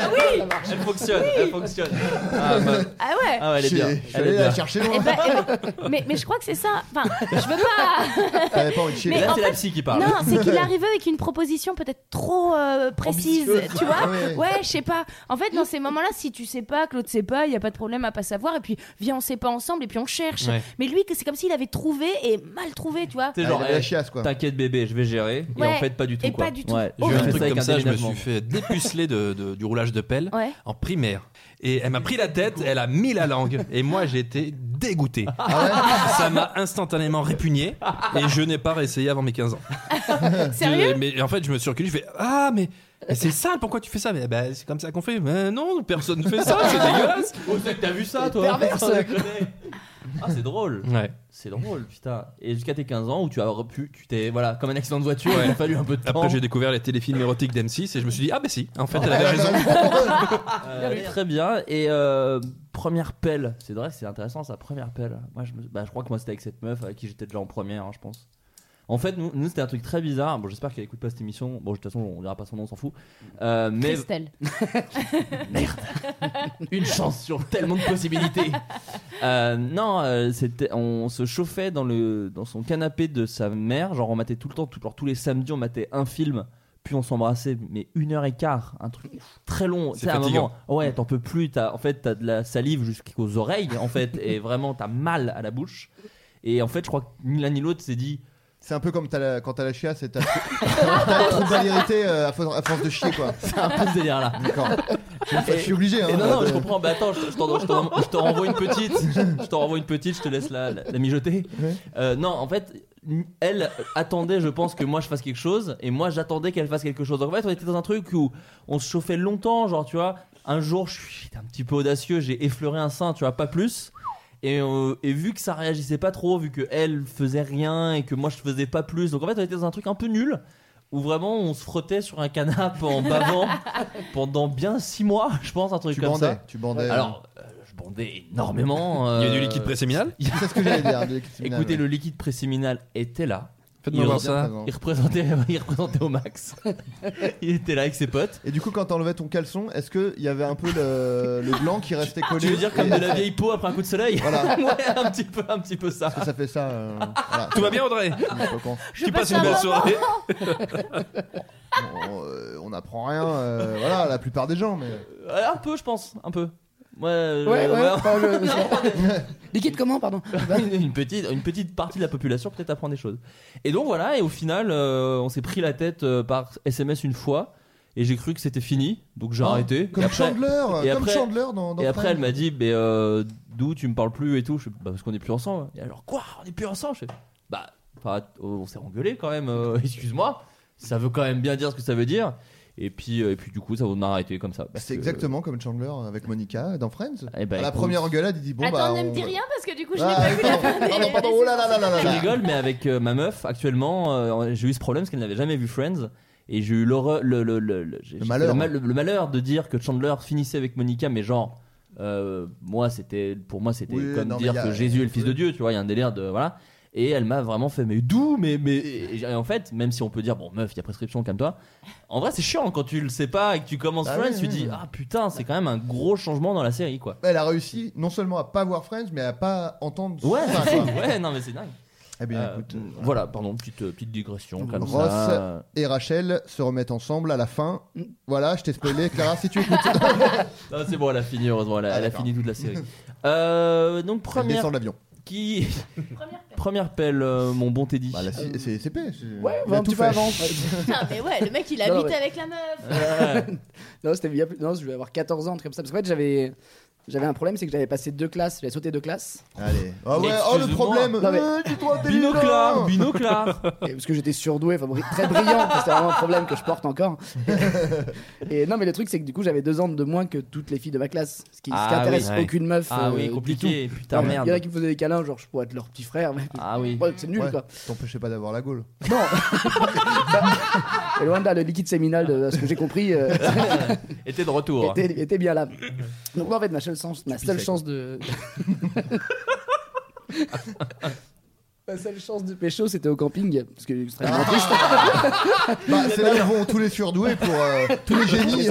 B: Elle fonctionne, elle fonctionne. Ah, bah,
D: Ah ouais.
B: ah ouais, elle
C: Je
B: est
C: suis-
B: bien.
C: Je suis
B: Elle
C: allé
B: est
C: la
B: bien.
C: chercher
D: Eh
C: loin.
D: ben, eh ben, mais, mais je crois que c'est ça. Enfin, je veux pas.
C: T'avais pas envie de chier.
D: Mais
B: Et là,
D: en
B: c'est la psy qui parle.
D: Non, c'est qu'il arrivait avec une proposition peut-être trop euh, précise,
C: Ambitieuse.
D: tu vois
C: Ouais.
D: Ouais, je sais pas. En fait, dans ces moments-là, si tu sais pas, Claude sait pas, il y a pas de problème à pas savoir. Et puis, viens, on sait pas ensemble, et puis on cherche.
F: Ouais.
D: Mais lui, que c'est comme s'il avait trouvé et mal trouvé, tu vois
B: C'est
C: Ah,
B: genre,
C: il avait la
B: eh,
C: chiasse quoi.
B: t'inquiète bébé, je vais gérer. Et en
D: Ouais.
B: fait, pas du tout.
D: Et
B: quoi.
D: pas du tout. Oh,
B: Ouais,
F: J'ai eu
B: je
F: un
B: fais
F: truc
B: ça avec
F: comme ça, je me
B: déménagement.
F: suis fait dépuceler de, de- du roulage de pelle
D: Ouais.
F: en primaire. Et elle m'a pris la tête, elle a mis la langue. Et moi, j'ai été dégoûté.
B: Ah
F: Ça m'a instantanément répugné. Et je n'ai pas réessayé avant mes 15 ans.
D: Sérieux
F: Je- mais en fait, je me suis reculé, je fais Ah, mais. mais c'est sale, pourquoi tu fais ça Mais bah, c'est comme ça qu'on fait. Mais non, personne ne fait ça, c'est dégueulasse.
B: Oh, c'est que t'as vu ça, toi
E: Perverse.
B: Putain, déconner. Ah, c'est drôle.
F: Ouais.
B: C'est drôle, putain. Et jusqu'à tes 15 ans où tu as pu, tu t'es, voilà, comme un accident de voiture,
F: Ouais.
B: il a fallu un peu de temps.
F: Après, j'ai découvert les téléfilms érotiques d'M6 et je me suis dit Ah, bah si, en fait, elle avait raison.
B: Euh, très bien. Et euh, première pelle, c'est vrai, c'est intéressant ça. Première pelle. Moi, je, me- bah, je crois que moi c'était avec cette meuf avec qui j'étais déjà en première, hein, je pense. En fait, nous, nous, c'était un truc très bizarre. Bon, j'espère qu'elle écoute pas cette émission. Bon, de toute façon, on dira pas son nom, on s'en fout. Euh, mais
D: Christelle.
B: une chance sur tellement de possibilités. Euh, non, euh, c'était, on se chauffait dans le dans son canapé de sa mère. Genre, on matait tout le temps, tout, genre, tous les samedis, on matait un film. Puis on s'embrassait, mais une heure et quart, un truc très long.
F: C'est
B: Tu sais, à un
F: fatigant.
B: moment, ouais, t'en peux plus. T'as, en fait, t'as de la salive jusqu'aux oreilles, en fait, et vraiment, t'as mal à la bouche. Et en fait, je crois que ni l'un ni l'autre s'est dit,
C: C'est un peu comme t'as la- quand t'as la chiasse et t'as t'as la troubalérité euh, à force à force de chier quoi.
B: c'est un peu ce délire-là.
C: D'accord. Je suis
B: Et-
C: obligé. Hein,
B: Et non, non,
C: de-
B: je comprends. Bah attends, je, je t'en- je t'en- je te renvoie une petite. Je te renvoie une petite, je te laisse la, la, la mijoter.
C: Ouais.
B: Euh, non, en fait, elle attendait, je pense, que moi je fasse quelque chose. Et moi, j'attendais qu'elle fasse quelque chose. Donc en fait, on était dans un truc où on se chauffait longtemps. Genre, tu vois, un jour, je suis j'étais un petit peu audacieux. J'ai effleuré un sein, tu vois, pas plus. Et, euh, et vu que ça réagissait pas trop, vu que elle faisait rien et que moi je faisais pas plus, donc en fait on était dans un truc un peu nul où vraiment on se frottait sur un canapé en bavant pendant bien 6 mois, je pense, un truc
C: Tu
B: comme
C: bandais,
B: ça.
C: tu bandais.
B: Alors, euh, je bandais énormément.
F: Il y a
B: euh,
F: du liquide préséminal
C: c'est ce que j'allais dire. de l'équipe féminine,
B: Écoutez,
C: ouais.
B: le liquide préséminal était là.
F: Faites-moi
B: Il
F: voir
C: revient
F: ça.
C: présent.
B: Il représentait, il représentait au max. il était là avec ses potes.
C: Et du coup, quand t'enlevais ton caleçon, est-ce qu'il y avait un peu le, le blanc qui restait collé
B: Tu veux dire comme
C: Et-
B: de la vieille peau après un coup de soleil
C: Voilà.
B: Ouais, un petit peu, un petit peu ça.
C: Ça fait ça. euh, voilà.
F: Tout va bien, Audrey
C: Je sais pas quand.
D: Je
F: Tu
D: passe
F: passes une
D: un
F: belle
D: moment.
F: soirée.
C: On, euh, on apprend rien. euh, voilà, la plupart des gens. Mais bah,
B: Euh, Un peu, je pense, un peu. Ouais, euh,
E: Ouais, ouais.
B: ouais.
E: enfin, je- je- Liquide comment, pardon
B: une, une petite, une petite partie de la population peut-être apprend des choses. Et donc voilà, et au final, euh, on s'est pris la tête euh, par SMS une fois, et j'ai cru que c'était fini, donc j'ai
C: Ah,
B: arrêté.
C: Comme
B: et après,
C: Chandler.
B: et
C: comme
B: après-
C: Chandler dans. dans
B: et après,
C: Friends.
B: elle m'a dit, mais euh, d'où tu me parles plus et tout Je fais, bah, parce qu'on n'est plus ensemble. Et alors, quoi On n'est plus ensemble Je fais, bah, enfin, oh, on s'est engueulé quand même, euh, excuse-moi, ça veut quand même bien dire ce que ça veut dire. Et puis, euh, et puis du coup, ça on a arrêté comme ça.
C: Bah,
B: parce
C: c'est
B: que-
C: exactement comme Chandler avec Monica dans Friends.
B: Eh ben,
C: à la
B: écoute.
C: première engueulade, il dit bon bah.
D: Attends, ne
C: on-
D: me dis rien parce que du coup, je n'ai
C: Ah,
D: pas vu la fin.
C: pardon,
D: des-
C: pardon, pardon,
D: des
C: oh là là là là là
B: Je
C: là.
B: rigole, mais avec euh, ma meuf, actuellement, euh, j'ai eu ce problème parce qu'elle n'avait jamais vu Friends. Et j'ai eu l'horreur, le, le, le, le- j'ai- j'ai-
C: malheur.
B: le mal- le- le malheur de dire que Chandler finissait avec Monica, mais genre, euh, moi, c'était, pour moi, c'était
C: Oui,
B: comme
C: non, mais
B: dire
C: y a-
B: que Jésus est le fils de Dieu, tu vois, il y a un délire de. Voilà. Et elle m'a vraiment fait, mais d'où Mais. mais... Et, et en fait, même si on peut dire, bon, meuf, il y a prescription, comme toi, en vrai, c'est chiant quand tu le sais pas et que tu commences
C: Ah
B: Friends,
C: oui,
B: tu
C: oui,
B: dis,
C: oui.
B: ah putain, c'est quand même un gros changement dans la série, quoi.
C: Elle a réussi non seulement à pas voir Friends, mais à pas entendre.
B: Ouais,
C: ça, quoi.
B: ouais, non, mais c'est dingue.
C: Eh bien,
B: Euh,
C: écoute. euh,
B: voilà, pardon, petite, euh, petite digression comme
C: Mmh. Ross,
B: ça.
C: Et Rachel se remettent ensemble à la fin.
B: Mmh.
C: Voilà, je t'ai spoilé. Clara, si tu écoutes,
B: Non, c'est bon, elle a fini, heureusement, elle a,
C: Ah,
B: elle a
C: d'accord.
B: fini toute la série. Euh, donc,
C: elle
B: première,
C: descend de l'avion.
B: qui... première pelle, euh, mon bon Teddy.
C: Bah, là, c'est c'est c'est épais, c'est-
E: Ouais,
C: il a
E: un
C: tout
E: petit peu
C: fait.
E: avant.
D: Putain, Ah, mais ouais, le mec, il
E: Non,
D: habite
E: ouais.
D: avec la meuf.
E: non, c'était bien plus. Non, je devais avoir 14 ans, un truc comme ça. Parce qu'en fait, j'avais. J'avais un problème, c'est que j'avais passé deux classes, j'avais sauté deux classes,
C: Allez. Ah ouais, oh le
B: Excuse-moi.
C: problème.
E: Non, mais-
C: euh, t'es trop intelligent.
B: Binoclar, binoclar.
E: Oh, et parce que j'étais surdoué, enfin, bri- très brillant, c'est vraiment un problème que je porte encore. et non, mais le truc, c'est que du coup, j'avais deux ans de moins que toutes les filles de ma classe, ce qui, ce qui
B: Ah oui,
E: intéresse
F: ouais.
E: aucune meuf.
B: Ah
E: euh,
B: oui,
E: du
B: compliqué,
E: tout.
B: putain,
E: Non, mais Il y en a
B: merde.
E: qui me faisaient des câlins, genre je pourrais être leur petit frère, mais
B: Ah oui.
E: Ouais, c'est nul
C: Ouais,
E: quoi.
C: T'empêchais pas d'avoir la gaule.
E: Non Et loin de là, le liquide séminal, de, à ce que j'ai compris, euh,
B: Était de retour.
E: était, était bien là. Donc, moi, en fait, ma seule chance, ma seule
B: pissais,
E: chance de. Ma seule chance de pécho, c'était au camping, parce que extrêmement triste.
C: Bah, c'est là où vont tous les surdoués pour euh, tous les génies.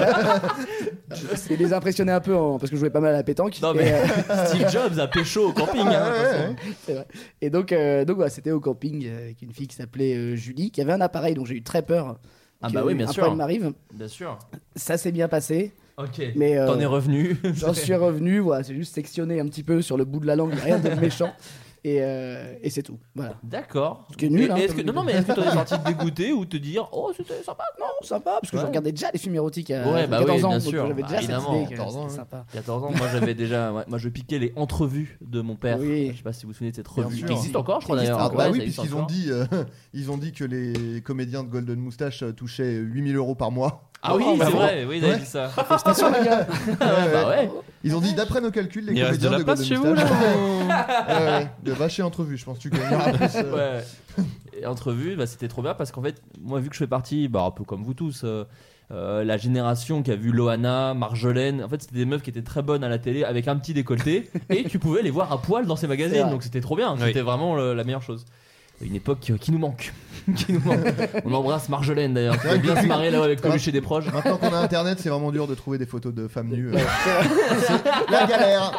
E: Et les impressionner un peu, en- parce que je jouais pas mal à la pétanque.
B: Non,
E: Et,
B: mais-
E: euh,
B: Steve Jobs a pécho au camping. hein, de toute façon.
E: C'est vrai. Et donc, euh, donc voilà, c'était au camping euh, avec une fille qui s'appelait euh, Julie, qui avait un appareil, donc j'ai eu très peur.
B: Ah
E: que
B: bah oui, bien
E: un
B: sûr.
E: problème m'arrive.
B: Bien sûr.
E: Ça s'est bien passé,
B: Ok.
E: mais euh,
B: T'en es revenu.
E: j'en suis revenu. Voilà, c'est juste sectionné un petit peu sur le bout de la langue, rien de méchant. Et, euh, et c'est tout. Voilà.
B: D'accord.
E: Ce qui est nul,
B: Et-
E: hein,
B: et est-ce
E: comme
B: que- Non,
E: idée.
B: non, mais est-ce que t'en es sorti dégoûté ou te dire oh c'était sympa Non,
E: Sympa, parce que
B: Ouais.
E: je regardais déjà les films érotiques euh, à
B: Ouais,
E: j'avais
B: bah oui,
E: 14 ans,
B: bien
E: donc
B: sûr.
E: j'avais
B: Bah,
E: déjà cette
B: évidemment,
E: idée que
C: 14 ans,
E: c'était
C: hein.
E: sympa.
B: 14 ans, moi j'avais déjà, ouais, moi je piquais les entrevues de mon père.
E: Oui.
B: Je sais pas si vous vous souvenez de cette revue
C: sûr.
B: qui existe encore, je crois
E: Qui existe
B: d'ailleurs.
C: Ah bah
B: Ouais,
C: oui,
B: ça existe
C: puisqu'ils ont
B: encore.
C: dit, euh, ils ont dit que les comédiens de Golden Moustache euh, touchaient 8000 euros par mois.
B: Ah oui,
C: Oh, bah
B: c'est
C: bon.
B: vrai, oui, ils avaient
C: Ouais.
B: dit ça.
C: Ouais,
B: bah ouais.
C: Ils ont dit, d'après nos calculs, les
F: Il reste de
C: comédiens
F: la
C: de
F: place
C: Golden
F: chez vous
C: Moustache. euh,
F: là
C: Ouais, ouais, de vacher entrevue, je pense que tu gagneras plus. euh,
B: Ah, ouais. Et entrevue, bah, c'était trop bien parce qu'en fait, moi, vu que je fais partie, bah, un peu comme vous tous, euh, euh, la génération qui a vu Loana, Marjolaine, en fait, c'était des meufs qui étaient très bonnes à la télé avec un petit décolleté et tu pouvais les voir à poil dans ces
E: C'est
B: magazines,
E: vrai.
B: donc c'était trop bien,
F: Oui.
B: c'était vraiment le- la meilleure chose. Une époque qui, qui nous manque. qui nous manque. On embrasse Marjolaine d'ailleurs. On
C: Ouais,
B: bien se
C: depuis-
B: marrer là avec Coluche et des proches.
C: Maintenant qu'on a internet, c'est vraiment dur de trouver des photos de femmes nues. euh. C'est la galère.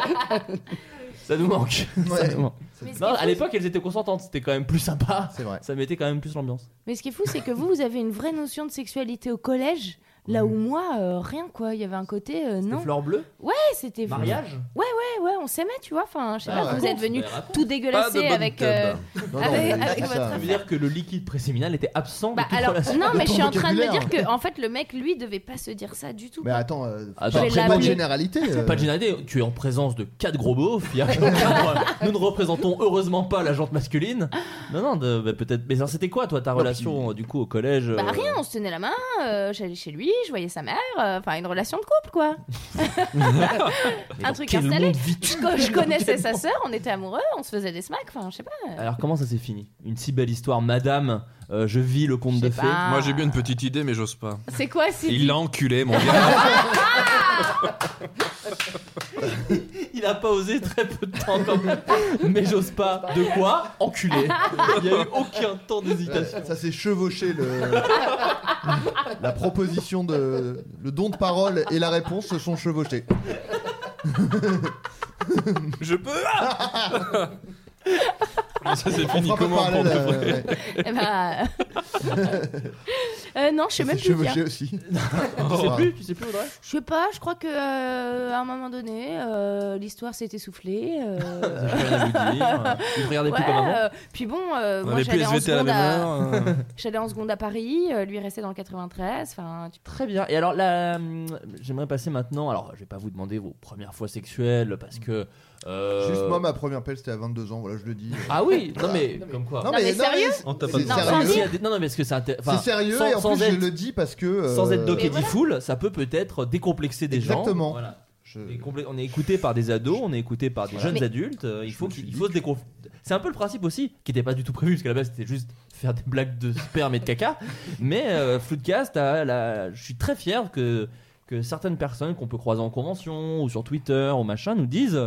B: Ça nous manque. Ça
C: Ouais.
B: nous manque.
D: Mais ce qui
B: Non,
D: est
B: à
D: fou,
B: l'époque, elles étaient consentantes. C'était quand même plus sympa.
C: C'est vrai.
B: Ça mettait quand même plus l'ambiance.
D: Mais ce qui est fou, c'est que vous, vous avez une vraie notion de sexualité au collège. Là où moi, euh, rien quoi. Il y avait un côté euh, non.
B: Les fleurs bleues,
D: Ouais, c'était
B: mariage.
D: Ouais, ouais, on s'aimait, tu vois. Enfin, je sais
B: Bah,
D: pas,
C: raconte,
D: vous êtes venus
B: bah, raconte.
D: tout
F: Pas de
D: dégueulasser
F: bonne
D: avec.
F: teub.
D: euh,
C: Ah Non, non,
D: Avec-
C: mais
D: avec
C: c'est
D: votre
C: ça.
B: Ça veut dire que le liquide préséminal était absent
D: Bah
B: de toute
D: alors,
B: relation.
D: non, mais
C: de
D: je suis
C: ton
D: en train de me dire
C: vocabulaire.
D: que, en fait, le mec, lui, devait pas se dire ça du tout.
C: Mais attends, euh,
B: Ah,
C: pas
B: bah,
C: pas
D: la-
C: de généralité. euh.
B: Pas de généralité, tu es en présence de quatre gros beaufs. il y a aucun problème. Nous ne représentons heureusement pas la jante masculine. Non, non, de- bah, peut-être. Mais alors, c'était quoi, toi, ta relation euh, du coup au collège euh,
D: Bah rien, on se tenait la main, euh, j'allais chez lui, je voyais sa mère, euh, enfin une relation de couple quoi.
B: mais
D: un
B: dans
D: truc
B: quel
D: installé.
B: monde vis-tu
D: Je, co- je connaissais
B: Quel
D: sa
B: monde
D: sœur, on était amoureux, on se faisait des smacks, enfin je sais pas.
B: Alors, comment ça s'est fini Une si belle histoire, madame, euh, je vis le conte
D: Je sais
B: de fées.
D: pas.
F: Moi j'ai bien une petite idée, mais j'ose pas.
D: C'est quoi si
F: Il l'a enculé, mon gars.
B: Il a pas osé très peu de temps quand même. Mais j'ose pas. De quoi Enculé. Il y a eu aucun temps
C: Ouais,
B: d'hésitation.
C: ça s'est chevauché le... la proposition de le don de parole et la réponse se sont chevauchés.
F: je peux ah Non, Ça c'est
C: On
F: fini
C: fera pas de
F: comment pour
C: parallèle,
F: de vrai
C: euh, ouais.
D: Eh ben,
F: Eh ben.
D: euh, non, je sais
C: Ça
D: même
C: s'est
D: plus
C: chevauché
D: dire.
C: aussi.
B: Tu sais plus, tu sais plus, Audrey
D: Je sais pas, je crois que euh, à un moment donné, euh, l'histoire s'est essoufflée. euh,
B: Vous regardez
D: ouais,
B: plus comme avant
D: euh, puis bon, euh,
F: On
D: moi
F: avait plus
D: j'allais en,
F: SVT à la
D: seconde
F: même
D: à-
F: heure. euh.
B: hein.
D: j'allais en seconde à Paris, euh, lui restait dans le 93, enfin tu-
B: Très bien. Et alors là, hum, j'aimerais passer maintenant. Alors, je vais pas vous demander vos premières fois sexuelles parce que. euh,
C: Juste moi, ma première pelle c'était à 22 ans, voilà, je le dis.
B: Ah oui, non mais comme quoi.
C: Non,
D: mais sérieux
C: c'est-
F: On t'a pas
C: c'est
F: dit.
D: Non,
C: sérieux.
D: sans
B: S'il y a des- non, non, mais parce que c'est inté- Euh, enfin,
C: C'est sérieux
B: sans,
C: et en
B: sans
C: plus
B: être,
C: je le dis parce que euh,
B: sans être doc et
D: Mais voilà.
B: full, ça peut peut-être décomplexer des gens.
C: Exactement.
B: Voilà.
C: je-
B: On est complé- On est écouté par des ados, on est écouté par des
C: Voilà.
B: jeunes
D: Mais-
B: adultes. euh, il
C: Je
B: faut
C: me
B: qu'il
C: suis
B: il faut se déconf- C'est un peu le principe aussi, qui n'était pas du tout prévu, parce qu'à la base c'était juste faire des blagues de sperme et de caca. Mais euh, Floodcast, a la- je suis très fier que, que certaines personnes qu'on peut croiser en convention ou sur Twitter ou machin nous disent.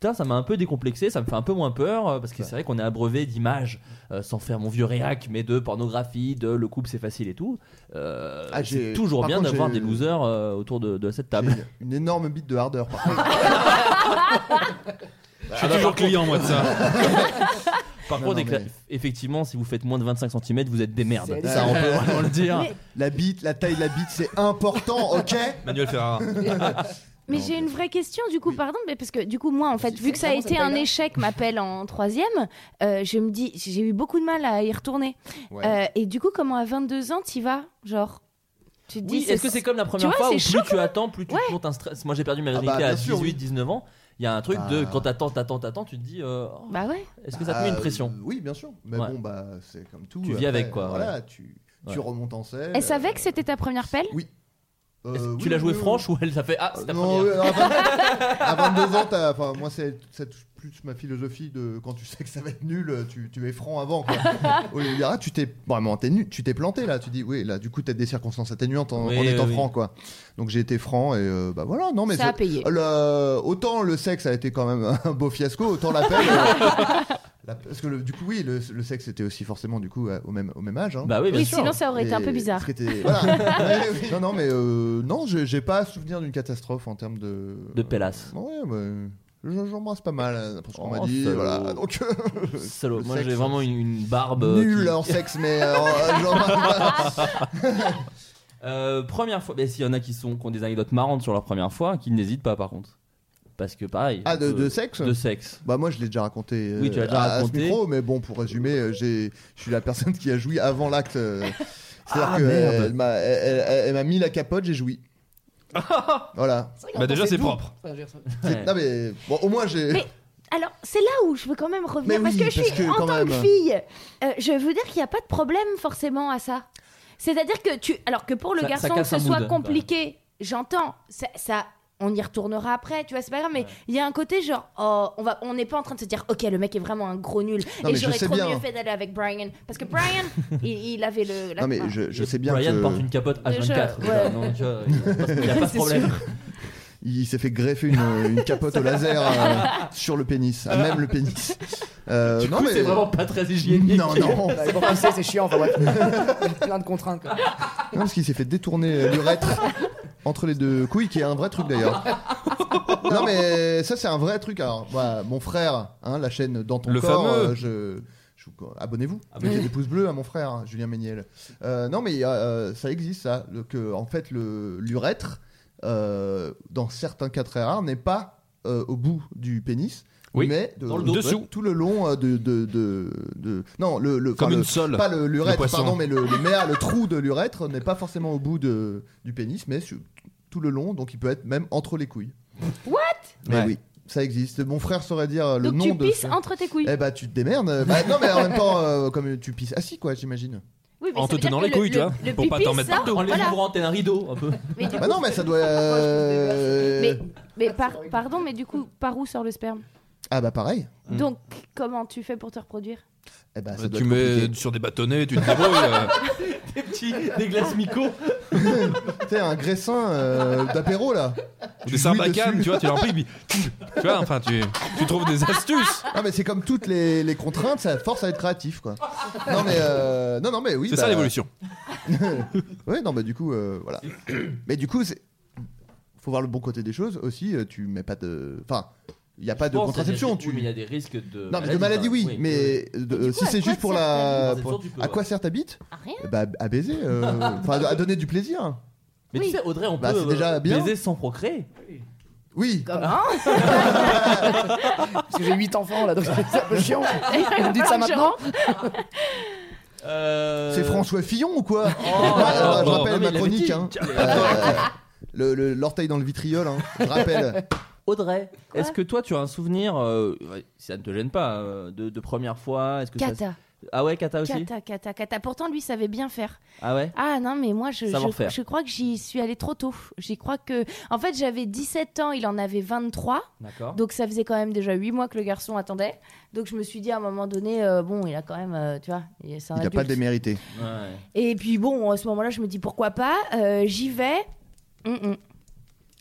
B: Putain, ça m'a un peu décomplexé, ça me fait un peu moins peur, euh, parce que c'est vrai qu'on est abreuvé d'images, euh, sans faire mon vieux réac, mais de pornographie, de le couple c'est facile et tout. Euh,
C: Ah,
B: c'est
C: j'ai-
B: toujours
C: par
B: bien
C: contre,
B: d'avoir
C: j'ai-
B: des losers euh, autour de, de cette table.
C: j'ai une énorme bite de hardeur par contre.
F: Je suis toujours client moi de ça.
B: Par
C: Non,
B: contre,
C: non, mais-
B: écla- effectivement, si vous faites moins de 25 cm, vous êtes des merdes.
E: C'est-
B: Ça, on peut vraiment le dire.
D: Mais-
C: La bite, la taille de la bite, c'est important, ok
F: Manuel Ferrara.
D: Mais
C: Non,
D: j'ai
C: mais-
D: une vraie question du coup, pardon, mais parce que du coup moi en fait,
E: Vas-y,
D: vu que ça a
E: vraiment, ça
D: été
E: me
D: un
E: taille, hein.
D: échec, m'appelle en troisième, euh, je me dis, j'ai eu beaucoup de mal à y retourner.
C: Ouais.
D: Euh, et du coup, comment à 22 ans t'y vas, genre, tu te dis,
B: Oui, est-ce que c'est comme la première
D: vois,
B: fois où
D: c'est
B: plus
D: chaud,
B: tu attends, plus tu te montes un stress Moi, j'ai perdu
C: Ah
B: ma
C: bah,
B: virginité à
C: bien sûr,
B: 18,
C: oui.
B: 19 ans. Il y a un truc de
C: Bah.
B: quand t'attends, t'attends, t'attends, tu te dis euh, oh,
D: Bah ouais.
B: est-ce que ça te met une
C: Bah,
B: pression
C: euh, Oui, bien sûr. Mais
B: Ouais.
C: bon, bah, c'est comme tout.
B: Tu vis avec, quoi,
C: Voilà, tu, tu
B: Ouais.
C: remontes en scène.
D: Elle savait que c'était ta première pelle
C: euh,
B: Est-ce que
C: euh,
B: Tu
C: oui,
B: l'as joué
C: oui, oui.
B: franche ou elle t'a fait Ah,
C: Euh,
B: c'est ta
C: non,
B: première
C: oui, à vingt- à 22 ans, t'as- enfin, moi, c'est ça touche plus ma philosophie de quand tu sais que ça va être nul, tu, tu es franc avant. Quoi. Au lieu de dire, ah, tu t'es vraiment t'es nul, tu t'es planté là. Tu dis, oui, là, du coup, t'as des circonstances atténuantes en,
B: Oui,
C: en
B: oui,
C: étant
B: oui.
C: franc, quoi. Donc j'ai été franc et euh, bah voilà. Non, mais
D: Ça
C: c'est-
D: a payé.
C: le- autant le sexe a été quand même un beau fiasco, autant l'appel. euh, La- Parce que le- du coup, oui, le, le sexe était aussi forcément du coup à- au même, au même âge. hein.
B: Bah oui, bien
D: Oui,
B: sûr.
D: sinon ça aurait été un
C: Et-
D: peu bizarre.
C: parce que t'es- voilà. Ouais, oui. Non, non, mais euh, non, j'ai j'ai pas souvenir d'une catastrophe en termes de.
B: De pélasse.
C: Ouais, mais je- j'embrasse pas mal euh, d'après ce qu'on m'a
B: Oh,
C: dit.
B: salaud.
C: Voilà. Donc, euh,
B: Salaud.
C: le
B: Moi,
C: sexe,
B: j'ai vraiment une, une barbe. euh,
C: Nul
B: qui-
C: en sexe, mais euh, euh, j'embrasse pas.
B: Euh, première fois. Mais s'il y en a qui, sont, qui ont des anecdotes marrantes sur leur première fois, qui n'hésitent pas par contre. Parce que pareil.
C: Ah, de,
B: on peut-
C: de sexe
B: De sexe.
C: Bah moi je l'ai déjà raconté euh,
B: Oui, tu l'as déjà
C: à, à ce
B: raconté.
C: micro, mais bon pour résumer, euh, j'ai je suis la personne qui a joui avant l'acte. euh, C'est-à-dire
B: Ah,
C: que,
B: merde.
C: euh, elle m'a elle- elle- elle m'a mis la capote, j'ai joui. voilà.
F: Bah, déjà, c'est propre.
C: C'est-
B: Ouais.
C: Non mais bon, au moins j'ai
D: Mais- Alors, c'est là où je veux quand même revenir,
C: Mais
D: parce
C: oui,
D: que je
C: parce
D: suis,
C: que
D: en
C: quand
D: tant que
C: même.
D: fille, euh, je veux dire qu'il n'y a pas de problème forcément à ça. C'est-à-dire que tu... Alors que pour le
B: Ça- ça
D: garçon, que
B: casse
D: ce
B: un
D: soit
B: mood, hein,
D: compliqué, j'entends, ça... ça- on y retournera après, tu vois, c'est pas grave, mais il y a un côté genre, oh, on va, on n'est pas en train de se dire, ok, le mec est vraiment un gros nul,
C: Non,
D: et
C: mais je
D: j'aurais
C: sais
D: trop
C: bien.
D: mieux fait d'aller avec Brian, parce que Brian, il, il avait le. la-
C: Non mais
D: voilà.
C: je, je
B: Et
C: sais bien
B: Brian
C: que
B: porte une capote H24.
D: Je-
B: déjà,
D: ouais.
B: donc, euh, Il n'y a pas de
D: C'est
B: problème.
C: il s'est fait greffer une, une capote au laser euh, sur le pénis, à même le pénis. Euh,
B: Du coup, c'est vraiment pas très hygiénique.
C: non non.
E: Bah, bon, tu sais, c'est chiant, enfin bref. Il y a plein de contraintes. quoi.
C: Non, parce qu'il s'est fait détourner euh, l'urètre entre les deux couilles, qui est un vrai truc d'ailleurs. non, mais ça, c'est un vrai truc. Alors, voilà, mon frère, hein, la chaîne Dans ton
F: Le
C: corps,
F: fameux. Ah, bah
C: euh, je. je vous- Abonnez-vous, mettez des pouces bleus à mon frère hein, Julien Méniel. Euh, non mais euh, ça existe ça, le- que en fait le l'urètre, euh, dans certains cas très rares, n'est pas euh, au bout du pénis,
F: Oui,
C: mais de-
B: dans le dos.
F: Dessous.
C: tout le long euh, de, de, de, de- non le, le
F: Comme
C: enfin,
F: une
C: le-
F: sole.
C: pas le l'urètre,
F: poisson.
C: pardon, mais le, le méa, le trou de l'urètre n'est pas forcément au bout de, du pénis, mais sur- tout le long, donc il peut être même entre les couilles.
D: What
C: Mais
F: Ouais.
C: oui, ça existe. Mon frère saurait dire le
D: Donc
C: nom
D: tu
C: de.
D: pisses
C: ce-
D: entre tes couilles.
C: Eh bah tu te démerdes. Bah, non mais en même temps, euh, comme tu pisses assis quoi, j'imagine.
D: Oui, mais
F: en
D: ça
F: te
D: veut dire
F: tenant
D: que
F: les
D: le-
F: couilles, tu
D: le-
F: vois,
D: le
F: pour pas t'en
D: pipi
F: mettre
D: sort,
F: partout.
B: En les
D: voilà.
B: ouvrant en tel un rideau, un peu.
D: Mais du
C: Bah
D: coup,
C: non mais ça doit. euh,
D: Mais, mais par- pardon, mais du coup, par où sort le sperme
C: Ah bah pareil.
B: Hmm.
D: Donc, comment tu fais pour te reproduire
C: Eh bah ça
F: Euh,
C: doit
F: tu
C: être
F: mets
C: compliqué.
F: sur des bâtonnets, tu te débrouilles. euh.
B: Des petits, des glaces micos.
C: Tu sais, un graissin euh, d'apéro là.
F: Ou
C: Tu
F: des
C: jouis
F: sarbacanes,
C: dessus.
F: tu vois, tu leur puis tu vois, enfin, tu, tu trouves des astuces.
C: Ah mais c'est comme toutes les, les contraintes, ça force à être créatif quoi. Non mais euh, non non mais oui.
F: c'est
C: bah,
F: ça l'évolution.
C: Ouais, non, bah du coup, euh, voilà. Mais du coup, c'est. Faut voir le bon côté des choses aussi. euh, tu mets pas de. Enfin, il n'y a pas de contraception.
B: Tu...
C: Tu...
B: mais il y a des risques
D: Euh,
B: de.
C: non, mais de maladie, oui. Mais de-
D: Mais du
C: si
D: coup, à
C: c'est
D: quoi
C: juste pour
D: sert ta
C: la.
B: bite
C: pour-
B: Conception, tu peux,
C: À
B: ouais.
C: quoi sert ta bite
D: Ah, Rien.
C: Bah, à baiser. euh, Enfin, à donner du plaisir.
B: Mais
D: Oui.
B: tu sais, Audrey, on
C: Bah,
B: peut
C: c'est déjà
B: euh,
C: bien.
B: baiser sans procréer. Hein
C: Oui.
D: Comment
E: Parce que j'ai 8 enfants là, donc c'est un peu chiant. Vous me dites ça maintenant
B: Euh,
C: C'est François Fillon ou quoi
B: Oh,
C: Ah, Je
F: oh,
C: rappelle ma
B: non, mais il avait
C: chronique.
B: dit.
C: hein.
B: Tiens, mais-
F: Ah,
C: Euh, le- le- L'orteil dans le vitriol, hein. je rappelle.
B: Audrey, est-ce que toi tu as un souvenir, euh, ouais, ça ne te gêne pas, euh, de, de première fois Est-ce que ça-
D: Kata,
B: Ah ouais, Kata aussi
D: kata, kata, kata. Pourtant, lui savait bien faire.
B: Ah ouais
D: Ah non, mais moi, je,
B: Savoir
D: je,
B: faire.
D: je crois que j'y suis allée trop tôt. J'y crois que. En fait, j'avais 17 ans, il en avait 23.
B: D'accord.
D: Donc, ça faisait quand même déjà 8 mois que le garçon attendait. Donc, je me suis dit à un moment donné, euh, bon, il a quand même. euh, tu vois, il- c'est un
C: Il n'a
D: adulte.
C: pas démérité.
B: Ouais.
D: Et puis, bon, à ce moment-là, je me dis pourquoi pas. euh, j'y vais. Mm, mm.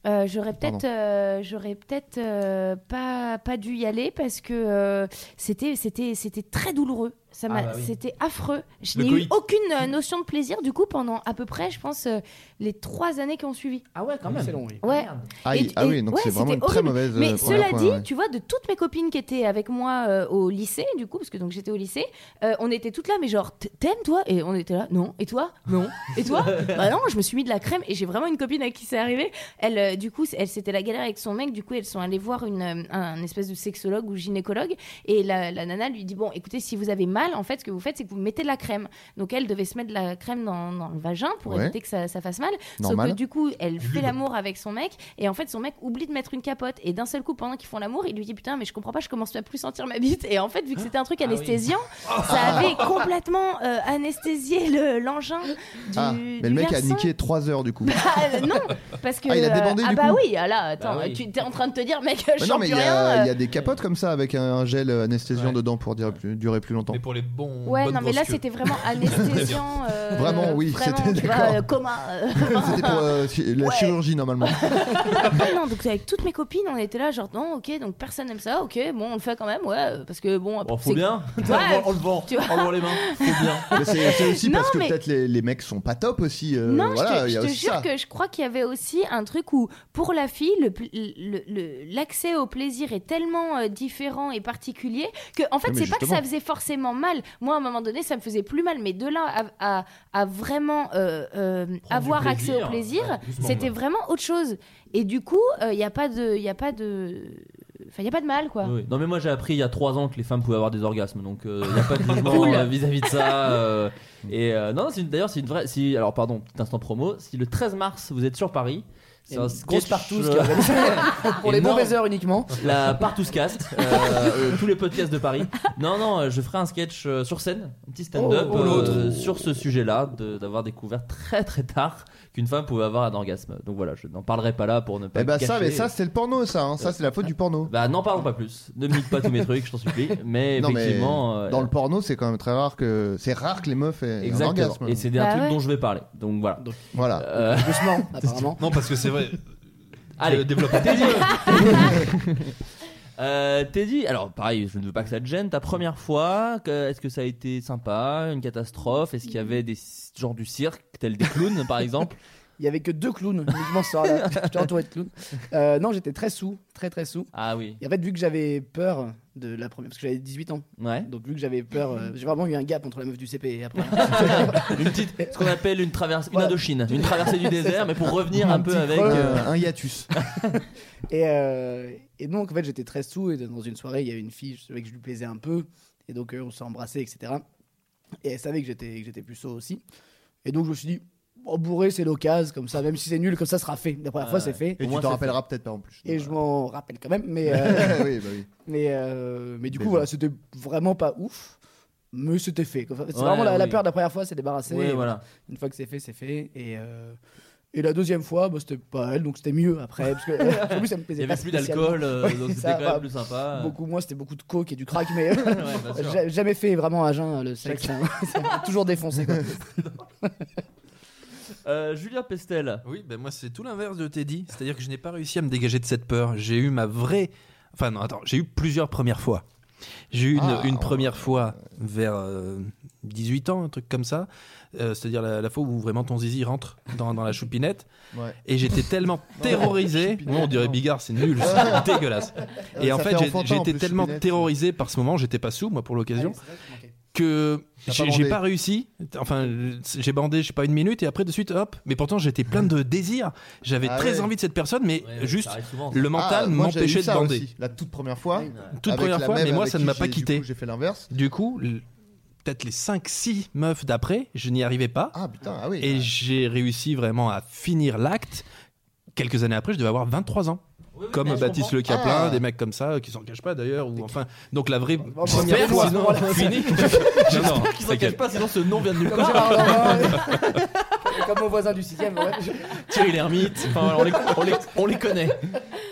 D: Euh, j'aurais
C: Pardon.
D: peut-être euh, j'aurais peut-être euh, pas pas dû y aller parce que euh, c'était c'était c'était très douloureux ça
B: Ah
D: m'a
B: bah oui.
D: c'était affreux je
F: Le
D: n'ai
F: coït.
D: eu aucune euh, notion de plaisir du coup pendant à peu près je pense euh, les trois années qui ont suivi
B: Ah ouais, quand
E: Oui,
B: même.
E: C'est long, oui.
D: ouais
C: Aïe,
D: Et-
C: ah
D: et-
C: oui, donc
D: ouais,
C: c'est vraiment
D: c'était
C: une très
D: horrible.
C: mauvaise. euh,
D: mais
C: première
D: cela
C: fois,
D: dit,
C: ouais.
D: tu vois, de toutes mes copines qui étaient avec moi euh, au lycée, du coup, parce que donc j'étais au lycée, euh, on était toutes là, mais genre, t- t'aimes toi Et on était là, non. Et toi Non. Et toi Bah non, je me suis mis de la crème et j'ai vraiment une copine à qui c'est arrivé. Elle, euh, du coup, c- elle c'était la galère avec son mec. Du coup, elles sont allées voir une euh, un espèce de sexologue ou gynécologue et la, la nana lui dit bon, écoutez, si vous avez mal, en fait, ce que vous faites, c'est que vous mettez de la crème. Donc elle devait se mettre de la crème dans, dans le vagin pour
C: Ouais.
D: éviter que ça, ça fasse mal.
C: Normal.
D: Sauf que du coup, elle fait l'amour avec son mec et en fait, son mec oublie de mettre une capote. Et d'un seul coup, pendant qu'ils font l'amour, il lui dit Putain, mais je comprends pas, je commence à plus sentir ma bite. Et en fait, vu que c'était un truc
B: Ah oui.
D: anesthésiant, ça avait complètement euh, anesthésié le- l'engin du.
C: Ah, mais
D: du
C: le mec a
D: garçon.
C: niqué 3 heures du coup.
D: Ah, non, parce que.
C: Ah, il a
D: euh,
C: débandé,
D: ah
C: du
D: bah
C: coup.
D: oui, ah là, attends,
B: Bah oui.
D: tu t'es en train de te dire, mec,
C: Mais
D: je
C: non,
D: sens
C: mais
D: plus
C: il y, a-
D: rien. euh.
C: il y a des capotes comme ça avec un, un gel euh, anesthésiant
B: Ouais.
C: dedans pour dire plus- durer plus longtemps.
F: Mais pour les bons.
D: Ouais,
F: bonnes
D: non, mais là
F: grosses queues.
D: c'était vraiment anesthésiant. euh,
C: Vraiment, oui,
D: vraiment,
C: c'était-
D: tu vois,
C: d'accord.
D: euh, coma. euh.
C: C'était pour euh, chi- la
D: Ouais.
C: chirurgie normalement.
D: Ouais, non, donc avec toutes mes copines, on était là, genre, non, ok, donc personne n'aime ça, ok, bon, on le fait quand même, ouais, euh, parce que bon,
B: Bon,
D: c'est-
B: Oh, faut bien.
D: Ouais,
B: on le vend.
D: tu vois.
B: On le vend les mains. Faut bien.
C: Mais c'est c'est aussi
D: Non,
C: parce que
D: mais-
C: peut-être les, les mecs sont pas top aussi. euh,
D: non, je
C: voilà,
D: te-
C: il y
D: je
C: a
D: te,
C: aussi
D: jure
C: ça.
D: que je crois qu'il y avait aussi un truc où, pour la fille, le pl- le- le- l'accès au plaisir est tellement euh, différent et particulier que, en fait,
C: Oui, mais
D: c'est pas que ça
C: justement.
D: faisait forcément mal. Moi, à un moment donné, ça me faisait plus mal, mais de là à, à- à vraiment euh, euh, avoir
F: plaisir,
D: accès au plaisir,
F: ouais, doucement,
D: c'était
F: ouais.
D: vraiment autre chose. Et du coup, il n'y a pas de. Y a pas de... Enfin, il a pas de mal, quoi.
B: Oui. Non mais moi j'ai appris il y a 3 ans que les femmes pouvaient avoir des orgasmes donc il n'y a pas de jugement
D: Cool.
B: euh, vis-à-vis de ça euh, et euh, non c'est une- d'ailleurs c'est une vraie si alors pardon petit instant promo si le 13 mars vous êtes sur Paris
E: Il
B: c'est
E: y a
B: un
E: une grosse
B: sketch,
E: partouze
B: euh,
E: qui organise pour les
B: énorme.
E: mauvaises heures uniquement.
B: la Partouscast euh, euh, tous les podcasts de Paris non non euh, je ferai un sketch euh, sur scène un petit stand-up
E: Oh, oh,
B: euh,
E: l'autre.
B: sur ce sujet là d'avoir découvert très très tard qu'une femme pouvait avoir un orgasme donc voilà je n'en parlerai pas là pour ne pas
C: Eh bah ça,
B: gâcher.
C: mais ça c'est le porno, ça. hein. Ça c'est la faute du porno.
B: bah n'en parlons pas plus ne me nique pas tous mes trucs je t'en supplie mais
C: Non, mais
B: effectivement euh,
C: Dans le porno, c'est quand même très rare que c'est rare que les meufs aient un
B: Exactement.
C: orgasme.
B: Et c'est un
D: Bah
B: truc
D: ouais.
B: dont je vais parler. Donc voilà.
C: Voilà.
B: Euh,
E: Doucement, apparemment.
F: Non, parce que c'est vrai.
B: allez,
F: Euh, développe.
B: Teddy. Euh, Teddy, alors pareil, je ne veux pas que ça te gêne. Ta première fois, que- est-ce que ça a été sympa, une catastrophe Est-ce qu'il
C: Mm.
B: y avait des genres du cirque, tels des clowns par exemple
E: Il y avait que deux clowns, uniquement ça. là. J'étais entouré de clowns. Euh, non, j'étais très sous, très très sous.
B: Ah oui,
E: Et en fait, vu que j'avais peur de la première, parce que j'avais 18 ans,
B: ouais.
E: donc vu que j'avais peur, euh, j'ai vraiment eu un gap entre la meuf du CP et après.
B: Une petite, ce qu'on appelle une traversée, une
E: Voilà.
B: Indochine, une traversée du désert, mais pour revenir un peu
C: petit
B: avec.
C: creux,
B: euh,
C: un hiatus.
E: Et, euh, et donc, en fait, j'étais très sous. Et dans une soirée, il y avait une fille, je savais que je lui plaisais un peu. Et donc, euh, on s'est embrassés, etc. Et elle savait que j'étais que j'étais plus sot aussi. Et donc, je me suis dit, oh, bourré, c'est l'occasion, comme ça, même si c'est nul, comme ça sera fait. La première
B: Ah
E: fois, c'est
B: ouais.
E: fait.
B: Au
C: Et tu
B: moins,
C: t'en
B: c'est
C: rappelleras peut-être pas en plus.
E: Et
B: bah.
E: je m'en rappelle quand même. Mais, euh,
C: oui, bah oui.
E: mais, euh, mais du coup,
C: Déjà.
E: voilà, c'était vraiment pas ouf. Mais c'était fait. Comme ça, C'est
B: Ouais,
E: vraiment la, la
B: oui.
E: peur de la première fois, c'est débarrassé.
B: ouais,
E: Et
B: voilà.
E: Une fois que c'est fait, c'est fait. Et, euh, et la deuxième fois, bah, c'était pas elle, donc c'était mieux après. Parce que, euh, en plus, ça me
B: Il
E: plaisait
B: y
E: pas
B: avait plus
E: spécialement.
B: d'alcool, euh,
E: Oui,
B: donc c'était
E: ça
B: quand
E: va.
B: même plus sympa.
E: Beaucoup moins, c'était beaucoup de coke et du crack, mais
B: Ouais, bien sûr.
E: j'ai jamais fait vraiment à jeun le sexe. hein. ça m'a toujours défoncé. quoi.
B: Euh, Julien Pestel.
F: Oui, ben moi c'est tout l'inverse de Teddy, c'est-à-dire que je n'ai pas réussi à me dégager de cette peur. J'ai eu ma vraie, enfin non, attends, j'ai eu plusieurs premières fois. J'ai eu une,
C: Ah,
F: une
C: ouais.
F: première fois vers euh, 18 ans, un truc comme ça, Euh, c'est-à-dire la, la fois où vraiment ton zizi rentre dans, dans la choupinette,
C: Ouais.
F: et j'étais tellement terrorisé.
C: choupinette,
F: Moi, on dirait
C: non.
F: Bigard, c'est nul, c'est dégueulasse. Et
C: Ça
F: en
C: fait
F: fait, j'ai-
C: enfantin, en
F: j'étais
C: plus,
F: tellement
C: choupinette.
F: terrorisé par ce moment, j'étais pas sous moi pour l'occasion que
C: T'as
F: j'ai
C: pas
F: j'ai
C: bandé.
F: pas réussi. Enfin, j'ai bandé, je sais pas, une minute et après de suite, hop. Mais pourtant, j'étais plein de désir. J'avais
C: Ah
F: très
C: ouais.
F: envie de cette personne, mais
B: Ouais, ouais,
F: juste
B: ça arrive souvent, ça.
F: le mental
C: Ah, moi, j'avais eu
F: m'empêchait de
C: ça
F: bander.
C: aussi, La toute première fois.
F: Toute
C: Avec
F: première
C: la
F: fois,
C: même
F: mais moi,
C: avec
F: ça ne
C: qui
F: m'a pas
C: j'ai- du
F: quitté.
C: coup, J'ai fait l'inverse.
F: Du coup, l- peut-être les 5-6 meufs d'après, je n'y arrivais pas.
C: Ah putain, ah oui.
F: Et j'ai réussi vraiment à finir l'acte. Quelques années après, je devais avoir 23 ans. Comme
B: mais je
F: Baptiste
B: comprends.
F: Le Caplin,
C: Ah.
F: des mecs comme ça, euh, qui s'en cachent pas d'ailleurs, ou enfin. Donc la vraie
E: on s'en
F: première
E: cache
F: fois,
E: pas, sinon, voilà.
F: fini. Non, non,
B: Qui s'en cache
F: t'inquiète.
B: pas, sinon ce nom vient de nulle
E: Comme
B: part.
E: Gérard Leroy, et comme mon voisin du 6 e
B: Thierry l'ermite, enfin voilà, on les, on les- on les connaît.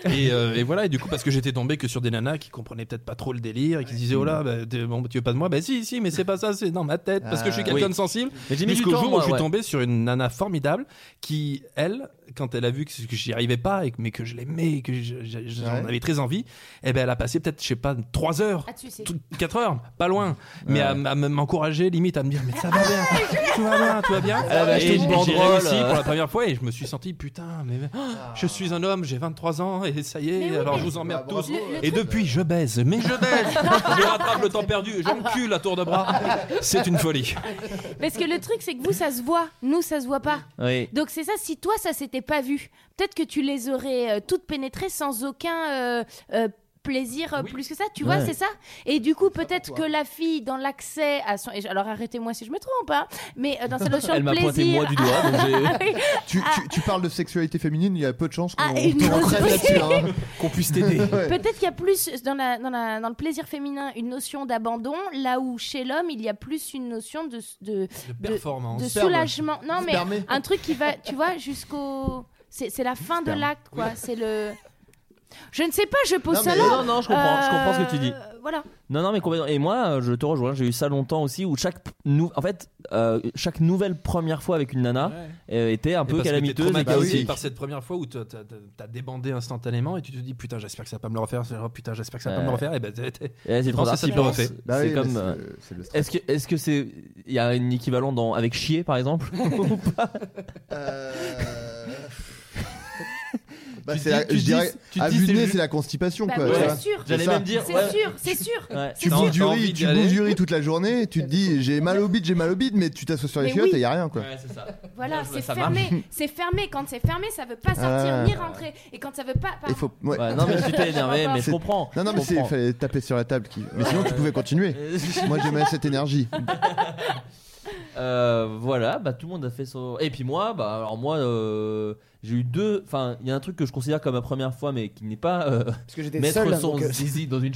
F: Et, euh, et voilà, et du coup, parce que j'étais tombé que sur des nanas qui comprenaient peut-être pas trop le délire et qui se disaient Oh là,
B: Mm.
F: bah, t'es- bon, tu veux pas de moi Bah si, si, mais c'est pas ça, c'est dans ma tête, parce que je suis
C: Ah,
F: quelqu'un
B: oui.
F: de sensible.
B: Mais j'ai mis du
F: Jusqu'au
B: temps,
F: jour où
B: moi,
F: je suis
B: ouais.
F: tombé sur une nana formidable qui, elle, quand elle a vu que, que j'y arrivais pas, et que- mais que je l'aimais, et que je- je- j'en
C: Ouais.
F: avais très envie, et ben elle a passé peut-être, je sais pas, 3 heures.
D: Ah, tu sais.
F: 4 heures, pas loin, mais à, m- à m- m'encourager limite, à me dire Mais ça va bien, tout va bien, tout va bien.
B: Elle avait acheté
F: Ah, Et
B: une
F: j'ai
B: banderole,
F: réussi
B: euh.
F: pour la première fois et je me suis senti Putain, mais je suis un homme, j'ai 23 ans et ça y est,
D: Ah. Mais oui,
F: alors
D: mais-
F: je vous emmerde
C: Bah,
F: tous.
C: bravo,
D: Le- le
F: Et depuis, je baise, mais je baise Je rattrape le temps perdu et j'encule à tour de bras. C'est une folie.
D: Parce que le truc, c'est que vous, ça se voit. Nous, ça se voit pas.
B: Oui.
D: Donc c'est ça, si toi ça s'était pas vu, peut-être que tu les aurais euh, toutes pénétrées sans aucun euh, euh, plaisir euh, plus que ça, tu vois,
B: Ouais.
D: c'est ça Et du coup, peut-être que la fille dans l'accès à son... et je- Alors arrêtez-moi si je me trompe, hein, mais euh, dans cette notion
B: Elle
D: de
B: m'a pointé
D: plaisir...
B: moi du doigt, donc j'ai-
D: Ah oui,
C: tu, tu, tu parles de sexualité féminine, il y a peu de chances qu'on
D: Ah, et une
C: qu'on
D: grosse-
C: traite là-dessus. hein.
B: qu'on puisse t'aider.
C: Ouais.
D: Peut-être qu'il y a plus dans, la, dans, la- dans le plaisir féminin une notion d'abandon, là où chez l'homme il y a plus une notion de, de,
F: De performance.
D: de soulagement. Non mais Ah.
C: Sperme.
D: un truc qui va, tu vois, jusqu'au. C'est c'est la fin de l'acte, quoi. C'est le. Je ne sais pas, je pose
C: Non,
D: ça
C: mais-
D: là.
B: Non, non, je comprends, je comprends ce que tu dis.
D: Euh, Voilà.
B: Non, non, mais complètement. Et moi, euh, je te rejoins, j'ai eu ça longtemps aussi, où chaque, p- nou- en fait, euh, chaque nouvelle première fois avec une nana euh, était un peu calamiteuse bah et
C: traumatisé
B: chaotique.
F: par cette première fois où t'as- t'as t'as débandé instantanément et tu te dis putain j'espère que ça va pas me le refaire oh, putain j'espère que ça va pas me le
B: Ouais.
F: refaire et ben t'es- t'es-
B: Et là, c'est
F: Non,
B: trop
F: c'est
B: tard,
F: ça,
B: tu
F: tu
B: penses.
F: le refais.
C: Bah
B: C'est
C: oui, mais
B: comme. euh,
C: le- c'est le stress.
B: Est-ce que est-ce que c'est il y a un équivalent dans avec chier par exemple ou pas
C: Euh, bah,
B: Tu
C: c'est
B: dis-
C: la-
B: tu
C: je
B: dis-
C: dirais,
B: tu
C: à
B: dis
C: vue de
B: c'est
C: nez,
B: juste-
C: c'est la constipation,
D: Bah,
C: quoi.
D: bien
C: tu
B: ouais.
C: vois.
D: sûr.
B: J'allais
C: ça.
B: même dire
D: C'est
B: ouais,
D: sûr, c'est sûr.
B: ouais.
C: Tu
F: T'as
C: bouges du
F: envie
C: riz,
F: d'y
C: tu
F: aller.
C: bouges du riz toute la journée, tu te dis j'ai mal au bide, j'ai mal au bide, mais tu t'assois sur les
D: Mais
C: chiottes
D: oui.
C: et y a rien, quoi.
B: Ouais, c'est ça.
D: Voilà,
B: Bien joué,
D: c'est
B: ça
D: fermé. C'est fermé. Quand c'est fermé, ça veut pas sortir
C: Ah.
D: ni rentrer. Et quand ça veut pas.
C: Il faut. ouais.
B: Ouais, non mais tu t'es énervé mais je
C: C'est-
B: comprends.
C: Non, non,
B: je
C: mais c'est- il
B: comprends.
C: fallait taper sur la table. Qui... Mais sinon, tu pouvais continuer. Moi, j'aimais cette énergie.
B: Euh, voilà, bah tout le monde a fait son. Et puis moi, bah alors moi, euh, j'ai eu deux. Enfin, il y a un truc que je considère comme ma première fois, mais qui n'est pas euh,
E: Parce que j'étais seul.
B: mettre son
E: donc, euh,
B: zizi dans une euh,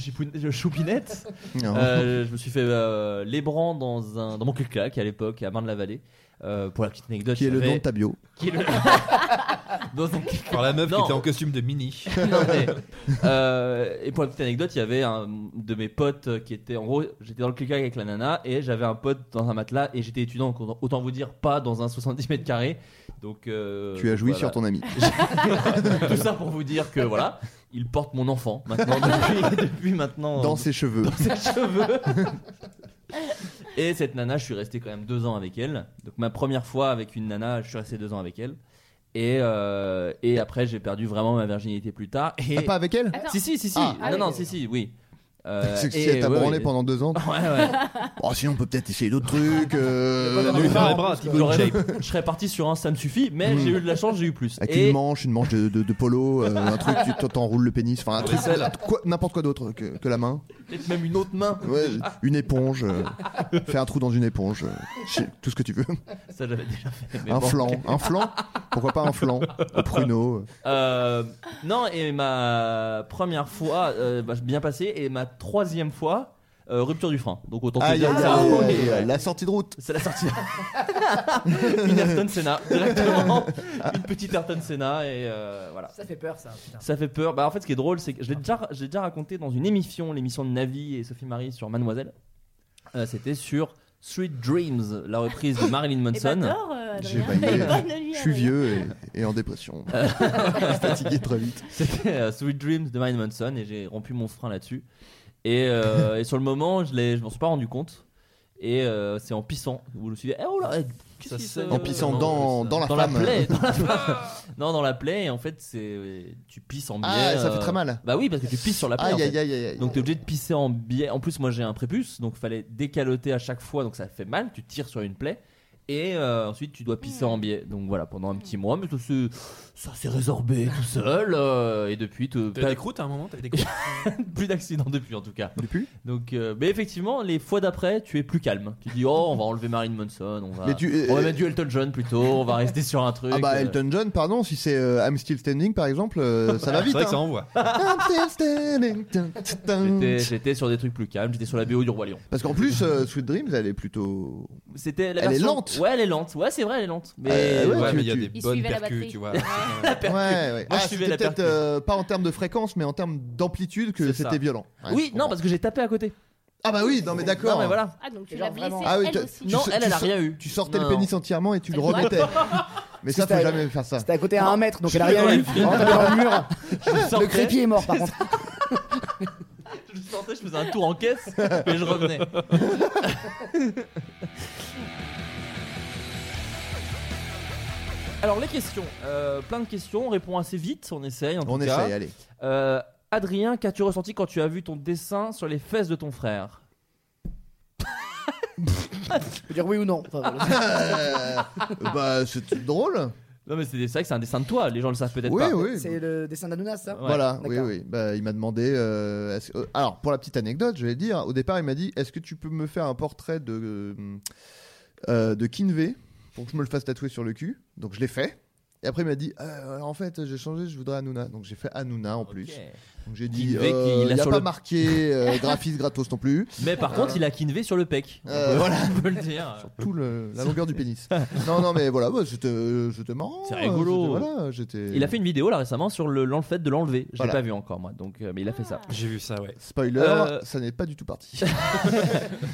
B: chipou- choupinette.
C: Non.
B: Euh, je me suis fait euh, l'ébran dans un dans mon clic-clac à l'époque à Marne-la-Vallée. Euh, pour la petite anecdote,
C: Qui est le
B: j'avais-
C: nom de ta bio
B: qui est le- dans son
F: par la meuf
B: Non.
F: qui était en costume de mini
B: Non, mais, euh, et pour la petite anecdote, il y avait un de mes potes qui était en gros, j'étais dans le clic avec la nana et j'avais un pote dans un matelas et j'étais étudiant, donc autant vous dire pas dans un 70 mètres carrés. Donc euh,
C: Tu as joui
B: voilà.
C: sur ton ami.
B: tout ça pour vous dire que voilà, il porte mon enfant maintenant depuis, depuis maintenant euh,
C: Dans ses cheveux.
B: ses cheveux. Et cette nana, je suis resté quand même deux ans avec elle. Donc ma première fois avec une nana, je suis resté deux ans avec elle. Et, euh, et après, j'ai perdu vraiment ma virginité plus tard. Et
C: Ah, pas avec elle
D: Attends.
B: si si si si.
C: Ah.
B: non non si si oui. Euh,
C: C'est que
B: et-
C: si elle t'a
B: ouais,
C: branlé
B: ouais.
C: pendant deux ans.
B: Ouais, Ah ouais.
C: Oh, sinon, on peut peut-être essayer d'autres trucs. euh,
F: lui faire les
C: euh,
F: bras
C: plus,
F: type good
C: quoi.
B: J'aurais-
F: shape
B: je serais parti sur un ça me suffit, mais j'ai eu de la chance, j'ai eu plus.
C: Mm. Avec
B: et
C: une manche, une manche de, de- de polo, euh, un truc, tu t'en- t'enroules le pénis, enfin un truc, quoi- n'importe quoi d'autre que, que la main.
B: peut-être même une autre main.
C: Ouais, une éponge, euh, fais un trou dans une éponge, euh, je sais, tout ce que tu veux.
B: Ça j'avais déjà fait. mais
C: un
B: bon.
C: flanc, un flanc, pourquoi pas un flanc au pruneau.
B: Euh, non, et ma première fois, euh, bah, bien passé, et ma troisième fois, euh, rupture du frein. Donc autant te
C: Aïe,
B: dire
C: aïe,
B: que ça a
C: aïe,
B: roulé.
C: aïe, la sortie de route.
B: C'est la sortie. une Ayrton Senna, directement. Une petite Ayrton Senna, et euh, voilà.
E: Ça fait peur, ça. putain.
B: Ça fait peur. Bah, en fait, ce qui est drôle, c'est que je l'ai déjà, j'ai déjà raconté dans une émission, l'émission de Navi et Sophie Marie sur Mademoiselle. Euh, C'était sur Sweet Dreams, la reprise de Marilyn
D: Et ben,
B: Manson.
D: dors, euh,
C: J'ai
D: Adrien.
C: failli, euh,
D: Et bonne nuit,
C: je suis
D: Adrien.
C: vieux et, et en dépression, fatigué très vite.
B: C'était euh, Sweet Dreams de Marilyn Manson et j'ai rompu mon frein là-dessus. Et, euh, et sur le moment, je l'ai- je m'en suis pas rendu compte. Et euh, c'est en pissant où je me suis dit, Eh, oh là, eh, qu'est-ce
F: Ça
B: qui se-
F: saigne. Ah.
C: En pissant dans, dans la
B: dans la
C: femme.
B: plaie, dans la femme. non, dans la plaie, et en fait, c'est euh, tu pisses en biais.
C: Ah, ça fait
B: euh,
C: très mal.
B: Bah oui, parce que tu pisses sur la plaie. en
C: Aïe, aïe,
B: fait.
C: aïe, aïe, aïe.
B: Donc t'es obligé de pisser en biais. En plus, moi j'ai un prépuce, donc fallait décaloter à chaque fois, donc ça fait mal. Tu tires sur une plaie. Et euh, ensuite, tu dois pisser en biais. Donc voilà, pendant un petit mois, mais ça s'est- ça s'est résorbé tout seul. euh, et depuis, te-
F: t'as des croûtes à un moment t'avais des croûtes
B: plus d'accident depuis en tout cas.
C: Depuis
B: Donc, euh, mais effectivement, les fois d'après, tu es plus calme. Tu dis, oh, on va enlever Marilyn Manson, on va,
C: Mais tu-
B: on va
C: euh,
B: mettre du Elton John plutôt, on va rester sur un truc.
C: Ah bah
B: euh,
C: Elton John, pardon, si c'est euh, I'm Still Standing par exemple, euh, ça va
F: c'est
C: vite.
F: vrai que ça
C: hein.
F: envoie
C: I'm Still Standing. Tin, tin, tin.
B: j'étais- J'étais sur des trucs plus calmes, j'étais sur la BO du Roi Lion.
C: Parce qu'en plus, euh, Sweet Dreams, elle est plutôt.
B: C'était la
C: Elle est
B: version-
C: lente.
B: Ouais, elle est lente. Ouais, c'est vrai, elle est lente. Mais
C: Euh, ouais,
F: ouais
C: tu-
F: mais il y a
C: tu-
F: des
D: Il
F: bonnes
D: suivait la
F: percus
D: batterie.
F: tu vois
D: Ouais.
C: Ouais, ouais.
B: Moi, je
C: Ah,
B: suivais
C: c'était
B: la
C: peut-être
B: percute.
C: euh, pas en termes de fréquence, mais en termes d'amplitude que
B: C'est ça.
C: c'était violent. Ouais, je
B: oui,
C: comprends.
B: non, parce que j'ai tapé à côté.
C: Ah bah oui, non mais d'accord.
B: Non, mais voilà.
D: Ah, donc tu
E: Et
D: l'as
E: genre,
D: blessée.
E: vraiment.
C: Ah oui,
D: elle
C: toi,
D: aussi.
C: tu
B: non,
C: sais-
B: elle,
C: tu
B: elle a
C: sais-
B: rien eu.
C: Tu sortais
B: Non,
C: le pénis entièrement et tu le
D: Elle doit-
C: remettais. mais ça,
E: C'était
C: faut
E: à-
C: jamais faire ça.
E: C'était à côté à un mètre, donc elle a
B: suis
E: rien eu.
C: Oh,
B: dans les
E: Rentre dans le mur.
B: non. Je
E: Le
B: sortais,
E: crépier est mort, par contre.
B: Je sortais, je faisais un tour en caisse, et je revenais. Alors les questions, euh, plein de questions, on répond assez vite, on essaye en tout
C: On
B: cas.
C: essaye, allez.
B: Euh, Adrien, qu'as-tu ressenti quand tu as vu ton dessin sur les fesses de ton frère
E: Je peux dire oui ou non. Enfin, voilà.
C: Euh, bah c'est drôle.
B: Non mais c'est c'est vrai que c'est un dessin de toi, les gens le savent peut-être
C: Oui,
B: pas.
C: oui.
E: C'est le dessin d'Anonas, ça
B: Ouais.
C: voilà, oui,
E: d'accord.
C: oui. Bah, il m'a demandé. euh, est-ce- euh, alors, pour la petite anecdote, je vais dire, au départ, il m'a dit Est-ce que tu peux me faire un portrait euh, de, euh, de Kinvey pour que je me le fasse tatouer sur le cul Donc, je l'ai fait. Et après, il m'a dit Euh, alors, En fait, j'ai changé, je voudrais Hanouna. Donc j'ai fait Hanouna en plus.
F: Ok.
C: Donc j'ai
B: Qui
C: dit
B: devait-
C: euh,
B: qui- il
C: Il
B: a
C: n'y a
B: sur
C: pas
B: le-
C: marqué euh, graphiste gratos non plus.
B: Mais par contre, il a kinvé sur le pec.
C: Euh,
B: On peut-
C: voilà.
B: on peut le dire.
C: Sur tout le- la longueur du pénis. non, non, mais voilà, ouais, c'était euh, c'était marrant.
B: C'est
C: euh,
B: rigolo.
C: c'était- Voilà, j'étais.
B: Il a fait une vidéo là récemment sur le, l'en- le fait de l'enlever. Je
C: Voilà.
B: l'ai pas vu encore moi, donc euh, mais il a fait ça.
F: Ah. J'ai vu ça, ouais.
C: Spoiler,
B: Euh,
C: ça n'est pas du tout parti.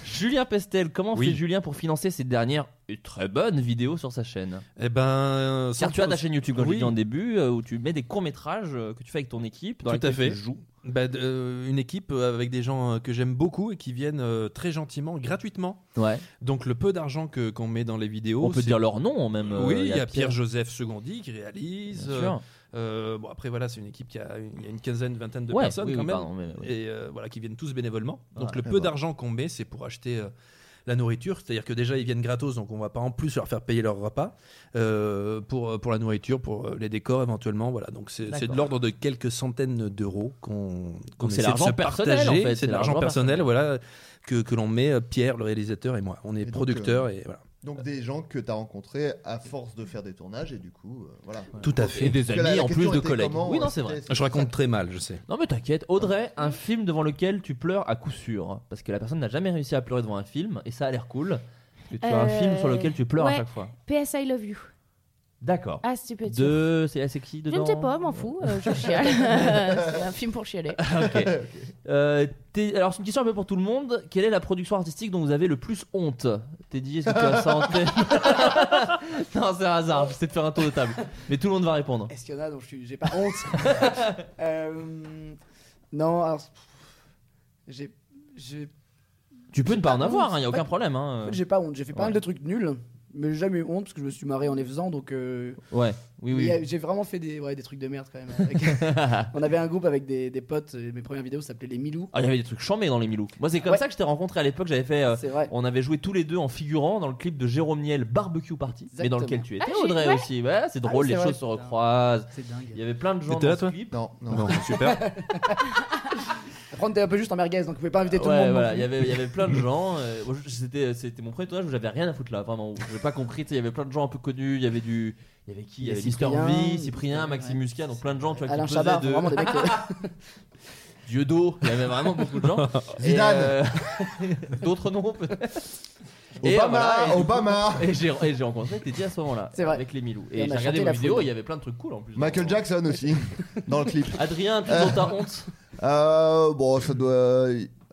B: Julien Pestel, comment
F: Oui.
B: fait Julien pour financer ses dernières et très bonnes vidéos sur sa chaîne
F: Eh ben, sans
B: Car tu as ta
F: pause.
B: chaîne YouTube, comme je
F: Oui.
B: l'ai dit en début, euh, où tu mets des courts métrages que tu fais avec ton équipe, dans
F: Tout
B: laquelle
F: à fait.
B: tu joues.
F: Bah, de- euh, une équipe euh, avec des gens euh, que j'aime beaucoup et qui viennent euh, très gentiment, gratuitement.
B: Ouais.
F: Donc le peu d'argent que qu'on met dans les vidéos,
B: On peut
F: c'est-
B: dire leur nom même. euh,
F: Oui, il y a, Pierre Joseph Secondi qui réalise.
B: Bien sûr.
F: euh, euh, bon après voilà, c'est une équipe qui a une, il y a une quinzaine, vingtaine de
B: Ouais,
F: personnes
B: oui,
F: quand
B: oui,
F: même,
B: pardon, mais- oui.
F: et euh, voilà qui viennent tous bénévolement. Donc
B: Ouais.
F: le
C: Ah
F: peu
C: bah.
F: d'argent qu'on met, c'est pour acheter. euh, la nourriture, c'est-à-dire que déjà ils viennent gratos, donc on va pas en plus leur faire payer leur repas euh, pour, pour la nourriture, pour euh, les décors éventuellement, voilà. Donc c'est c'est de
B: D'accord.
F: l'ordre de quelques centaines d'euros qu'on qu'on
B: c'est
F: essaie de
B: l'argent
F: se
B: personnel,
F: partager.
B: en fait,
F: c'est de l'argent personnel,
B: personnel.
F: voilà, que, que l'on met euh, Pierre, le réalisateur et moi. On est
C: donc, euh,
B: euh,
F: producteur et voilà.
C: Donc des gens que tu as rencontrés à force de faire des tournages et du coup, euh, voilà.
F: Tout à
B: Et
F: fait.
B: des
C: Parce que la-
B: amis
C: la
B: en plus
C: question
B: de
C: était
B: collègues.
C: comment,
B: oui, non,
C: euh,
B: c'est vrai.
C: c'était-
F: Je raconte très mal, je sais.
B: Non mais t'inquiète, Audrey, un film devant lequel tu pleures à coup sûr, parce que la personne n'a jamais réussi à pleurer devant un film, et ça a l'air cool. parce Que tu as un
D: Euh,
B: film sur lequel tu pleures à
D: ouais.
B: chaque fois.
D: PS I Love You.
B: D'accord.
D: Ah, si tu peux être sûr.
B: De, c'est c'est qui
D: Je
B: dedans
D: ne sais pas, m'en fous, euh, je chiale. c'est un film pour chialer.
B: Ah, Ok. Euh, t'es- alors c'est une question un peu pour tout le monde. Quelle est la production artistique dont vous avez le plus honte Teddy, est-ce que tu as ça en tête Non, c'est un hasard. J'essaie de faire un tour de table, mais tout le monde va répondre.
E: Est-ce qu'il y en a dont je suis- j'ai pas honte Euh, Non, alors. pff, J'ai. J'ai
B: Tu peux ne pas en avoir, il
E: honte.
B: n'y a aucun problème.
E: en
B: hein.
E: fait, j'ai pas honte, j'ai fait pas
B: ouais.
E: mal de trucs nuls, mais j'ai jamais eu honte parce que je me suis marré en les faisant donc. euh,
B: Ouais, oui,
E: mais,
B: oui.
E: euh, J'ai vraiment fait des, ouais, des trucs de merde quand même. avec- On avait un groupe avec des, des potes, euh, mes premières vidéos s'appelaient Les Milous.
B: Ah, il y avait des trucs chambés dans les Milou. Moi, c'est comme
E: Ouais.
B: ça que je t'ai rencontré à l'époque. J'avais fait. euh,
E: C'est vrai.
B: on avait joué tous les deux en figurant dans le clip de Jérôme Niel Barbecue Party, mais dans
E: Exactement.
B: lequel tu étais,
D: Ah, j'ai-
B: Audrey
D: ouais.
B: aussi. Ouais, c'est
E: Ah,
B: drôle,
E: oui,
B: les
E: c'est
B: choses
E: vrai.
B: se recroisent.
E: C'est dingue.
B: Il y avait plein de gens
F: T'étais
B: dans
F: là,
B: ce
F: toi
B: clip.
C: Non, non,
F: Non, super.
E: Après, on était un peu juste en merguez, donc on pouvait pas inviter tout le
B: Ouais,
E: monde.
B: voilà,
E: non
B: il y avait, il y avait plein de gens. euh, moi, je- c'était, c'était mon premier tournage où j'avais rien à foutre là, vraiment. où J'ai pas compris. tu sais, Il y avait plein de gens un peu connus. Il y avait du, il y avait qui Il y avait Mister
E: Cyprien,
B: V, Cyprien, Maxime
E: ouais.
B: Muscat, donc plein de gens. Tu
E: plus.
B: vois,
E: Alain
B: qui pesaient
E: Chabat,
B: de
E: vraiment des mecs. euh,
B: Dieudo. Il y avait vraiment beaucoup de gens. Et,
C: Zidane.
B: euh, D'autres noms peut-être. Et, euh, voilà, et
C: Obama,
B: du coup,
C: Obama.
B: Et j'ai, et j'ai rencontré Teddy à ce moment-là.
E: C'est vrai.
B: Avec les Milou.
E: Et
B: Et,
E: on a
B: j'ai
E: chanté
B: regardé
E: la
B: la vidéo
E: foule.
B: et il y avait plein de trucs cool en plus.
C: Michael
B: Donc,
C: Jackson aussi dans le clip.
B: Adrien, tu dont ta honte
C: Euh, bon, ça doit,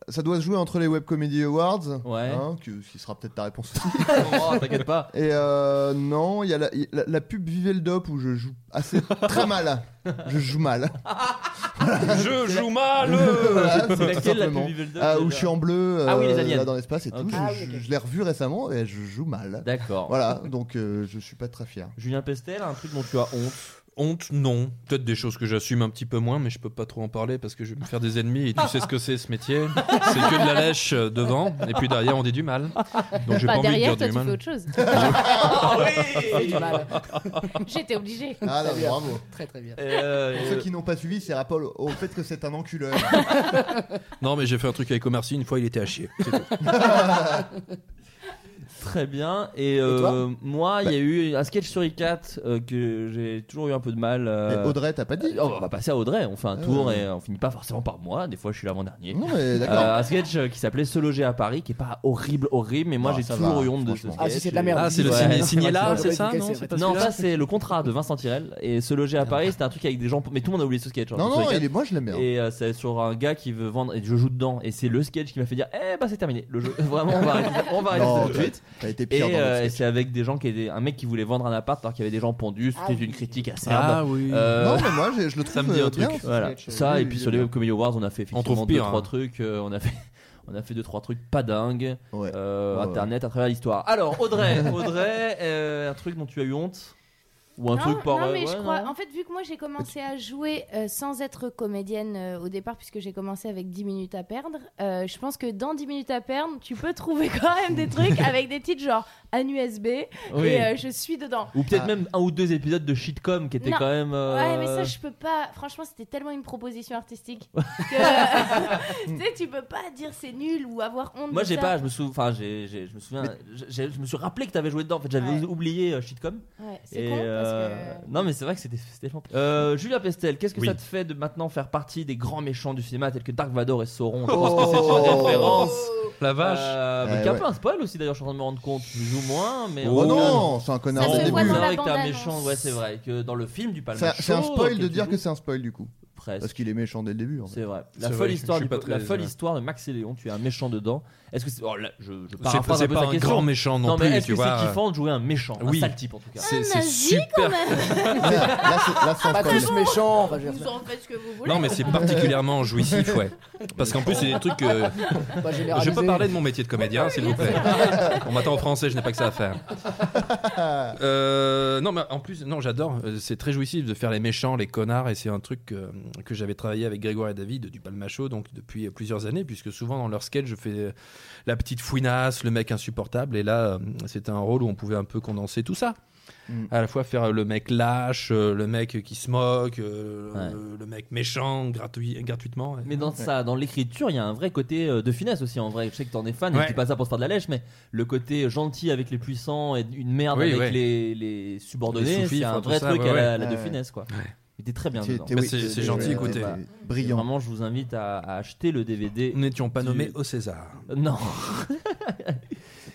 C: ça doit se jouer entre les Web Comedy Awards.
B: Ouais.
C: hein, que- ce qui sera peut-être ta réponse aussi.
B: Oh, T'inquiète pas.
C: Et euh, non, il y a la, la- la pub Vivez le Dop où je joue assez très mal. Je joue mal.
F: Je joue mal
C: Voilà,
B: C'est
C: tout
B: laquelle, la pub
C: simplement.
B: Vivez le Dop,
C: Ah, Où
B: déjà
C: je suis en bleu,
B: Ah oui, les
C: euh,
B: aliens.
C: là dans l'espace et tout.
B: Ok.
C: Je,
E: Ah oui, ok.
C: je l'ai revu récemment et je joue mal.
B: D'accord.
C: Voilà, donc euh, je suis pas très fier.
B: Julien Pestel, un truc dont tu as honte.
F: Honte, non. Peut-être des choses que j'assume un petit peu moins, mais je peux pas trop en parler parce que je vais me faire des ennemis et tu sais ce que c'est ce métier. C'est que de la lèche euh, devant et puis derrière on dit du mal. Donc j'ai pas
D: Bah,
F: envie de
D: derrière,
F: dire
D: toi,
F: du
D: tu fais
F: mal.
D: autre chose.
B: Ah
E: fait du mal.
D: J'étais obligée.
C: Ah non,
E: bien.
C: bravo.
E: Très très bien.
B: Euh,
C: Pour ceux qui n'ont pas suivi, c'est rappel au fait que c'est un enculeur.
F: Non, mais j'ai fait un truc avec Omarcy une fois, il était à chier. C'est tout.
B: Ah, Très bien. Et,
E: toi
B: euh, moi,
C: Bah-
B: il y a eu un sketch sur ICAT euh, que j'ai toujours eu un peu de mal.
C: Mais
B: euh,
C: Audrey, t'as pas dit
B: euh, on va passer à Audrey. On fait un
C: Euh,
B: tour
C: ouais.
B: et on finit pas forcément par moi. Des fois, je suis l'avant-dernier.
C: Non, mais d'accord.
B: Euh, un sketch euh, qui s'appelait Se loger à Paris, qui est pas horrible, horrible, mais moi
C: Ah,
B: j'ai
C: ça
B: toujours
C: va,
B: eu honte de ce
C: franchement.
E: Ah,
B: sketch. euh,
E: si, c'est de la merde.
F: Ah, c'est le
B: Ouais.
F: signé, signé
E: Ouais,
F: là,
E: c'est
F: c'est ça
E: vrai,
F: Non,
E: c'est Ah,
F: c'est
E: vrai.
F: pas
B: Non,
F: celui-là
B: ça c'est le contrat de Vincent Tirel et se loger à Paris, c'était un truc avec des gens. Mais tout le monde a oublié ce sketch. hein,
C: Non,
B: sur
C: non,
B: ICAT.
C: il est- moi je l'aime bien.
B: Et euh, c'est sur un gars qui veut vendre et je joue dedans et c'est le sketch qui m'a fait dire eh bah c'est terminé le jeu vraiment on va arrêter ça, on va arrêter ça
C: Non,
B: tout de suite
C: T'as été
B: et
C: pire dans
B: euh,
C: le
B: et
C: sketch.
B: c'est avec des gens qui étaient un mec qui voulait vendre un appart alors qu'il y avait des gens pendus c'était
E: Ah oui.
B: une critique acerbe
F: Ah oui.
B: Euh,
C: Non, mais moi je, je le trouve
F: Ça me dit
C: euh,
F: un truc.
C: bien, ce
B: voilà
C: sketch.
B: ça
C: Oui,
B: et
C: oui,
B: puis
C: il
B: sur
C: est
B: les
C: bien.
B: Web Comedy Awards on a fait
F: On
B: effectivement
F: trouve
B: deux
F: pire,
B: trois
F: hein.
B: trucs euh, on a fait on a fait deux trois trucs pas dingues
C: Ouais.
B: euh,
C: Ouais, ouais.
B: internet à travers l'histoire alors Audrey Audrey euh, un truc dont tu as eu honte ou un
D: non,
B: truc par
D: non,
B: euh,
D: mais je
B: ouais,
D: crois.
B: non
D: En fait, vu que moi j'ai commencé à jouer euh, sans être comédienne euh, au départ, puisque j'ai commencé avec 10 minutes à perdre, euh, je pense que dans 10 minutes à perdre, tu peux trouver quand même des trucs avec des titres genre un USB
B: Oui.
D: et euh, je suis dedans.
B: ou peut-être
C: Ah.
B: même un ou deux épisodes de shitcom qui étaient
D: Non.
B: quand même euh,
D: Ouais, mais ça, je peux pas. Franchement, c'était tellement une proposition artistique que tu sais, tu peux pas dire c'est nul ou avoir honte.
B: Moi
D: de
B: j'ai
D: ça.
B: pas, je me souviens, enfin j'ai- j'ai- je me souviens, j'ai- j'ai- je me suis rappelé que t'avais joué dedans. En fait j'avais
D: Ouais.
B: oublié euh, Shitcom
D: Ouais, c'est
B: et
D: con.
B: euh, Euh,
D: parce que-
B: Non, mais c'est vrai que c'était c'était tellement. Euh, Julia Pestel, qu'est-ce que
F: Oui.
B: ça te fait de maintenant faire partie des grands méchants du cinéma tels que Dark Vador et Sauron Je pense que c'est une référence.
F: Oh. La vache.
B: Euh, mais
C: Oh. Eh
B: qui a
C: ouais.
B: fait un spoil aussi d'ailleurs, je suis en train de me rendre compte, plus ou moins. Mais
C: Oh
B: en tout cas,
C: non, c'est un connard
D: Ça
C: au
D: se voit
F: Bah,
C: début.
D: dans
B: C'est vrai
D: la
B: que t'es un
D: bande-annonce.
B: méchant, ouais, c'est vrai. Que dans le film du Palme
C: Ça- C'est un
B: Show,
C: spoil
B: que
C: de
B: tu
C: dire
B: joues,
C: que c'est un spoil du coup.
B: Presque.
C: Parce qu'il est méchant dès le début. en fait.
B: C'est vrai. La
F: C'est
B: folle
F: vrai, je-
B: histoire,
F: je suis
B: du-
F: pas très- euh,
B: la folle
F: ouais.
B: histoire de Max et Léon. Tu es un méchant dedans. Est-ce que c'est. Oh là, je, je
F: C'est pas,
B: paraphrase
F: c'est
B: un peu
F: pas
B: ta
F: un
B: question.
F: grand méchant non,
B: non, mais
F: plus,
B: est-ce
F: tu
B: que
F: vois.
B: c'est kiffant de jouer un méchant,
F: Oui.
B: un sale type en tout cas
F: C'est
D: Un
F: c'est
D: nazi,
F: super.
C: Là, c'est- là, c'est un
E: Pas
C: spoil.
E: tous méchants. enfin, je veux dire,
D: Vous en faites ce que vous voulez.
F: Non, mais c'est particulièrement jouissif, ouais. Parce qu'en plus, c'est des trucs que.
E: faut
C: Bah,
E: pas
F: Je
E: généraliser.
F: vais pas parler de mon métier de comédien, s'il vous plaît. On m'attend en français, je n'ai pas que ça à faire. Euh, non, mais en plus, non, j'adore. Euh, C'est très jouissif de faire les méchants, les connards, et c'est un truc que, que j'avais travaillé avec Grégoire et David du Palmacho, donc depuis plusieurs années, puisque souvent dans leur sketch, je fais la petite fouinasse, le mec insupportable, et là, euh, c'était un rôle où on pouvait un peu condenser tout ça.
C: Mm.
F: À la fois faire le mec lâche, euh, le mec qui se moque, euh,
B: Ouais.
F: le mec méchant gratuit, gratuitement.
B: Mais dans ça, Ah, dans l'écriture, il y a un vrai côté euh, de finesse aussi. En vrai, je sais que t'en es fan, et
F: Ouais.
B: je dis pas ça pour se faire de la lèche, mais le côté gentil avec les puissants et une merde
F: Oui,
B: avec
F: ouais.
B: les, les
F: Les
B: subordonnés,
F: sous-fifres,
B: c'est un
F: tout
B: vrai
F: ça,
B: truc
F: ouais,
B: à la,
C: ouais.
B: la de
C: Ouais.
B: finesse quoi.
F: Ouais.
B: Il était très bien
C: T'es-
B: dedans.
C: t'es-
F: Mais
C: oui,
F: c'est-
C: t'es-
F: c'est
C: t'es-
F: gentil,
C: t'es-
F: écoutez.
C: t'es- Brillant.
B: Vraiment, je vous invite à, à acheter le DVD.
F: N'étions pas
B: Du-
F: nommés au César.
B: Non.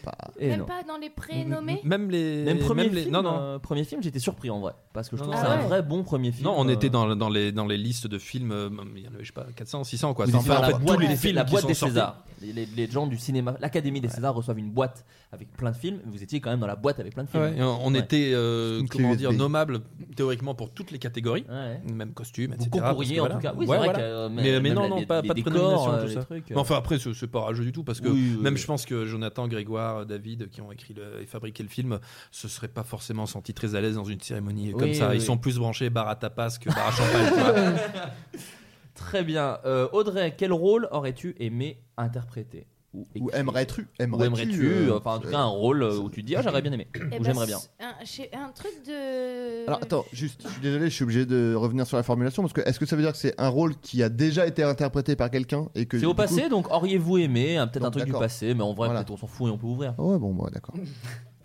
C: pas-
B: Et
D: Même
B: Eh, non.
D: pas dans les prénommés.
F: Même les.
B: Même premier
F: les-
B: film,
F: Non, non.
B: euh, premier film, j'étais surpris en vrai, parce que je
F: Non,
B: trouve
F: non.
B: que c'est
D: Ah
B: un
D: ouais.
B: vrai bon premier film.
F: Non, on
B: euh,
F: était dans, dans, les, dans les listes de films, euh, il y en avait, je sais pas, 400, 600, quoi.
B: Vous
F: Enfin,
B: étiez dans
F: en
B: la
F: fait, tous
B: boîte
F: les
B: des-
F: films
B: la
F: qui
B: boîte
F: sont
B: des
F: sortis.
B: Césars. Les, les- les gens du cinéma, l'Académie des Césars reçoivent une boîte avec plein de films. Vous étiez quand même dans la boîte avec plein de films.
F: Ouais, et on on
B: Ouais.
F: était, euh,
C: Une clé
F: comment dire,
C: USB.
F: nommables théoriquement pour toutes les catégories,
B: Ouais.
F: même costume,
B: Vous
F: etc. parce
B: concourriez
F: que
B: en
F: voilà.
B: tout cas. Oui,
F: Ouais,
B: c'est vrai
F: voilà.
B: que, euh,
F: Mais- mais
B: même
F: non,
B: la-
F: non,
B: les-
F: pas-
B: les
F: pas de
B: décors,
F: prénomination,
B: euh,
F: tout
B: les
F: ça.
B: trucs, euh.
F: Mais enfin, après, c'est c'est pas rageux du tout, parce que
B: Oui, oui,
F: même
B: oui.
F: je pense que Jonathan, Grégoire, David, qui ont écrit le- et fabriqué le film, se seraient pas forcément sentis très à l'aise dans une cérémonie comme
B: Oui,
F: ça.
B: oui,
F: Ils
B: oui.
F: sont plus branchés bar à tapas que bar à champagne. tu vois.
B: Très bien. Euh, Audrey, quel rôle aurais-tu aimé interpréter Ou,
C: Ou
B: écrire
C: aimerais-tu
B: Ou aimerais-tu
C: euh,
B: Enfin, en tout cas, un rôle euh, où tu te dis Ah, j'aurais bien aimé.
D: Eh
B: Ou
D: ben,
B: j'aimerais bien.
D: c'est Un, chez- un truc de.
C: Alors attends, juste, je suis désolé, je suis obligé de revenir sur la formulation parce que est-ce que ça veut dire que c'est un rôle qui a déjà été interprété par quelqu'un et que
B: C'est au
C: du coup-
B: passé, donc auriez-vous aimé hein, Peut-être
C: Donc,
B: un truc du
C: d'accord.
B: passé, mais en vrai,
C: Voilà.
B: peut-être on s'en fout et on peut ouvrir.
C: Ah Ouais, bon, bah, d'accord.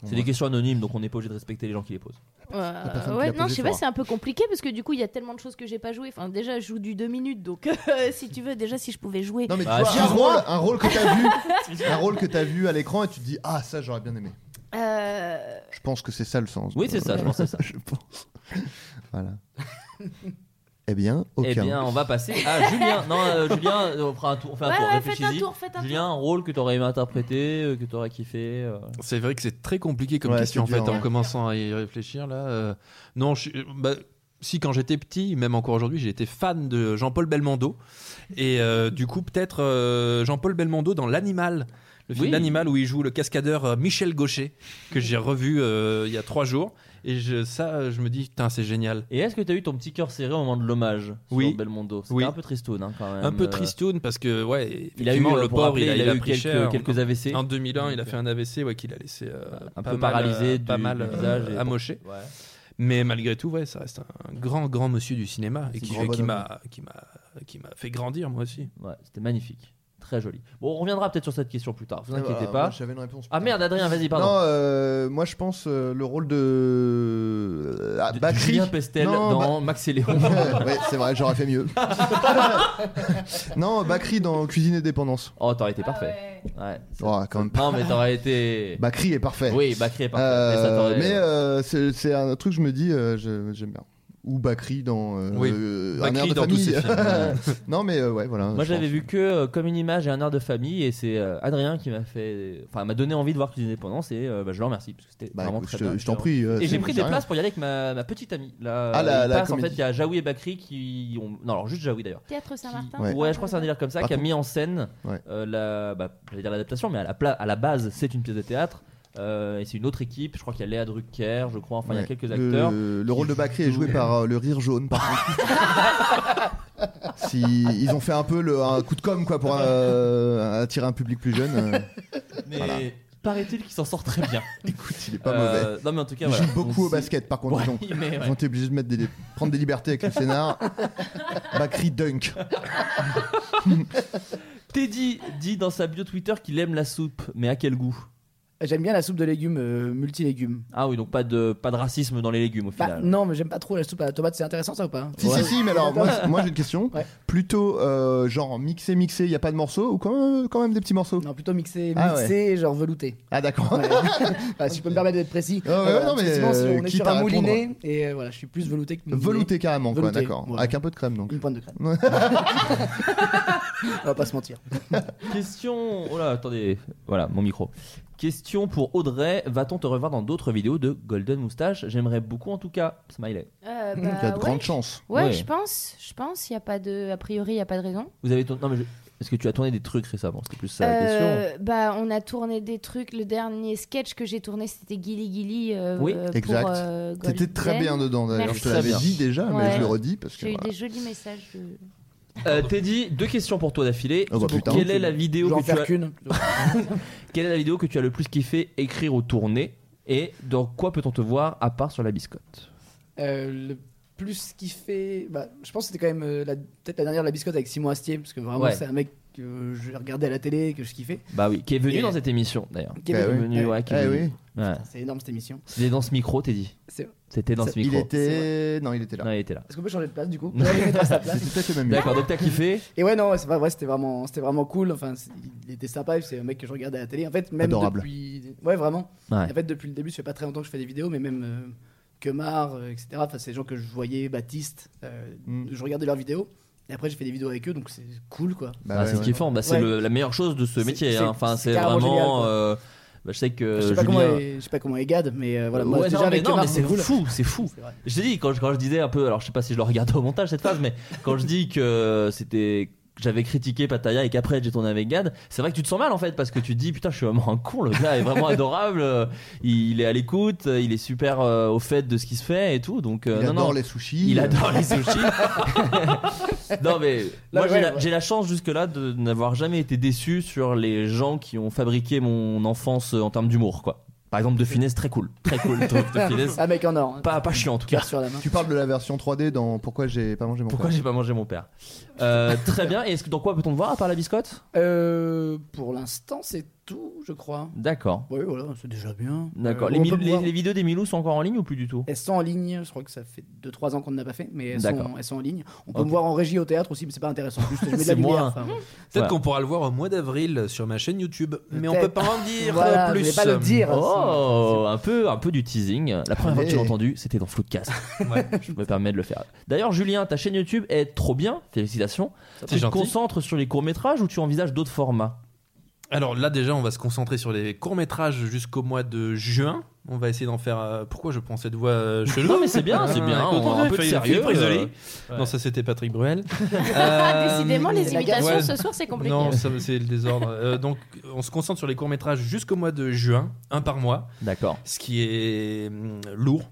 B: C'est des questions anonymes, donc on n'est pas obligé de respecter les gens qui les posent.
D: Euh,
C: personne qui l'a
D: ouais, non,
C: posé
D: je sais pas,
C: saura.
D: c'est un peu compliqué parce que du coup, il y a tellement de choses que j'ai pas joué. Enfin, déjà, je joue du 2 minutes, donc euh, si tu veux, déjà, si je pouvais jouer.
C: Non mais tu
B: Bah,
C: vois, un
B: excuse-moi.
C: rôle, un rôle que t'as vu, un rôle que t'as vu à l'écran et tu te dis ah ça j'aurais bien aimé.
D: Euh,
C: Je pense que c'est ça le sens.
B: Oui,
C: de-
B: c'est ça, je pense que c'est ça.
C: je pense. Voilà. eh bien, aucun.
B: Eh bien, on va passer à Julien. Non, euh, Julien, euh, on fera un tour. On fait un
D: Ouais,
B: tour.
D: ouais, faites un
B: réfléchis-y.
D: tour, faites un
B: Julien, un rôle que t'aurais aimé interpréter, euh, que t'aurais kiffé. euh.
F: C'est vrai que c'est très compliqué comme
C: Ouais,
F: question en
C: c'est dur,
F: fait, en
C: ouais.
F: commençant à y réfléchir là. euh, Non, je suis- bah, si quand j'étais petit, même encore aujourd'hui, j'ai été fan de Jean-Paul Belmondo. Et euh, du coup, peut-être euh, Jean-Paul Belmondo dans L'Animal. Le film
B: Oui.
F: L'Animal où il joue le cascadeur euh, Michel Gaucher, que j'ai revu euh, il y a trois jours. Et je, ça, euh, je me dis, putain, c'est génial.
B: Et est-ce que t'as eu ton petit cœur serré au moment de l'hommage
F: Oui.
B: sur Belmondo C'était
F: Oui.
B: un peu tristoun, hein, quand même.
F: Un peu
B: euh,
F: tristoun parce que, ouais,
B: Il a eu,
F: effectivement,
B: euh,
F: le
B: pour
F: pauvre,
B: rappeler,
F: il a, il a
B: eu
F: pris
B: quelques,
F: cher.
B: quelques AVC.
F: En 2001, il a fait un AVC ouais, qui l'a laissé euh,
B: Un
F: pas
B: peu
F: mal, euh,
B: paralysé
F: pas
B: du
F: mal euh,
B: visage et-
F: amoché.
B: Ouais.
F: Mais malgré tout, ouais, ça reste un grand, grand monsieur du cinéma et
C: C'est
F: qui,
C: un grand
F: qui
C: bonhomme.
F: m'a, qui m'a, qui m'a fait grandir moi aussi.
B: Ouais, c'était magnifique. Très joli. Bon, on reviendra peut-être sur cette question plus tard, vous
C: Ah, bah, moi,
B: inquiétez pas.
C: J'avais une réponse.
B: Ah merde, Adrien, vas-y,
C: Non,
B: pardon.
C: euh, moi je pense euh, le rôle de ah,
B: De- de
C: Bakri.
B: Julien Pestel
C: Non,
B: dans Max et Léon.
C: Ba- ouais, c'est vrai, j'aurais fait mieux. non, Bakri dans Cuisine et Dépendance.
B: Oh, t'aurais été
D: ah
B: parfait.
D: ouais.
B: Ouais.
C: Oh, quand même pas.
B: Non, mais t'aurais été.
C: Bakri est parfait.
B: Oui, Bakri est parfait. mais ça
C: Euh,
B: t'aurait-
C: mais euh, c'est c'est un truc que je me dis, euh, je- j'aime bien. Ou Bakri dans euh,
F: Oui,
C: euh,
F: Bakri
C: un air de
F: dans tous
C: famille.
F: ses films.
C: non mais euh, ouais voilà.
B: Moi
C: je
B: j'avais
C: pense.
B: vu que euh, comme une image et un air de famille et c'est euh, Adrien qui m'a fait, enfin m'a donné envie de voir Cuisine Dépendance et euh, bah, je le remercie parce que c'était
C: Bah,
B: vraiment
C: écoute,
B: très
C: je te-
B: bien.
C: je t'en prie. euh,
B: Et j'ai
C: c'est-
B: pris
C: c'est
B: des
C: rien.
B: places pour y aller avec ma, ma petite amie. Là,
C: Ah, la-
B: il
C: la
B: passe, en fait,
C: comédie.
B: il y a Jaoui et Bakri qui ont. Non, alors juste Jaoui d'ailleurs.
D: Théâtre Saint-Martin.
C: Ouais.
B: Ouais, je crois que c'est un délire comme ça
C: Par
B: qui a
C: contre-
B: mis en scène
C: Ouais.
B: euh, la, bah, j'allais dire l'adaptation, mais à la, pla- à la base c'est une pièce de théâtre euh, et c'est une autre équipe. Je crois qu'il y a Léa Drucker, je crois. Enfin, il y a
C: Ouais.
B: quelques
C: Le-
B: acteurs.
C: Le, rôle de Bakri est joué par euh, le rire jaune, par contre. si, ils ont fait un peu le, un coup de com quoi pour euh, attirer un public plus jeune. euh,
B: Mais
C: Voilà.
B: paraît-il qu'il s'en sort très bien.
C: écoute, il est pas mauvais.
B: Euh, Non, mais en tout cas,
C: Il
B: voilà.
C: joue beaucoup
B: Donc,
C: au basket par contre.
B: Ouais,
C: ils ont-
B: mais ouais.
C: Ils ont été obligés de mettre des, prendre des libertés avec le scénar. Bakri dunk.
B: Teddy dit dans sa bio Twitter qu'il aime la soupe, mais à quel goût
E: J'aime bien la soupe de légumes, euh, multilégumes.
B: Ah oui, donc pas de, pas de racisme dans les légumes au
E: Bah,
B: final.
E: non, mais j'aime pas trop la soupe à la tomate, c'est intéressant ça ou pas
C: Si,
E: Ouais.
C: si, si, mais alors moi, moi j'ai une question.
E: Ouais.
C: Plutôt euh, genre mixé, mixé, il n'y a pas de morceaux ou quand même, quand même des petits morceaux
E: Non, plutôt mixé,
C: Ah ouais.
E: mixé, genre velouté.
C: Ah d'accord.
E: Ouais. Enfin, si je peux me permettre d'être précis.
C: Ah ouais,
E: Voilà,
C: non, mais,
E: parce que sinon,
C: euh,
E: si on est
C: quitte
E: sur
C: à
E: un
C: répondre.
E: moulinet, et euh, voilà, je suis plus velouté que mouliné.
C: Velouté carrément, quoi,
E: Velouté,
C: d'accord.
E: ouais.
C: Avec un peu de crème donc.
E: Une pointe de crème.
C: Ouais.
E: On va pas se mentir.
B: Question. Oh là, attendez. Voilà, mon micro. Question pour Audrey. Va-t-on te revoir dans d'autres vidéos de Golden Moustache J'aimerais beaucoup en tout cas. Smiley.
D: Euh,
C: Il y
D: bah,
C: a Hmm, de
D: ouais.
C: grandes chances.
D: Ouais,
B: Ouais.
D: je pense, je pense. Il y a pas de, a priori, il y a pas de raison.
B: Vous avez tourné. Non, mais je- est-ce que tu as tourné des trucs récemment C'était plus ça la question.
D: Euh, bah, on a tourné des trucs. Le dernier sketch que j'ai tourné, c'était Gilly Gilly. euh,
B: Oui,
D: euh,
C: exact.
D: pour, euh,
C: T'étais très
D: Golden.
C: bien dedans d'ailleurs.
D: Merci.
C: Je te l'avais
B: Très bien.
C: dit déjà, mais
D: Ouais.
C: je le redis parce que.
D: J'ai eu
C: voilà.
D: des jolis messages. de-
B: Euh, Teddy, deux questions pour toi d'affilée.
C: Oh bah putain.
B: quelle est la
E: Je
B: vidéo
E: vais en
B: que tu
E: faire
B: as
E: qu'une.
B: Quelle est la vidéo que tu as le plus kiffé écrire ou tourner Et dans quoi peut-on te voir à part sur la biscotte
E: Euh, le plus kiffé, bah, je pense que c'était quand même euh, la- peut-être la dernière la biscotte avec Simon Astier, parce que vraiment
B: Ouais.
E: c'est un mec que je regardais à la télé, que je kiffais.
B: Bah oui, qui est venu
E: Et-
B: dans cette émission d'ailleurs.
E: Qui est
C: Ah
B: Qui est
C: oui.
B: venu, ouais, qui est
C: Eh
B: venu.
C: oui.
B: Ouais.
E: C'est énorme cette émission.
B: C'était dans ce micro, Teddy.
E: C'est-
B: C'était dans
E: Ça-
B: ce
C: Il
B: micro.
C: était. Non, il était là.
B: Non, il était là.
E: Est-ce qu'on peut changer de place du coup
B: Non.
E: Ouais, à sa place.
C: C'est peut-être le même.
B: D'accord, donc t'as kiffé
E: Et ouais, non, c'est pas vrai, c'était vraiment, c'était vraiment cool. Enfin, c'est- il était sympa, c'est un mec que je regardais à la télé. En fait, même
C: Adorable.
E: depuis. Ouais, vraiment.
B: Ouais.
E: En fait, depuis le début, ça fait pas très longtemps que je fais des vidéos, mais même euh, Kemar, euh, etc. Enfin, c'est des gens que je voyais, Baptiste. euh,
C: Mm.
E: Je regardais leurs vidéos. Et après, j'ai fait des vidéos avec eux, donc c'est cool, quoi.
C: Bah,
B: Bah,
C: ouais,
B: c'est
C: ouais.
B: kiffant, Bah, c'est
E: Ouais.
B: le- la meilleure chose de ce
E: C'est-
B: métier. hein.
E: c'est-
B: Enfin,
E: c'est
B: c'est
E: carrément génial,
B: vraiment.
E: quoi.
B: euh, bah, je sais que.
E: je, sais pas
B: Julien-
E: comment est, je sais pas comment est Gad, mais euh, voilà. moi,
B: Ouais,
E: déjà,
B: non, mais,
E: avec
B: non,
E: Kemar,
B: mais c'est
E: cool.
B: fou, c'est fou.
E: C'est vrai.
B: Je t'ai dit, quand je, quand je disais un peu, alors je sais pas si je le regarde au montage cette phase, mais quand je dis que c'était. que J'avais critiqué Pataya et qu'après j'ai tourné avec Gad. C'est vrai que tu te sens mal en fait parce que tu te dis putain je suis vraiment un con le gars est vraiment adorable, euh, il est à l'écoute, euh, il est super euh, au fait de ce qui se fait et tout donc euh,
C: Il
B: non non
C: adore les sushis.
B: il adore les sushis. non mais
E: Là,
B: moi
E: ouais,
B: j'ai la-
E: ouais.
B: j'ai la, chance jusque là de n'avoir jamais été déçu sur les gens qui ont fabriqué mon enfance euh, en termes d'humour quoi. Par exemple De Funès très cool, très cool je trouve, De Funès
C: Ah,
E: Un mec en or. hein.
B: pas pas chiant en tout cas.
E: Cœur sur la main.
C: Tu parles de la version 3D dans Pourquoi j'ai pas mangé mon
B: Pourquoi
C: frère.
B: j'ai pas mangé mon père Euh, Très bien. Et est-ce que dans quoi peut-on te voir à part la biscotte
E: Euh, pour l'instant, c'est tout, je crois.
B: D'accord.
E: Oui, voilà, c'est déjà bien.
B: D'accord.
E: Euh,
B: les,
E: on
B: Mil-
E: peut
B: les,
E: voir-
B: les vidéos des Milou sont encore en ligne ou plus du tout
E: Elles sont en ligne, je crois que ça fait 2-3 ans qu'on ne l'a pas fait, mais elles
B: D'accord.
E: sont, elles sont en ligne. On peut
B: Ok.
E: me voir en régie au théâtre aussi, mais c'est pas intéressant. Juste, je mets de
B: C'est
E: la
B: moi.
E: lumière. enfin,
B: Ouais.
F: Peut-être qu'on pourra le voir au mois d'avril sur ma chaîne YouTube, mais on
E: Peut-être.
F: peut pas en dire
E: voilà,
F: plus. euh,
E: Je vais pas le dire.
B: Oh, un peu, un peu du teasing. La première fois que j'ai
C: Allez.
B: entendu, c'était dans Floodcast.
F: Ouais.
B: Je me permets de le faire. D'ailleurs, Julien, ta chaîne YouTube est trop bien. Félicitations.
F: C'est
B: Tu te
F: gentil.
B: concentres sur les courts métrages ou tu envisages d'autres formats
F: Alors là, déjà, on va se concentrer sur les courts-métrages jusqu'au mois de juin. On va essayer d'en faire. euh, pourquoi je prends cette voix euh, chelou
B: Non, mais c'est bien, c'est bien.
F: écoute,
B: On a un
F: fait-
B: peu de
F: fait-
B: sérieux,
F: fait Frisoli.
B: euh, ouais.
F: Non, ça c'était Patrick Bruel.
D: Ah,
F: Euh,
D: décidément,
E: la
D: les
E: gaffe.
D: imitations
F: Ouais.
D: ce soir, c'est compliqué.
F: Non, ça, c'est le désordre. Euh, donc, on se concentre sur les courts-métrages jusqu'au mois de juin, un par mois,
B: D'accord.
F: ce qui est hum, lourd.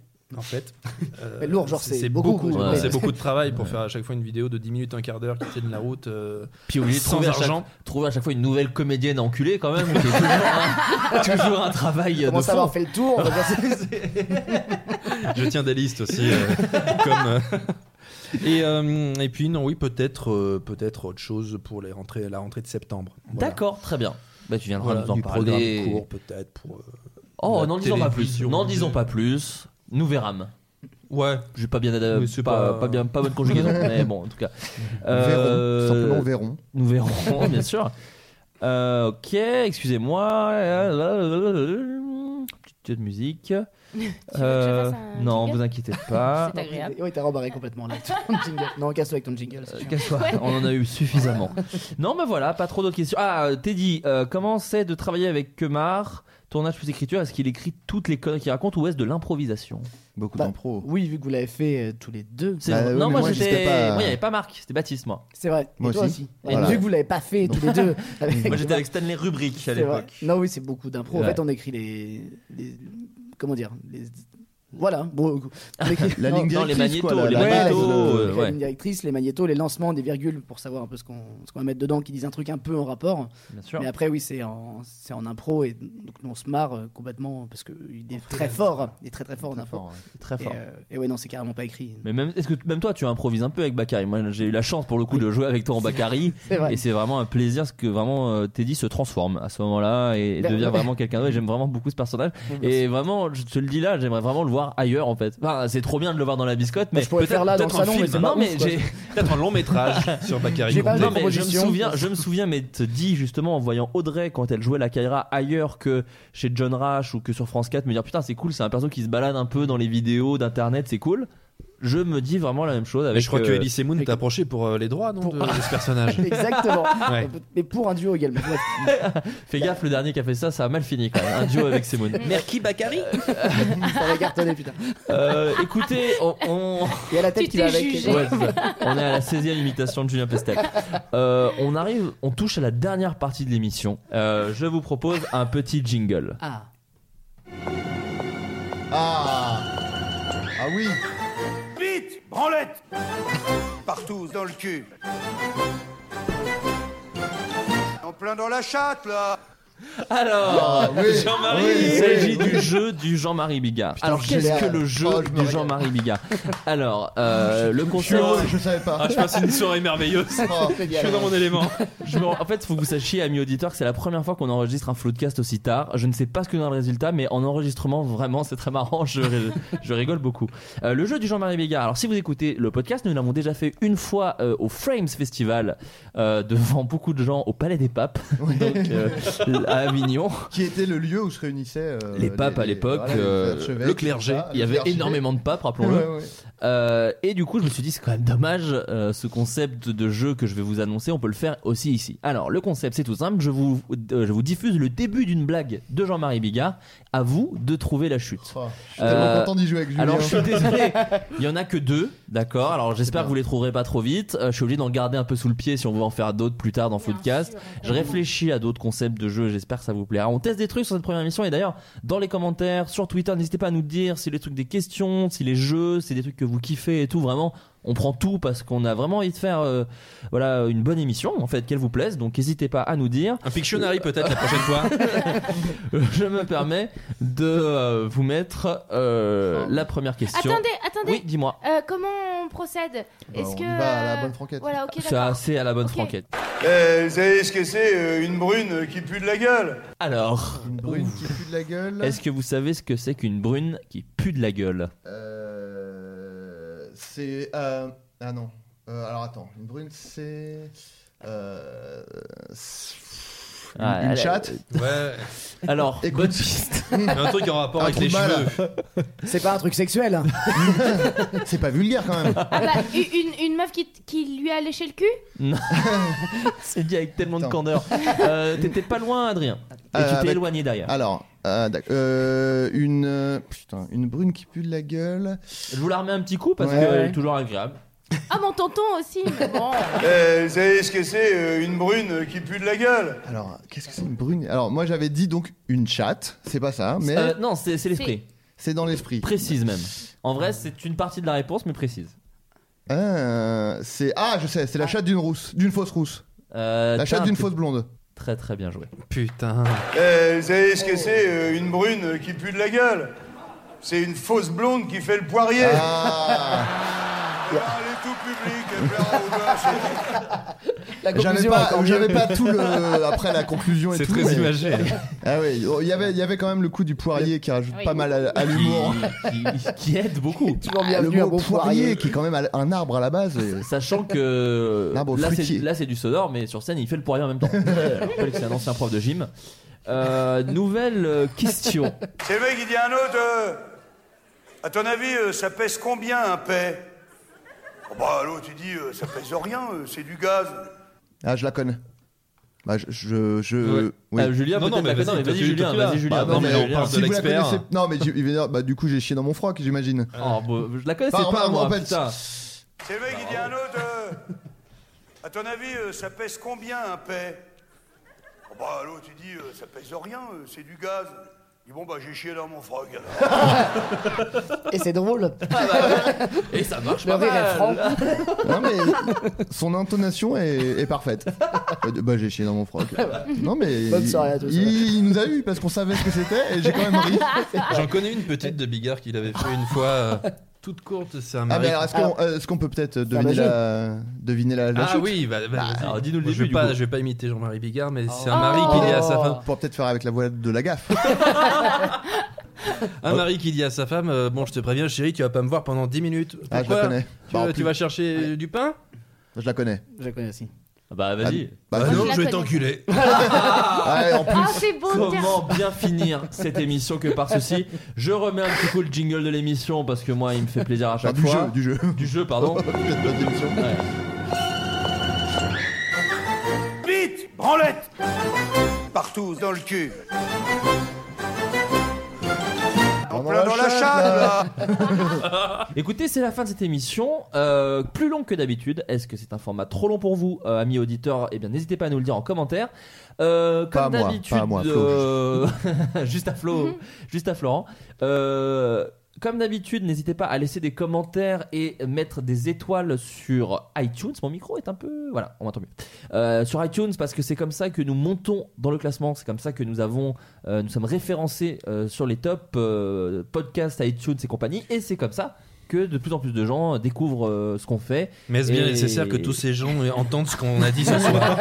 F: En fait, Euh,
E: Mais lourd, genre, c'est beaucoup,
B: ouais.
F: non, c'est beaucoup de travail pour faire à chaque fois une vidéo de 10 minutes, un quart d'heure qui tienne la route euh,
B: Puis obligé de
F: sans
B: trouver à, chaque,
F: argent.
B: trouver à chaque fois une nouvelle comédienne enculée quand même. qui est toujours, un, toujours un travail
E: Comment
B: de
E: ça
B: fond.
E: va, on fait le tour on va dire c'est-
F: Je tiens des listes aussi, euh, comme. euh, Et, euh, et puis non oui peut-être euh, peut-être autre chose pour les rentrées la rentrée de septembre. Voilà.
B: D'accord, très bien. Bah, tu viendras
F: Voilà,
B: nous en
F: du
B: parler.
F: programme court peut-être pour. euh,
B: Oh,
F: La
B: n'en disons pas plus.
F: télévision.
B: N'en disons pas plus. Nous verrons.
F: Ouais.
B: J'ai pas bien, adapté
F: Mais c'est
B: pas,
F: pas-
B: pas bien, pas bonne conjugaison, mais bon, en tout cas.
C: Verrons.
B: Euh,
C: Simplement verrons.
B: Nous verrons, bien sûr. Euh, ok, excusez-moi. Petite petite musique. Euh,
D: que je fasse un
B: non,
D: jingle
B: vous inquiétez pas.
D: C'est agréable.
E: Oui, t'as rembarré complètement là. Ton jingle. Non, casse-toi avec ton jingle. c'est
B: Euh,
E: chiant.
B: casse-toi, on en a eu suffisamment. non, mais voilà, pas trop d'autres questions. Ah, Teddy, euh, comment c'est de travailler avec Kemar Tournage plus écriture, est-ce qu'il écrit toutes les conneries qu'il raconte ou est-ce de l'improvisation
C: Beaucoup
E: Bah,
C: d'impro.
E: Oui, vu que vous l'avez fait euh, tous les deux.
B: C'est
C: Bah
B: vrai.
C: oui,
B: Non,
C: mais
B: moi
C: moi,
B: j'étais.
C: j'étais pas-
B: Moi, il n'y avait pas Marc, c'était Baptiste, moi.
E: C'est vrai.
C: Moi
E: Et toi
C: aussi.
E: Et
C: Voilà.
E: Vu que vous l'avez pas fait tous les deux. avec-
B: Moi, j'étais avec Stanley Rubric à
E: C'est vrai.
B: l'époque.
E: Non, oui, c'est beaucoup d'impro. En
B: Ouais.
E: fait, on écrit les, les- Comment dire les, Voilà. Bon, euh, avec-
C: La
E: non,
C: ligne
B: non, les
C: directrice,
B: magnétos,
C: quoi, la-
B: les
C: la base,
B: magnétos,
C: euh,
B: euh,
E: la ligne directrice, les magnétos, les lancements, des virgules pour savoir un peu ce qu'on ce qu'on va mettre dedans, qui disent un truc un peu en rapport.
B: Bien sûr.
E: Mais après, oui, c'est en, c'est en impro et donc nous on se marre euh, complètement parce qu'il est très fort. Il est très très fort en
C: très
E: impro.
C: fort, ouais.
B: Très
E: Et,
B: fort.
E: euh, et ouais, non, c'est carrément pas écrit.
B: Mais même, est-ce que t- même toi, tu improvises un peu avec Bakary Moi, j'ai eu la chance pour le coup de jouer avec toi en Bakary.
E: C'est vrai.
B: Et c'est vraiment un plaisir parce que vraiment euh, Teddy se transforme à ce moment-là et, et
E: Ben,
B: devient
E: ouais.
B: vraiment quelqu'un d'autre. Et J'aime vraiment beaucoup ce personnage. Et vraiment, je te le dis là, j'aimerais vraiment le voir ailleurs en fait. Enfin, c'est trop bien de le voir dans la biscotte, mais
E: Bah, je pourrais le faire là, dans
B: peut-être
E: le
B: un
E: salon, mais
B: film.
E: c'est
B: non,
E: pas
B: mais
E: ouf, quoi.
B: j'ai,
F: Peut-être un long métrage sur Bakary
E: J'ai pas
F: Koundé.
B: non
E: des
B: mais je me
E: propositions.
B: souviens, je me souviens, mais te dis justement en voyant Audrey quand elle jouait la Kyra ailleurs que chez John Rash ou que sur France 4, me dire putain c'est cool, c'est un perso qui se balade un peu dans les vidéos d'internet, c'est cool. Je me dis vraiment la même chose avec.
F: Mais je crois que
B: euh,
F: Elise Moon
E: avec-
F: t'a approché pour euh, les droits non,
E: Pour-
F: de, de ce personnage.
E: Exactement.
F: Ouais.
E: Mais pour un duo également. Bref.
B: Fais gaffe, le dernier qui a fait ça, ça a mal fini quand même. Un duo avec Simone.
F: Merki Bakary
E: ça va cartonner, putain.
B: Euh, écoutez, on, on-
E: Il y a la tête
D: Tu
E: qui va
D: t'es
E: avec.
D: jugé.
B: Ouais, c'est ça. on est à la 16e imitation de Julien Pestel. Euh, on arrive, on touche à la dernière partie de l'émission. Euh, je vous propose un petit jingle.
E: Ah.
C: Ah Ah oui
H: Vite, branlette Partout, dans le cul. En plein dans la chatte, là
B: Alors,
C: Ah, oui.
B: Jean-Marie,
C: Oui,
B: il
C: oui.
B: s'agit du jeu du Jean-Marie Bigard.
C: Putain,
B: Alors,
C: j'ai
B: qu'est-ce
C: l'air-
B: que le jeu
C: Oh, je me
B: du
C: régale.
B: Jean-Marie Bigard Alors, euh, le
C: Je suis
B: concept.
C: heureux, je savais
B: Ah,
C: pas.
F: Je passe une soirée merveilleuse.
C: Ah,
E: Oh,
F: Je suis dans mon élément.
B: Je me- En fait, faut que vous sachiez, amis auditeurs, que c'est la première fois qu'on enregistre un floodcast aussi tard. Je ne sais pas ce que donnera le résultat, mais en enregistrement, vraiment, c'est très marrant. Je, ri- je rigole beaucoup. Euh, le jeu du Jean-Marie Bigard. Alors, si vous écoutez le podcast, nous l'avons déjà fait une fois euh, au Frames Festival euh, devant beaucoup de gens au Palais des Papes, donc, euh, à Avignon.
C: qui était le lieu où se réunissaient euh,
B: Les papes à l'époque,
C: voilà, les
B: euh,
C: archevêques,
B: le clergé.
C: voilà,
B: Il y
C: le
B: avait
C: clergé.
B: énormément de papes,
C: Ouais,
B: rappelons-le.
C: ouais.
B: Euh, et du coup, je me suis dit, c'est quand même dommage euh, ce concept de jeu que je vais vous annoncer. On peut le faire aussi ici. Alors, le concept, c'est tout simple. Je vous, euh, je vous diffuse le début d'une blague de Jean-Marie Bigard. À vous de trouver la chute.
C: Oh, je suis tellement
B: Euh,
C: content d'y jouer avec Julien.
B: Alors, je suis désolé, il y en a que deux, d'accord. Alors, j'espère que vous les trouverez pas trop vite. Euh, je suis obligé d'en garder un peu sous le pied si on veut en faire d'autres plus tard dans Foodcast. Je réfléchis à d'autres concepts de jeux, j'espère que ça vous plaira. On teste des trucs sur cette première émission et d'ailleurs, dans les commentaires, sur Twitter, n'hésitez pas à nous dire si les trucs des questions, si les jeux, si des trucs que vous kiffez et tout. Vraiment, on prend tout parce qu'on a vraiment envie de faire euh, voilà, une bonne émission, en fait, qu'elle vous plaise. Donc, n'hésitez pas à nous dire.
F: Un Pictionary peut-être la prochaine fois.
B: Euh, je me permets de euh, vous mettre euh, la première question.
D: Attendez, attendez.
B: Oui, dis-moi.
D: Euh, comment on procède
C: Bah,
D: Est-ce
C: on
D: que
C: y va à la
D: euh,
C: bonne franquette.
D: Voilà, ok,
B: C'est
D: d'accord.
B: assez à la bonne
D: Ok.
B: franquette.
H: Eh, vous savez ce que c'est, euh, une brune qui pue de la gueule
B: Alors,
C: Une brune qui pue de la gueule.
B: est-ce que vous savez ce que c'est qu'une brune qui pue de la gueule
C: Euh, c'est. euh, Ah non. Euh, alors attends, une brune, c'est. Euh... c'est- Une,
B: Ah,
C: une
B: elle-
C: chatte
F: Ouais.
B: Alors,
C: Écoute.
B: bonne piste.
F: Un truc en rapport
C: Un
F: avec les
C: trou de balle.
F: cheveux.
E: C'est pas un truc sexuel. hein.
C: C'est pas vulgaire quand même.
D: Ah bah, u- une, une meuf qui, t- qui lui a léché le cul
B: C'est dit avec tellement de
C: Attends.
B: candeur. Euh, T'étais pas loin, Adrien. Et
C: Euh,
B: tu t'es
C: avec-
B: éloigné derrière.
C: Alors, euh, d'ac- euh, une. euh, Putain, une brune qui pue de la gueule.
B: Je vous la remets un petit coup parce
C: Ouais,
B: que elle est
C: ouais.
B: toujours agréable.
D: Ah, mon tonton aussi mais bon.
H: Eh, vous savez ce que c'est, euh, une brune qui pue de la gueule
C: Alors, qu'est-ce que c'est une brune Alors, moi j'avais dit donc une chatte, c'est pas ça, mais
B: Euh, non, c'est c'est l'esprit.
C: c'est dans l'esprit.
B: Précise même. En vrai, c'est une partie de la réponse, mais précise.
C: Ah, c'est. Ah, je sais, c'est la chatte d'une rousse, d'une fausse rousse.
B: Euh,
C: La
B: t'as
C: chatte
B: un
C: d'une
B: peu-
C: fausse blonde.
B: Très très bien joué.
F: Putain.
H: Eh, vous savez ce que
C: Oh.
H: c'est, euh, une brune qui pue de la gueule C'est une fausse blonde qui fait le poirier
C: Ah,
H: Ah, Elle est tout public, elle plaira aux gosses.
E: La
C: j'avais
E: conclusion
C: pas,
E: encore mieux.
C: j'avais pas tout le. Après la conclusion et
F: C'est
C: tout.
F: très
C: mais-
F: imagé.
C: Ah oui, oh, il y avait- il y avait quand même le coup du poirier qui rajoute
D: Oui.
C: pas mal à, à
B: Qui,
C: l'humour.
B: qui- qui aide beaucoup.
E: Toujours
C: Ah, le
E: bienvenue
C: mot
E: à bon
C: poirier
E: poirier.
C: qui est quand même à- un arbre à la base. et-
B: Sachant que
C: Ah bon,
B: là, c'est,
C: fruitier.
B: là c'est du sonore, mais sur scène il fait le poirier en même temps. Je rappelle que c'est un ancien prof de gym. Euh, nouvelle euh, question.
H: C'est le mec qui dit à un autre euh, À ton avis, euh, ça pèse combien un paix Oh, Bah, l'autre, il dit euh, Ça pèse rien, euh, c'est du gaz.
C: Ah, je la connais. Bah, je. je, je-
F: Ah Ouais.
C: oui.
B: Euh, Julien,
F: Non, non,
B: peut-être
F: mais
B: la-
F: vas-y,
B: non, mais
F: toi,
B: vas-y,
F: tu-
B: Julien,
F: toi, tu vas.
B: vas-y Julien.
F: Bah, non,
B: non,
F: mais
B: mais
F: on
B: Julien.
F: parle
C: si
F: de
C: vous la
F: l'expert.
C: connaissez. Non, mais j'ai- il va dire, bah, du coup, j'ai chié dans mon froc, j'imagine.
B: Oh, bon, je la connaissais
C: Enfin,
B: pas,
C: Bah, en
B: moi,
C: fait,
B: putain.
H: C'est le mec qui dit à un autre euh, À ton avis, euh, ça pèse combien un paix Oh, Bah, l'autre, il dit euh, Ça pèse rien, euh, c'est du gaz. Il dit, dis, bon, bah, j'ai chié dans mon frog. alors.
E: Et c'est drôle.
B: Ah, bah, Et ça marche
E: Le
B: pas
E: rire est franc.
B: mal.
C: Non, mais son intonation est, est parfaite. Euh, bah, j'ai chié dans mon froc.
B: Ah bah.
C: Non, mais.
E: Bonne soirée à tous.
C: Il, il nous a eu parce qu'on savait ce que c'était et j'ai quand même ri.
F: J'en connais une petite de Bigard qu'il avait fait une fois, euh, toute courte, c'est un
C: Ah,
F: mari.
C: mais alors, est-ce qu'on euh, est-ce qu'on peut peut-être deviner
E: imagine.
C: la, deviner la, la
F: Ah
C: chute
F: oui, bah, bah, vas-y.
B: alors, dis-nous le
F: Moi, je
B: début,
F: vais
B: du
F: pas,
B: coup.
F: je vais pas imiter Jean-Marie Bigard, mais c'est
B: Oh.
F: un mari qui dit à sa femme,
C: On pourra peut-être faire avec la voix de la gaffe. Oh.
F: un mari qui dit à sa femme, euh, bon, je te préviens, chérie, tu vas pas me voir pendant 10 minutes.
C: Ah, je
F: Pourquoi
C: la connais.
F: Tu,
C: Bah, en
F: tu
C: plus,
F: vas chercher euh, du pain
C: Je la connais.
E: Je la connais aussi.
B: Ah Bah vas-y.
C: Bah,
F: Bah
C: je-
F: non,
D: je la
F: je vais
D: connais.
F: t'enculer.
C: Ouais, en plus.
D: Ah, c'est beau de dire
B: Comment bien finir cette émission que par ceci Je remets un petit coup le jingle de l'émission parce que moi il me fait plaisir à
C: enfin,
B: chaque
C: Ah, du
B: fois.
C: jeu, du jeu.
B: Du jeu, pardon.
C: Peut-être pas d'émission.
B: Ouais.
H: Vite, branlette Partout, dans le cul. En
C: Dans
H: plein
C: la
H: dans la
C: chatte,
H: chatte, là.
B: Écoutez, c'est la fin de cette émission, Euh, plus longue que d'habitude. Est-ce que c'est un format trop long pour vous, euh, amis auditeurs Eh bien, n'hésitez pas à nous le dire en commentaire. Euh,
C: Pas
B: comme
C: à moi,
B: d'habitude,
C: pas à moi, Flo,
B: euh, juste à Flo, juste à Florent. Euh, comme d'habitude, n'hésitez pas à laisser des commentaires et mettre des étoiles sur iTunes. Mon micro est un peu, voilà, on m'entend mieux. Euh, sur iTunes parce que c'est comme ça que nous montons dans le classement. C'est comme ça que nous avons, euh, nous sommes référencés euh, sur les tops euh, podcasts, iTunes et compagnie. Et c'est comme ça que de plus en plus de gens découvrent euh, ce qu'on fait.
F: Mais est-ce bien
B: Et-
F: nécessaire que tous ces gens entendent ce qu'on a dit ce soir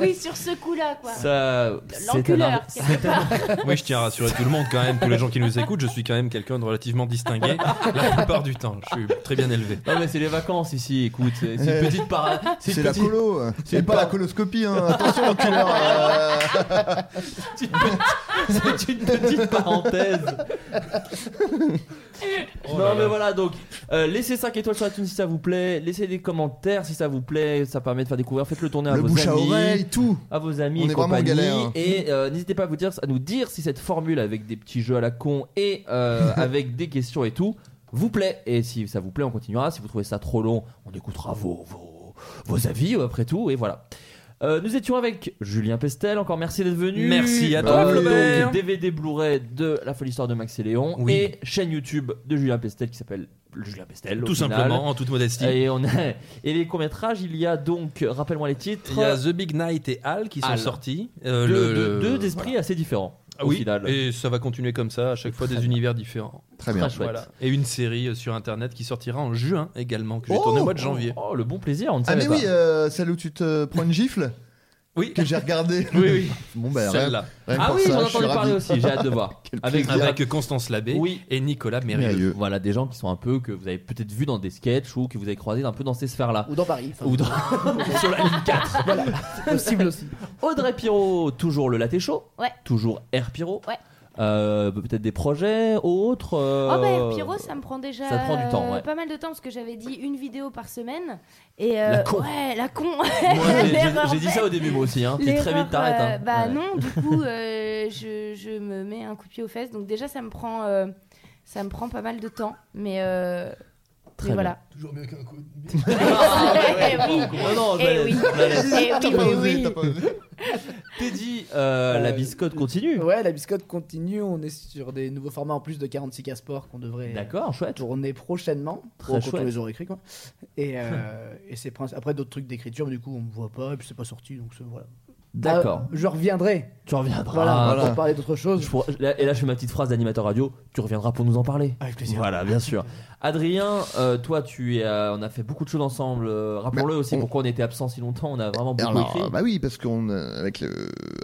D: Oui, sur ce coup-là, quoi.
B: Ça, c'est un,
D: L'enculeur.
B: ar- c'est un-
F: Oui, je tiens à rassurer tout le monde quand même, tous les gens qui nous écoutent, je suis quand même quelqu'un de relativement distingué la plupart du temps. Je suis très bien élevé. Euh.
B: Non mais c'est les vacances ici. Écoute, c'est c'est une petite para-
C: Euh. C'est
B: une
C: la
B: petite-
C: colo. hein.
B: c'est
C: C'est pas
B: pas-
C: la coloscopie, hein. Attention, enculeur. euh,
B: C'est une petite- c'est une petite parenthèse.
G: Oh
C: Oh
B: non mais voilà donc euh, laissez 5 étoiles sur iTunes si ça vous plaît, laissez des commentaires si ça vous plaît, ça permet de faire découvrir, faites le tourner à
C: Le
B: vos
C: bouche
B: amis,
C: à oreille, tout.
B: à vos amis
C: On
B: et
C: est vraiment en
B: compagnie.
C: galère, hein.
B: Et euh, n'hésitez pas à vous dire, à nous dire si cette formule avec des petits jeux à la con et euh, avec des questions et tout vous plaît. Et si ça vous plaît, on continuera. Si vous trouvez ça trop long, on écoutera vos vos, vos avis euh, après tout. Et voilà. Euh, nous étions avec Julien Pestel, encore merci d'être venu.
F: Merci à toi,
B: Euh,
F: Flaubert.
B: donc, DVD Blu-ray de La folle histoire de Max et Léon
F: Oui.
B: et chaîne YouTube de Julien Pestel qui s'appelle Julien Pestel. au
F: Tout
B: final.
F: simplement, en toute modestie.
B: Et, on a... et les courts-métrages, il y a donc, rappelle-moi les titres.
F: Il y a The Big Night et Hal qui sont
B: Hal.
F: sortis. Euh,
B: Deux,
F: le-
B: deux-
F: le-
B: deux esprits assez différents
F: Ah
B: au
F: oui,
B: final.
F: et ça va continuer comme ça, à chaque fois des univers différents.
C: Très
B: Très
C: bien.
B: chouette.
F: Voilà. Et une série euh, sur internet qui sortira en juin également, que je vais
C: Oh
F: tourner au mois de janvier.
B: Oh, le bon plaisir, on ne
C: Ah,
B: savait
C: mais
B: pas.
C: oui, euh, celle où tu te prends une gifle
F: Oui,
C: que j'ai regardée.
F: oui, oui.
C: Bon, bah, rien,
F: Celle-là.
C: rien que
B: Ah
C: pour
B: oui,
C: ça,
B: j'en ai
C: je suis
B: entendu
C: ravi.
B: parler aussi, j'ai hâte de voir.
C: Quel
B: Avec, avec-
F: Avec Constance Labbé
B: Oui.
F: et Nicolas Mérieux.
C: Merveilleux.
B: voilà, des gens qui sont un peu, que vous avez peut-être vu dans des sketchs ou que vous avez croisé un peu dans ces sphères-là.
E: Ou dans Paris. enfin,
B: Ou dans- sur la ligne 4.
E: Voilà, c'est possible aussi.
B: Audrey Pirot, toujours le latte chaud.
D: Ouais.
B: Toujours Air Pirot.
D: Ouais.
B: Euh, peut-être des projets autres. euh,
D: Oh bah Air Pyro, ça me prend déjà
B: ça prend du temps,
D: euh,
B: ouais.
D: pas mal de temps parce que j'avais dit une vidéo par semaine et euh,
B: La con.
D: ouais la con.
B: Moi, j'ai- j'ai-
D: L'erreur
B: J'ai dit
D: faite.
B: ça au début, moi aussi. Hein. Puis
D: L'erreur,
B: très vite, t'arrêtes.
D: euh,
B: hein.
D: Bah
B: Ouais.
D: non, du coup, euh, je, je me mets un coup de pied aux fesses. Donc déjà, ça me prend, euh, ça me prend pas mal de temps. Mais, euh,
B: Très
D: mais voilà.
H: Toujours mieux qu'un coup.
D: Eh oui.
B: Non, non,
D: Eh
B: mais-
D: oui. Eh
C: T'as
D: oui,
C: pas
D: oui,
C: osé,
D: oui.
C: t'as pas osé.
B: Teddy, euh, la
E: Euh,
B: biscotte continue.
E: Ouais, la biscotte continue. On est sur des nouveaux formats en plus de 46 cas sport qu'on devrait
B: D'accord, chouette.
E: tourner prochainement.
B: Très
E: Bon, Quand
B: chouette.
E: on les aurait écrits, quoi. Et, euh, et c'est princi- après d'autres trucs d'écriture, mais du coup, on me voit pas et puis c'est pas sorti. Donc c'est- voilà.
B: D'accord.
E: Ah, je reviendrai.
B: Tu reviendras.
E: Voilà,
B: Ah,
E: pour parler d'autre chose.
B: je pourrais- là- et là, je fais ma petite phrase d'animateur radio. Tu reviendras pour nous en parler.
E: Avec plaisir.
B: Voilà, bien sûr. Adrien, euh, toi, tu es, euh, on a fait beaucoup de choses ensemble. euh, Rappelons-le aussi
C: on-
B: pourquoi on était absent si longtemps. On a vraiment beaucoup
C: Alors,
B: écrit.
C: bah oui, parce qu'on euh, avec le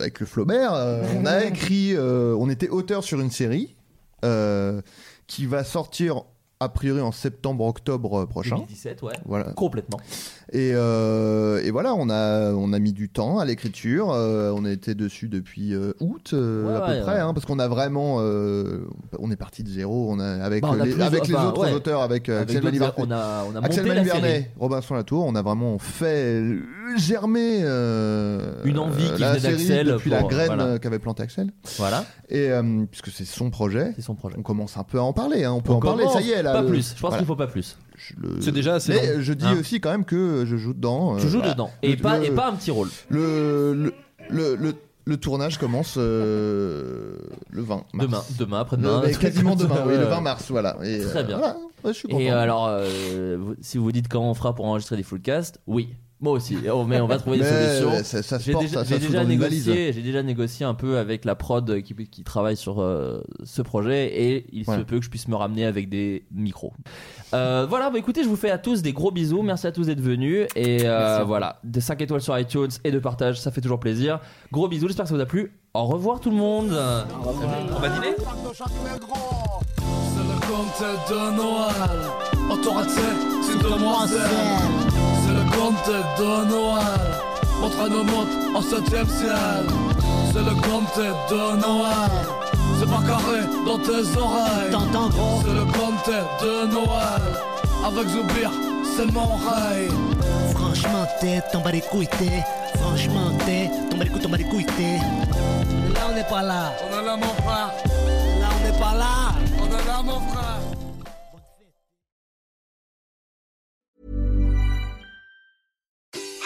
C: avec le Flaubert, euh, on a écrit, euh, on était auteur sur une série euh, qui va sortir a priori en septembre-octobre euh, prochain.
B: 2017, ouais.
C: Voilà.
B: Complètement.
C: Et, euh, et voilà, on a, on a mis du temps à l'écriture. euh, on était dessus depuis euh, août euh,
B: Ouais,
C: à peu
B: ouais,
C: près,
B: ouais.
C: hein, parce qu'on a vraiment, euh, on est parti de zéro. On a avec
B: Bah, on a
C: les,
B: plus-
C: avec les
B: enfin,
C: autres
B: ouais.
C: auteurs, avec, euh,
B: Avec
C: Axel
B: d'autres-
C: Malivart-
B: on a, on a monté
C: Axel
B: la série.
C: Malivernay, Robinson Latour, on a vraiment fait germer euh,
B: Une envie qui
C: la
B: venait
C: série
B: d'Axel
C: depuis la
B: pour-
C: graine
B: voilà.
C: euh, qu'avait plantée Axel.
B: Voilà,
C: Et euh, puisque c'est son projet,
B: c'est son projet.
C: on commence un peu à en parler. hein, on peut en parler,
B: commence,
C: ça y est là.
B: Pas
C: le-
B: plus. Je pense
C: voilà.
B: qu'il faut pas plus.
C: Je le-
F: C'est déjà assez
C: Mais
F: long,
C: je dis
F: hein.
C: aussi quand même que je joue dedans. euh,
B: tu joues
C: voilà.
B: dedans
C: Le-
B: et pas
C: le-
B: et pas un petit rôle.
C: Le le le, le- Le tournage commence euh, le 20 mars.
B: Demain, demain,
C: Le-
B: après-demain. un
C: mais
B: truc
C: quasiment
B: comme
C: demain,
B: ça,
C: oui, le
B: euh,
C: 20 mars, voilà. Et,
B: Très
C: euh,
B: bien.
C: voilà, ouais, je suis content.
B: Et euh, alors, euh, vous- si vous dites comment on fera pour enregistrer des fullcasts, oui, moi aussi. Oh, mais on va trouver des
C: Mais,
B: solutions.
C: ouais, ça, ça se
B: J'ai
C: porte, ça,
B: déjà, j'ai
C: ça se fout
B: déjà
C: dans une valise.
B: négocié, j'ai déjà négocié un peu avec la prod qui, qui travaille sur euh, ce projet et il se
C: Ouais.
B: peut que je puisse me ramener avec des micros. Euh, voilà, bah écoutez, je vous fais à tous des gros bisous. Merci à tous d'être venus et euh, voilà, des 5 étoiles sur iTunes et de partage, ça fait toujours plaisir. Gros bisous, j'espère que ça vous a plu. Au revoir tout le monde. On va dîner.
G: C'est le conte de Noël. Oh, Autorité, c'est demoiselle. C'est le conte de Noël. Entre nos notes au septième ciel. C'est le conte de Noël. C'est pas carré dans tes oreilles. T'entends gros. C'est le conte de Noël. Avec Zoubir, c'est mon rêve.
I: Franchement, t'es, t'en bats les couilles, t'es. Franchement, t'es, t'en bats les couilles, t'en bats les couilles, t'es. Là, on n'est pas là.
G: On est là, mon frère.
I: Là, on n'est pas là.
G: On est là, mon frère.